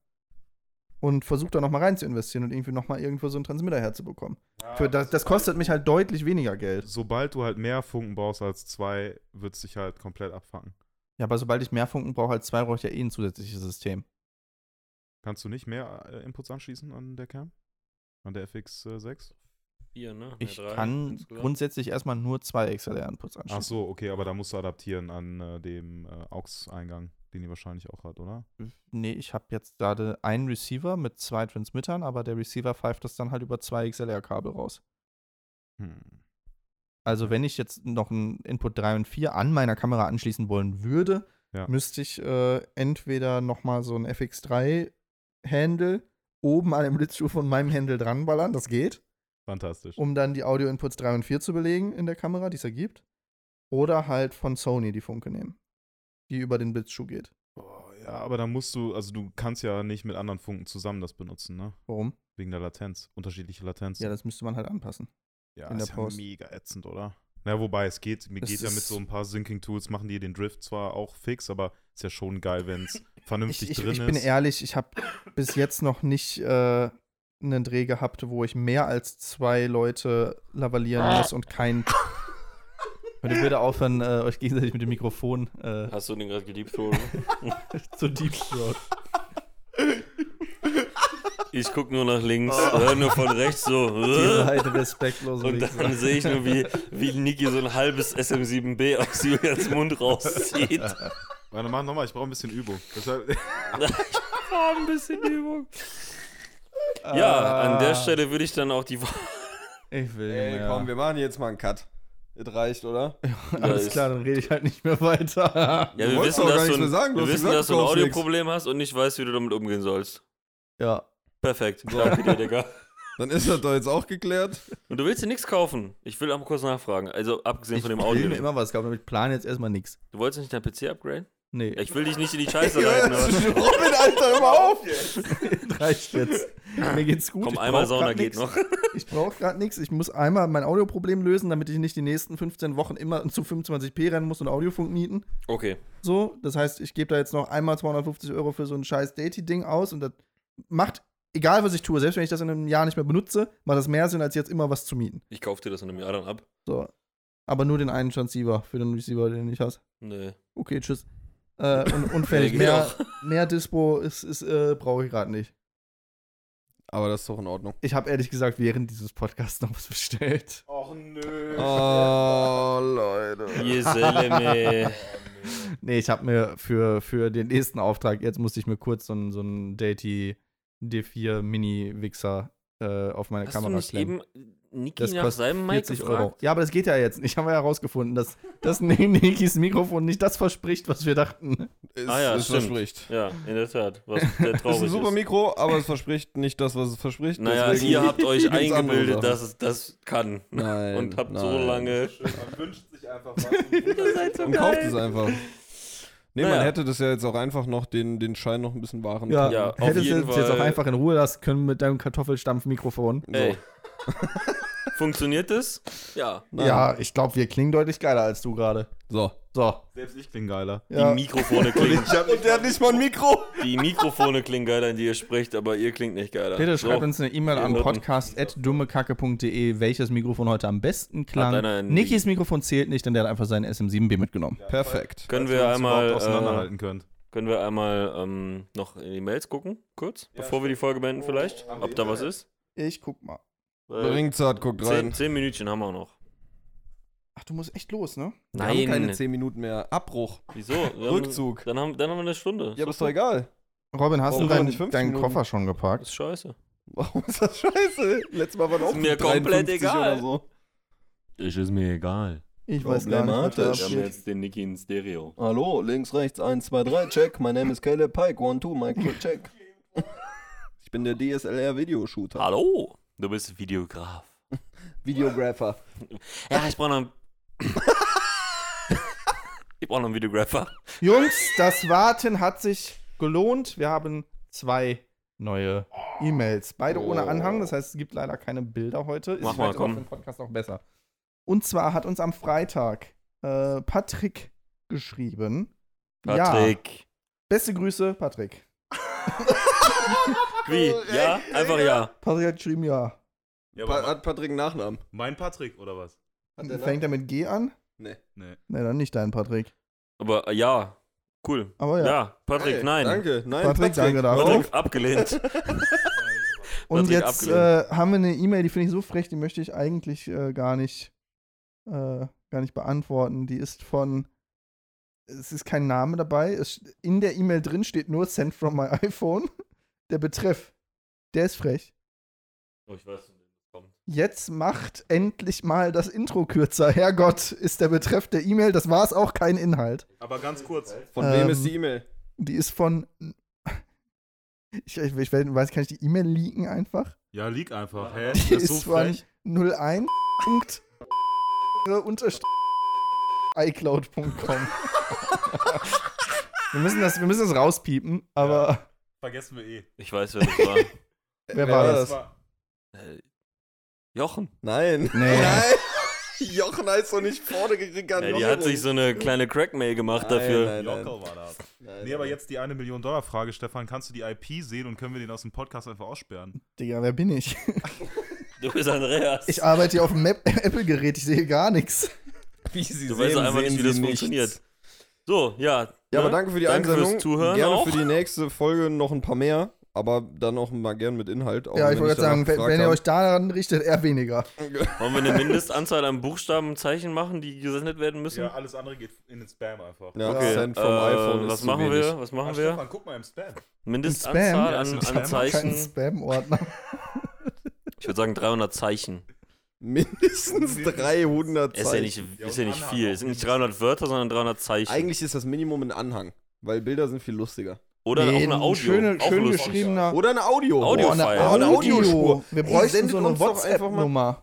[SPEAKER 2] und versuche da nochmal rein zu investieren und irgendwie nochmal irgendwo so einen Transmitter herzubekommen.
[SPEAKER 5] Ah,
[SPEAKER 2] Für das, das kostet mich halt deutlich weniger Geld.
[SPEAKER 5] Sobald du halt mehr Funken brauchst als zwei, wird es dich halt komplett abfangen.
[SPEAKER 2] Ja, aber sobald ich mehr Funken brauche als zwei, brauche ich ja eh ein zusätzliches System.
[SPEAKER 5] Kannst du nicht mehr äh, Inputs anschließen an der Cam? An der äh, FX6?
[SPEAKER 3] Vier, ne?
[SPEAKER 2] Ich
[SPEAKER 3] Ja, drei
[SPEAKER 2] kann
[SPEAKER 3] insgesamt.
[SPEAKER 2] grundsätzlich erstmal nur zwei XLR-Inputs
[SPEAKER 5] Ach
[SPEAKER 2] anschließen.
[SPEAKER 5] so, okay, aber da musst du adaptieren an äh, dem äh, AUX-Eingang, den die wahrscheinlich auch hat, oder?
[SPEAKER 2] Nee, ich habe jetzt gerade einen Receiver mit zwei Transmittern, aber der Receiver pfeift das dann halt über zwei XLR-Kabel raus.
[SPEAKER 5] Hm.
[SPEAKER 2] Also wenn ich jetzt noch einen Input 3 und 4 an meiner Kamera anschließen wollen würde,
[SPEAKER 5] Ja.
[SPEAKER 2] müsste ich äh, entweder nochmal so ein FX3-Handle oben an dem Blitzschuh von meinem Handle dranballern, das geht,
[SPEAKER 5] Fantastisch.
[SPEAKER 2] um dann die Audio-Inputs 3 und 4 zu belegen in der Kamera, die es ergibt. Oder halt von Sony die Funke nehmen, die über den Blitzschuh geht.
[SPEAKER 5] Boah, ja, aber da musst du, also du kannst ja nicht mit anderen Funken zusammen das benutzen, ne?
[SPEAKER 2] Warum?
[SPEAKER 5] Wegen der Latenz, unterschiedliche Latenz.
[SPEAKER 2] Ja, das müsste man halt anpassen.
[SPEAKER 5] Ja,
[SPEAKER 2] in der
[SPEAKER 5] ist ja
[SPEAKER 2] Post.
[SPEAKER 5] mega ätzend, oder? Na, wobei, es geht, mir
[SPEAKER 2] Es
[SPEAKER 5] geht ja mit
[SPEAKER 2] ist-
[SPEAKER 5] so ein paar Syncing-Tools, machen die den Drift zwar auch fix, aber ist ja schon geil, wenn es vernünftig
[SPEAKER 2] Ich, ich,
[SPEAKER 5] drin
[SPEAKER 2] ich
[SPEAKER 5] ist.
[SPEAKER 2] bin ehrlich, ich habe bis jetzt noch nicht äh, einen Dreh gehabt, wo ich mehr als zwei Leute lavalieren muss und kein
[SPEAKER 9] Könnt ihr bitte aufhören, äh, euch gegenseitig mit dem Mikrofon äh,
[SPEAKER 3] Hast du den gerade geliebt, Thronen?
[SPEAKER 9] zu deep throat.
[SPEAKER 3] Ich gucke nur nach links, höre nur von rechts so.
[SPEAKER 2] Oh.
[SPEAKER 3] äh.
[SPEAKER 2] Die reine respektlose
[SPEAKER 3] Und
[SPEAKER 2] Wichser.
[SPEAKER 3] dann sehe ich nur, wie, wie Niki so ein halbes SM7B aus Julians Mund rauszieht.
[SPEAKER 10] Warte, mach nochmal, ich brauche ein bisschen Übung. Deshalb,
[SPEAKER 3] Oh, ein bisschen Übung. Ja, an der Stelle würde ich dann auch die.
[SPEAKER 2] Ich will
[SPEAKER 6] Ey,
[SPEAKER 2] nicht mehr.
[SPEAKER 6] komm, wir machen jetzt mal einen Cut. Es reicht, oder?
[SPEAKER 2] Alles klar, dann rede ich halt nicht mehr weiter.
[SPEAKER 3] Ja, wir
[SPEAKER 6] wolltest
[SPEAKER 3] wissen,
[SPEAKER 6] doch gar
[SPEAKER 3] dass du
[SPEAKER 6] nichts
[SPEAKER 3] ein,
[SPEAKER 6] mehr sagen, du
[SPEAKER 3] wir
[SPEAKER 6] hast
[SPEAKER 3] wissen,
[SPEAKER 6] gesagt,
[SPEAKER 3] dass du
[SPEAKER 6] du
[SPEAKER 3] ein
[SPEAKER 6] kaufst nichts.
[SPEAKER 3] Audioproblem hast und nicht weißt, wie du damit umgehen sollst.
[SPEAKER 2] Ja.
[SPEAKER 3] Perfekt. Danke dir, Digga.
[SPEAKER 6] Dann ist das doch jetzt auch geklärt.
[SPEAKER 3] Und du willst dir nichts kaufen. Ich will auch mal kurz nachfragen. Also, abgesehen von dem Audio.
[SPEAKER 2] will mir immer was kaufen, aber ich plane jetzt erstmal nichts.
[SPEAKER 3] Du wolltest nicht deinen PC upgraden?
[SPEAKER 2] Nee,
[SPEAKER 3] Ich will dich nicht in die Scheiße reiten. aber-
[SPEAKER 6] Robin, Alter, hör mal auf!
[SPEAKER 2] reicht jetzt. Mir geht's gut.
[SPEAKER 3] Komm,
[SPEAKER 2] ich
[SPEAKER 3] einmal
[SPEAKER 2] brauch grad
[SPEAKER 3] Sauna geht
[SPEAKER 2] nix.
[SPEAKER 3] noch.
[SPEAKER 2] Ich brauche gerade nichts. Ich muss einmal mein Audioproblem lösen, damit ich nicht die nächsten 15 Wochen immer zu 25p rennen muss und Audiofunk mieten.
[SPEAKER 3] Okay.
[SPEAKER 2] So, das heißt, ich gebe da jetzt noch einmal 250 Euro für so ein scheiß Dating-Ding aus und das macht, egal was ich tue, selbst wenn ich das in einem Jahr nicht mehr benutze, macht das mehr Sinn, als jetzt immer was zu mieten.
[SPEAKER 3] Ich kaufe dir das in einem Jahr dann ab.
[SPEAKER 2] So. Aber nur den einen Transceiver für den Receiver, den ich hasse.
[SPEAKER 3] Nee.
[SPEAKER 2] Okay, tschüss. Äh, und unfällig.
[SPEAKER 3] geht
[SPEAKER 2] mehr, mehr Dispo ist, ist, äh, brauche ich gerade nicht.
[SPEAKER 6] Aber das ist doch in Ordnung.
[SPEAKER 2] Ich habe ehrlich gesagt während dieses Podcasts noch was bestellt. Ah.
[SPEAKER 6] Oh, Leute.
[SPEAKER 3] Jeseleme.
[SPEAKER 2] Nee, ich habe mir für, für den nächsten Auftrag, jetzt musste ich mir kurz so einen so ein Datey D4 Mini-Wichser äh, auf meine
[SPEAKER 3] Hast du
[SPEAKER 2] Kamera
[SPEAKER 3] nicht
[SPEAKER 2] klemmen.
[SPEAKER 3] eben Niki
[SPEAKER 2] Das
[SPEAKER 3] nach
[SPEAKER 2] kostet
[SPEAKER 3] seinem Mic
[SPEAKER 2] 40
[SPEAKER 3] gefragt?
[SPEAKER 2] Euro. Ja, aber das geht ja jetzt nicht. Haben wir ja herausgefunden, dass, dass Nikis Mikrofon nicht das verspricht, was wir dachten.
[SPEAKER 6] Es,
[SPEAKER 3] Ah ja,
[SPEAKER 6] es
[SPEAKER 3] stimmt.
[SPEAKER 6] verspricht.
[SPEAKER 3] Ja, in der Tat. Was sehr
[SPEAKER 6] Es ist
[SPEAKER 3] traurig
[SPEAKER 6] ein
[SPEAKER 3] ist.
[SPEAKER 6] super Mikro, aber es verspricht nicht das, was es verspricht.
[SPEAKER 3] Naja,
[SPEAKER 6] Deswegen
[SPEAKER 3] ihr habt euch
[SPEAKER 6] gibt's andere
[SPEAKER 3] eingebildet,
[SPEAKER 6] Sachen.
[SPEAKER 3] dass es das kann.
[SPEAKER 6] Nein,
[SPEAKER 3] Und habt
[SPEAKER 6] nein.
[SPEAKER 3] so lange.
[SPEAKER 10] man wünscht sich einfach was.
[SPEAKER 6] Und kauft es einfach. Nee,
[SPEAKER 3] Naja.
[SPEAKER 6] man hätte das ja jetzt auch einfach noch den, den Schein noch ein bisschen wahren können.
[SPEAKER 3] Ja, auf
[SPEAKER 2] hättest du
[SPEAKER 3] jeden
[SPEAKER 2] es jetzt auch
[SPEAKER 3] Fall.
[SPEAKER 2] einfach in Ruhe lassen können mit deinem Kartoffelstampfmikrofon.
[SPEAKER 3] Ey. Funktioniert das? Ja.
[SPEAKER 6] Nein.
[SPEAKER 2] Ja, ich glaube, wir klingen deutlich geiler als du gerade.
[SPEAKER 6] So.
[SPEAKER 2] So.
[SPEAKER 10] Selbst ich klinge geiler.
[SPEAKER 2] Ja.
[SPEAKER 3] Die Mikrofone klingen.
[SPEAKER 6] Und der hat nicht mal ein Mikro.
[SPEAKER 3] die Mikrofone klingen geiler, in die ihr spricht, aber ihr klingt nicht geiler.
[SPEAKER 2] Bitte schreibt
[SPEAKER 3] so.
[SPEAKER 2] uns eine E-Mail an
[SPEAKER 3] Wir würden-
[SPEAKER 2] podcast.dummekacke.de, welches Mikrofon heute am besten
[SPEAKER 3] Hat einer
[SPEAKER 2] klang.
[SPEAKER 3] einen-
[SPEAKER 2] Nikis Mikrofon zählt nicht, denn der hat einfach seinen SM7B mitgenommen.
[SPEAKER 6] Perfekt.
[SPEAKER 3] Können
[SPEAKER 10] Dass
[SPEAKER 3] wir,
[SPEAKER 10] ihr uns
[SPEAKER 3] einmal,
[SPEAKER 10] überhaupt
[SPEAKER 3] äh,
[SPEAKER 10] auseinanderhalten könnt.
[SPEAKER 3] können wir einmal ähm, noch in die Mails gucken, kurz, bevor wir die Folge beenden vielleicht, ob
[SPEAKER 10] eh
[SPEAKER 3] da was ist?
[SPEAKER 2] Ich guck mal.
[SPEAKER 3] Weil
[SPEAKER 6] Bringt's hart, guckt
[SPEAKER 3] Äh, zehn,
[SPEAKER 6] rein.
[SPEAKER 3] zehn Minütchen haben wir noch.
[SPEAKER 2] Ach, du musst echt los, ne?
[SPEAKER 6] Wir haben keine 10 Minuten mehr. Abbruch.
[SPEAKER 3] Wieso? Wir haben-
[SPEAKER 6] Rückzug.
[SPEAKER 3] Dann haben, dann haben wir eine Stunde.
[SPEAKER 6] Ja, aber ist doch egal.
[SPEAKER 2] Robin,
[SPEAKER 3] Oh,
[SPEAKER 2] hast
[SPEAKER 6] Warum
[SPEAKER 2] du
[SPEAKER 6] nicht
[SPEAKER 2] deinen,
[SPEAKER 6] fünf
[SPEAKER 2] deinen
[SPEAKER 6] Minuten?
[SPEAKER 2] Koffer schon gepackt?
[SPEAKER 3] Das ist scheiße.
[SPEAKER 6] Warum ist das scheiße? Letztes Mal waren auch
[SPEAKER 3] mir
[SPEAKER 6] 53
[SPEAKER 3] komplett egal.
[SPEAKER 6] Oder so.
[SPEAKER 10] Ich ist mir egal.
[SPEAKER 2] Ich weiß gar nicht. was da abgeht.
[SPEAKER 10] jetzt den Niki in Stereo.
[SPEAKER 4] Hallo, links, rechts, 1, 2, 3, check. My name is Caleb Pike, 1, 2, Mike, check.
[SPEAKER 6] Ich bin der DSLR-Videoshooter.
[SPEAKER 3] Hallo, du bist Videograf.
[SPEAKER 6] Videographer.
[SPEAKER 3] Ja, ich brauche noch einen. ich brauche noch einen Videographer.
[SPEAKER 2] Jungs, das Warten hat sich gelohnt. Wir haben zwei neue E-Mails. Beide ohne Anhang, das heißt, es gibt leider keine Bilder heute. Ist
[SPEAKER 3] Oh. Mach mal,
[SPEAKER 2] vielleicht aber
[SPEAKER 3] komm.
[SPEAKER 2] für den Podcast auch besser. Und zwar hat uns am Freitag äh, Patrick geschrieben. Ja,
[SPEAKER 3] Patrick.
[SPEAKER 2] beste Grüße, Patrick.
[SPEAKER 3] Wie? Ja? Einfach ja.
[SPEAKER 2] Patrick hat geschrieben, ja.
[SPEAKER 10] Ja,
[SPEAKER 6] Pa
[SPEAKER 10] aber
[SPEAKER 6] hat Patrick einen Nachnamen?
[SPEAKER 10] mein Patrick, oder was?
[SPEAKER 6] Hat der
[SPEAKER 2] Fängt er mit G an?
[SPEAKER 6] Nee.
[SPEAKER 10] Nee.
[SPEAKER 2] Nee, dann nicht dein Patrick.
[SPEAKER 3] Aber äh, ja. Cool.
[SPEAKER 2] Aber ja.
[SPEAKER 3] Ja, Patrick,
[SPEAKER 6] Hey,
[SPEAKER 3] nein.
[SPEAKER 6] Danke, nein.
[SPEAKER 2] Patrick, danke dafür.
[SPEAKER 3] Patrick, abgelehnt.
[SPEAKER 2] Und
[SPEAKER 3] Patrick
[SPEAKER 2] jetzt äh,
[SPEAKER 3] abgelehnt.
[SPEAKER 2] haben wir eine E-Mail, die finde ich so frech, die möchte ich eigentlich äh, gar nicht äh, gar nicht beantworten. Die ist von es ist kein Name dabei. Es, in der E-Mail drin steht nur Send from my iPhone. Der Betreff, der ist frech.
[SPEAKER 3] Oh, ich weiß, kommt.
[SPEAKER 2] Jetzt macht endlich mal das Intro kürzer. Herrgott, ist der Betreff der E-Mail. Das war es auch kein Inhalt.
[SPEAKER 10] Aber ganz kurz.
[SPEAKER 6] Von
[SPEAKER 2] Ähm,
[SPEAKER 6] wem ist die E-Mail?
[SPEAKER 2] Die ist von. Ich, ich, ich weiß, kann ich die E-Mail leaken einfach?
[SPEAKER 10] Ja, lieg einfach. Hä?
[SPEAKER 2] Die
[SPEAKER 10] Das
[SPEAKER 2] ist
[SPEAKER 10] so
[SPEAKER 2] von
[SPEAKER 10] frech.
[SPEAKER 2] 01. Punkt unterstrich iCloud.com. wir, müssen das, wir müssen das rauspiepen, aber
[SPEAKER 10] Vergessen wir eh.
[SPEAKER 3] Ich weiß, wer das war.
[SPEAKER 2] wer war das?
[SPEAKER 10] Das war
[SPEAKER 3] Äh, Jochen.
[SPEAKER 6] Nein.
[SPEAKER 2] Nee.
[SPEAKER 6] Nein. Jochen heißt doch nicht vorne
[SPEAKER 3] Ja, die hat sich so eine kleine Crackmail gemacht dafür.
[SPEAKER 6] Nein, nein, nein.
[SPEAKER 10] Jocko war das. Nee, aber jetzt die eine Million Dollar Frage, Stefan. Kannst du die IP sehen und können wir den aus dem Podcast einfach aussperren?
[SPEAKER 2] Digga, wer bin ich?
[SPEAKER 3] Du bist Andreas.
[SPEAKER 2] Ich arbeite hier auf einem Map- Apple-Gerät, ich sehe gar nichts.
[SPEAKER 6] Wie sie
[SPEAKER 3] Du weißt ja einfach nicht, wie das
[SPEAKER 6] sie
[SPEAKER 3] funktioniert. So, ja.
[SPEAKER 6] Ja,
[SPEAKER 3] ne?
[SPEAKER 6] aber danke für die
[SPEAKER 3] Danke fürs
[SPEAKER 6] Einsendung.
[SPEAKER 3] Zuhören
[SPEAKER 6] gerne
[SPEAKER 3] auch.
[SPEAKER 6] für die nächste Folge noch ein paar mehr, aber dann auch mal gern mit Inhalt. Auch
[SPEAKER 2] Ja, ich
[SPEAKER 6] wenn
[SPEAKER 2] wollte gerade sagen,
[SPEAKER 6] danach
[SPEAKER 2] Oh, wenn,
[SPEAKER 6] gefragt
[SPEAKER 2] wenn ihr
[SPEAKER 6] habe.
[SPEAKER 2] euch daran richtet, eher weniger.
[SPEAKER 3] Wollen wir eine Mindestanzahl an Buchstaben und Zeichen machen, die gesendet werden müssen?
[SPEAKER 10] Ja, alles andere geht in den Spam einfach.
[SPEAKER 6] Hm. Ja,
[SPEAKER 3] Okay,
[SPEAKER 6] Cent
[SPEAKER 3] äh,
[SPEAKER 6] vom iPhone
[SPEAKER 3] was
[SPEAKER 6] ist
[SPEAKER 3] machen
[SPEAKER 6] zu wenig.
[SPEAKER 3] wir? Was
[SPEAKER 10] Ah,
[SPEAKER 3] machen wir?
[SPEAKER 10] Stefan, guck mal im Spam.
[SPEAKER 3] Mindestanzahl
[SPEAKER 2] Ja,
[SPEAKER 10] ist ein
[SPEAKER 3] an,
[SPEAKER 10] Spam.
[SPEAKER 3] an
[SPEAKER 2] Kein
[SPEAKER 3] Zeichen.
[SPEAKER 2] Spam-Ordner.
[SPEAKER 3] Ich würde sagen 300 Zeichen.
[SPEAKER 6] Mindestens 300
[SPEAKER 3] Ist ja
[SPEAKER 6] Zeichen.
[SPEAKER 3] nicht,
[SPEAKER 10] Ja, und
[SPEAKER 3] ist ja nicht
[SPEAKER 10] Anhang
[SPEAKER 3] viel.
[SPEAKER 10] auch
[SPEAKER 3] Es sind nicht 300 Wörter, sondern 300 Zeichen.
[SPEAKER 6] Eigentlich ist das Minimum ein Anhang, weil Bilder sind viel lustiger.
[SPEAKER 3] Oder
[SPEAKER 2] Nee,
[SPEAKER 3] auch eine
[SPEAKER 2] ein
[SPEAKER 3] Audio.
[SPEAKER 2] schöne-
[SPEAKER 3] auch
[SPEAKER 2] schön
[SPEAKER 3] lustig.
[SPEAKER 2] geschriebener.
[SPEAKER 6] Oder eine Audio.
[SPEAKER 3] Audio.
[SPEAKER 2] Ah. Oh, eine
[SPEAKER 3] Audiofile.
[SPEAKER 6] Eine
[SPEAKER 2] Audiospur.
[SPEAKER 6] Audiospur.
[SPEAKER 2] Wir
[SPEAKER 6] Ey,
[SPEAKER 2] bräuchten
[SPEAKER 6] sendet
[SPEAKER 2] so eine
[SPEAKER 6] uns doch einfach mal-
[SPEAKER 2] WhatsApp-Nummer.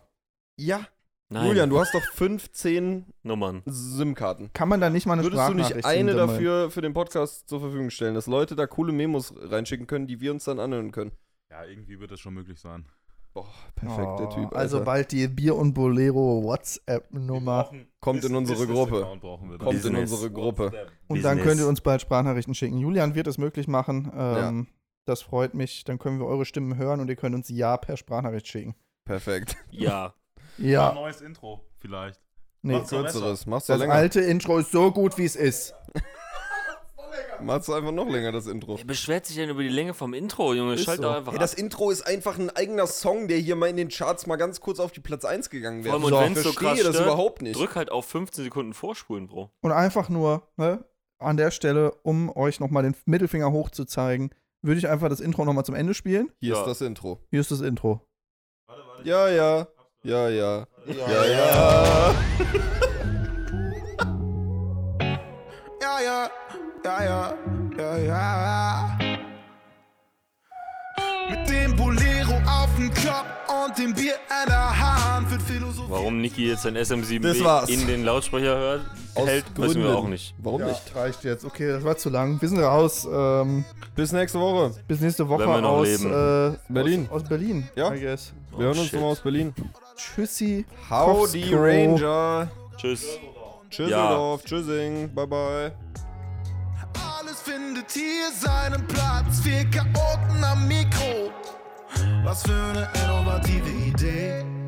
[SPEAKER 6] Ja,
[SPEAKER 3] Nein,
[SPEAKER 6] Julian, du hast doch 15
[SPEAKER 3] Nummern.
[SPEAKER 6] SIM-Karten.
[SPEAKER 2] Kann man da nicht mal eine
[SPEAKER 6] Würdest du
[SPEAKER 2] Sprachnachricht
[SPEAKER 6] nicht eine
[SPEAKER 2] hinsammeln?
[SPEAKER 6] dafür für den Podcast zur Verfügung stellen, dass Leute da coole Memos reinschicken können, die wir uns dann anhören können?
[SPEAKER 10] Ja, irgendwie wird das schon möglich sein.
[SPEAKER 6] Boah, perfekt, der
[SPEAKER 2] Oh,
[SPEAKER 6] Typ. Alter.
[SPEAKER 2] Also bald die Bier- und
[SPEAKER 10] Wir
[SPEAKER 2] Bolero-WhatsApp-Nummer.
[SPEAKER 10] brauchen
[SPEAKER 6] Kommt in
[SPEAKER 10] Business-
[SPEAKER 6] unsere
[SPEAKER 10] Business-Account
[SPEAKER 6] Gruppe.
[SPEAKER 10] Brauchen wir dann.
[SPEAKER 6] Kommt in
[SPEAKER 3] Business.
[SPEAKER 6] unsere Gruppe.
[SPEAKER 10] WhatsApp.
[SPEAKER 2] Und dann
[SPEAKER 3] Business.
[SPEAKER 2] könnt ihr uns bald Sprachnachrichten schicken. Julian wird es möglich machen. Ähm, Das freut mich. Dann können wir eure Stimmen hören und ihr könnt uns Ja per Sprachnachricht schicken.
[SPEAKER 6] Perfekt.
[SPEAKER 3] Ja.
[SPEAKER 10] Ein
[SPEAKER 2] Ja,
[SPEAKER 10] neues Intro vielleicht.
[SPEAKER 2] nee.
[SPEAKER 10] Macht's doch besser.
[SPEAKER 6] Kürzeres. Machst du
[SPEAKER 2] Das
[SPEAKER 6] länger.
[SPEAKER 2] alte Intro ist so gut, wie es ist.
[SPEAKER 6] Machst du einfach noch länger das Intro.
[SPEAKER 3] Wer beschwert sich denn über die Länge vom Intro, Junge? Schalt doch einfach
[SPEAKER 6] Hey,
[SPEAKER 3] ab.
[SPEAKER 6] das Intro ist einfach ein eigener Song, der hier mal in den Charts mal ganz kurz auf die Platz 1 gegangen
[SPEAKER 3] Vor
[SPEAKER 6] wäre.
[SPEAKER 3] allem, und
[SPEAKER 2] So,
[SPEAKER 3] wenn's
[SPEAKER 6] ich
[SPEAKER 3] so krass
[SPEAKER 6] verstehe das
[SPEAKER 3] stört,
[SPEAKER 6] überhaupt nicht.
[SPEAKER 3] drück halt auf 15 Sekunden vorspulen, Bro.
[SPEAKER 2] Und einfach nur ne, an der Stelle, um euch nochmal den Mittelfinger hoch zu zeigen, würde ich einfach das Intro nochmal zum Ende spielen.
[SPEAKER 6] Hier
[SPEAKER 3] Ja.
[SPEAKER 6] ist das Intro.
[SPEAKER 2] Hier ist das Intro.
[SPEAKER 6] Ja, ja. Ja, ja. Ja, ja.
[SPEAKER 4] Ja, ja, ja, ja, ja, ja. Mit dem Bolero auf dem Kopf und dem Bier in der Hand wird philosophiert.
[SPEAKER 3] Warum Niki jetzt sein
[SPEAKER 6] Das war's.
[SPEAKER 3] SM7B in den Lautsprecher hört,
[SPEAKER 6] Aus
[SPEAKER 3] hält, wissen wir
[SPEAKER 6] Gründen.
[SPEAKER 3] auch nicht.
[SPEAKER 6] Warum
[SPEAKER 2] Ja,
[SPEAKER 6] nicht?
[SPEAKER 2] reicht jetzt. Okay, das war zu lang. Wir sind raus. Ähm,
[SPEAKER 6] Bis nächste Woche.
[SPEAKER 3] Oh,
[SPEAKER 2] bis nächste Woche
[SPEAKER 3] Wenn wir noch
[SPEAKER 2] aus
[SPEAKER 3] leben.
[SPEAKER 2] äh,
[SPEAKER 6] Berlin.
[SPEAKER 2] Aus, aus Berlin.
[SPEAKER 6] Ja.
[SPEAKER 2] I guess.
[SPEAKER 6] Wir hören uns
[SPEAKER 3] shit.
[SPEAKER 6] nochmal aus Berlin.
[SPEAKER 2] Tschüssi. Howdy,
[SPEAKER 6] Howdy Ranger.
[SPEAKER 3] Tschüss.
[SPEAKER 6] Tschüsseldorf. Tschüssing. Bye bye.
[SPEAKER 4] Alles findet hier seinen Platz. Wir Chaoten am Mikro. Was für eine innovative Idee.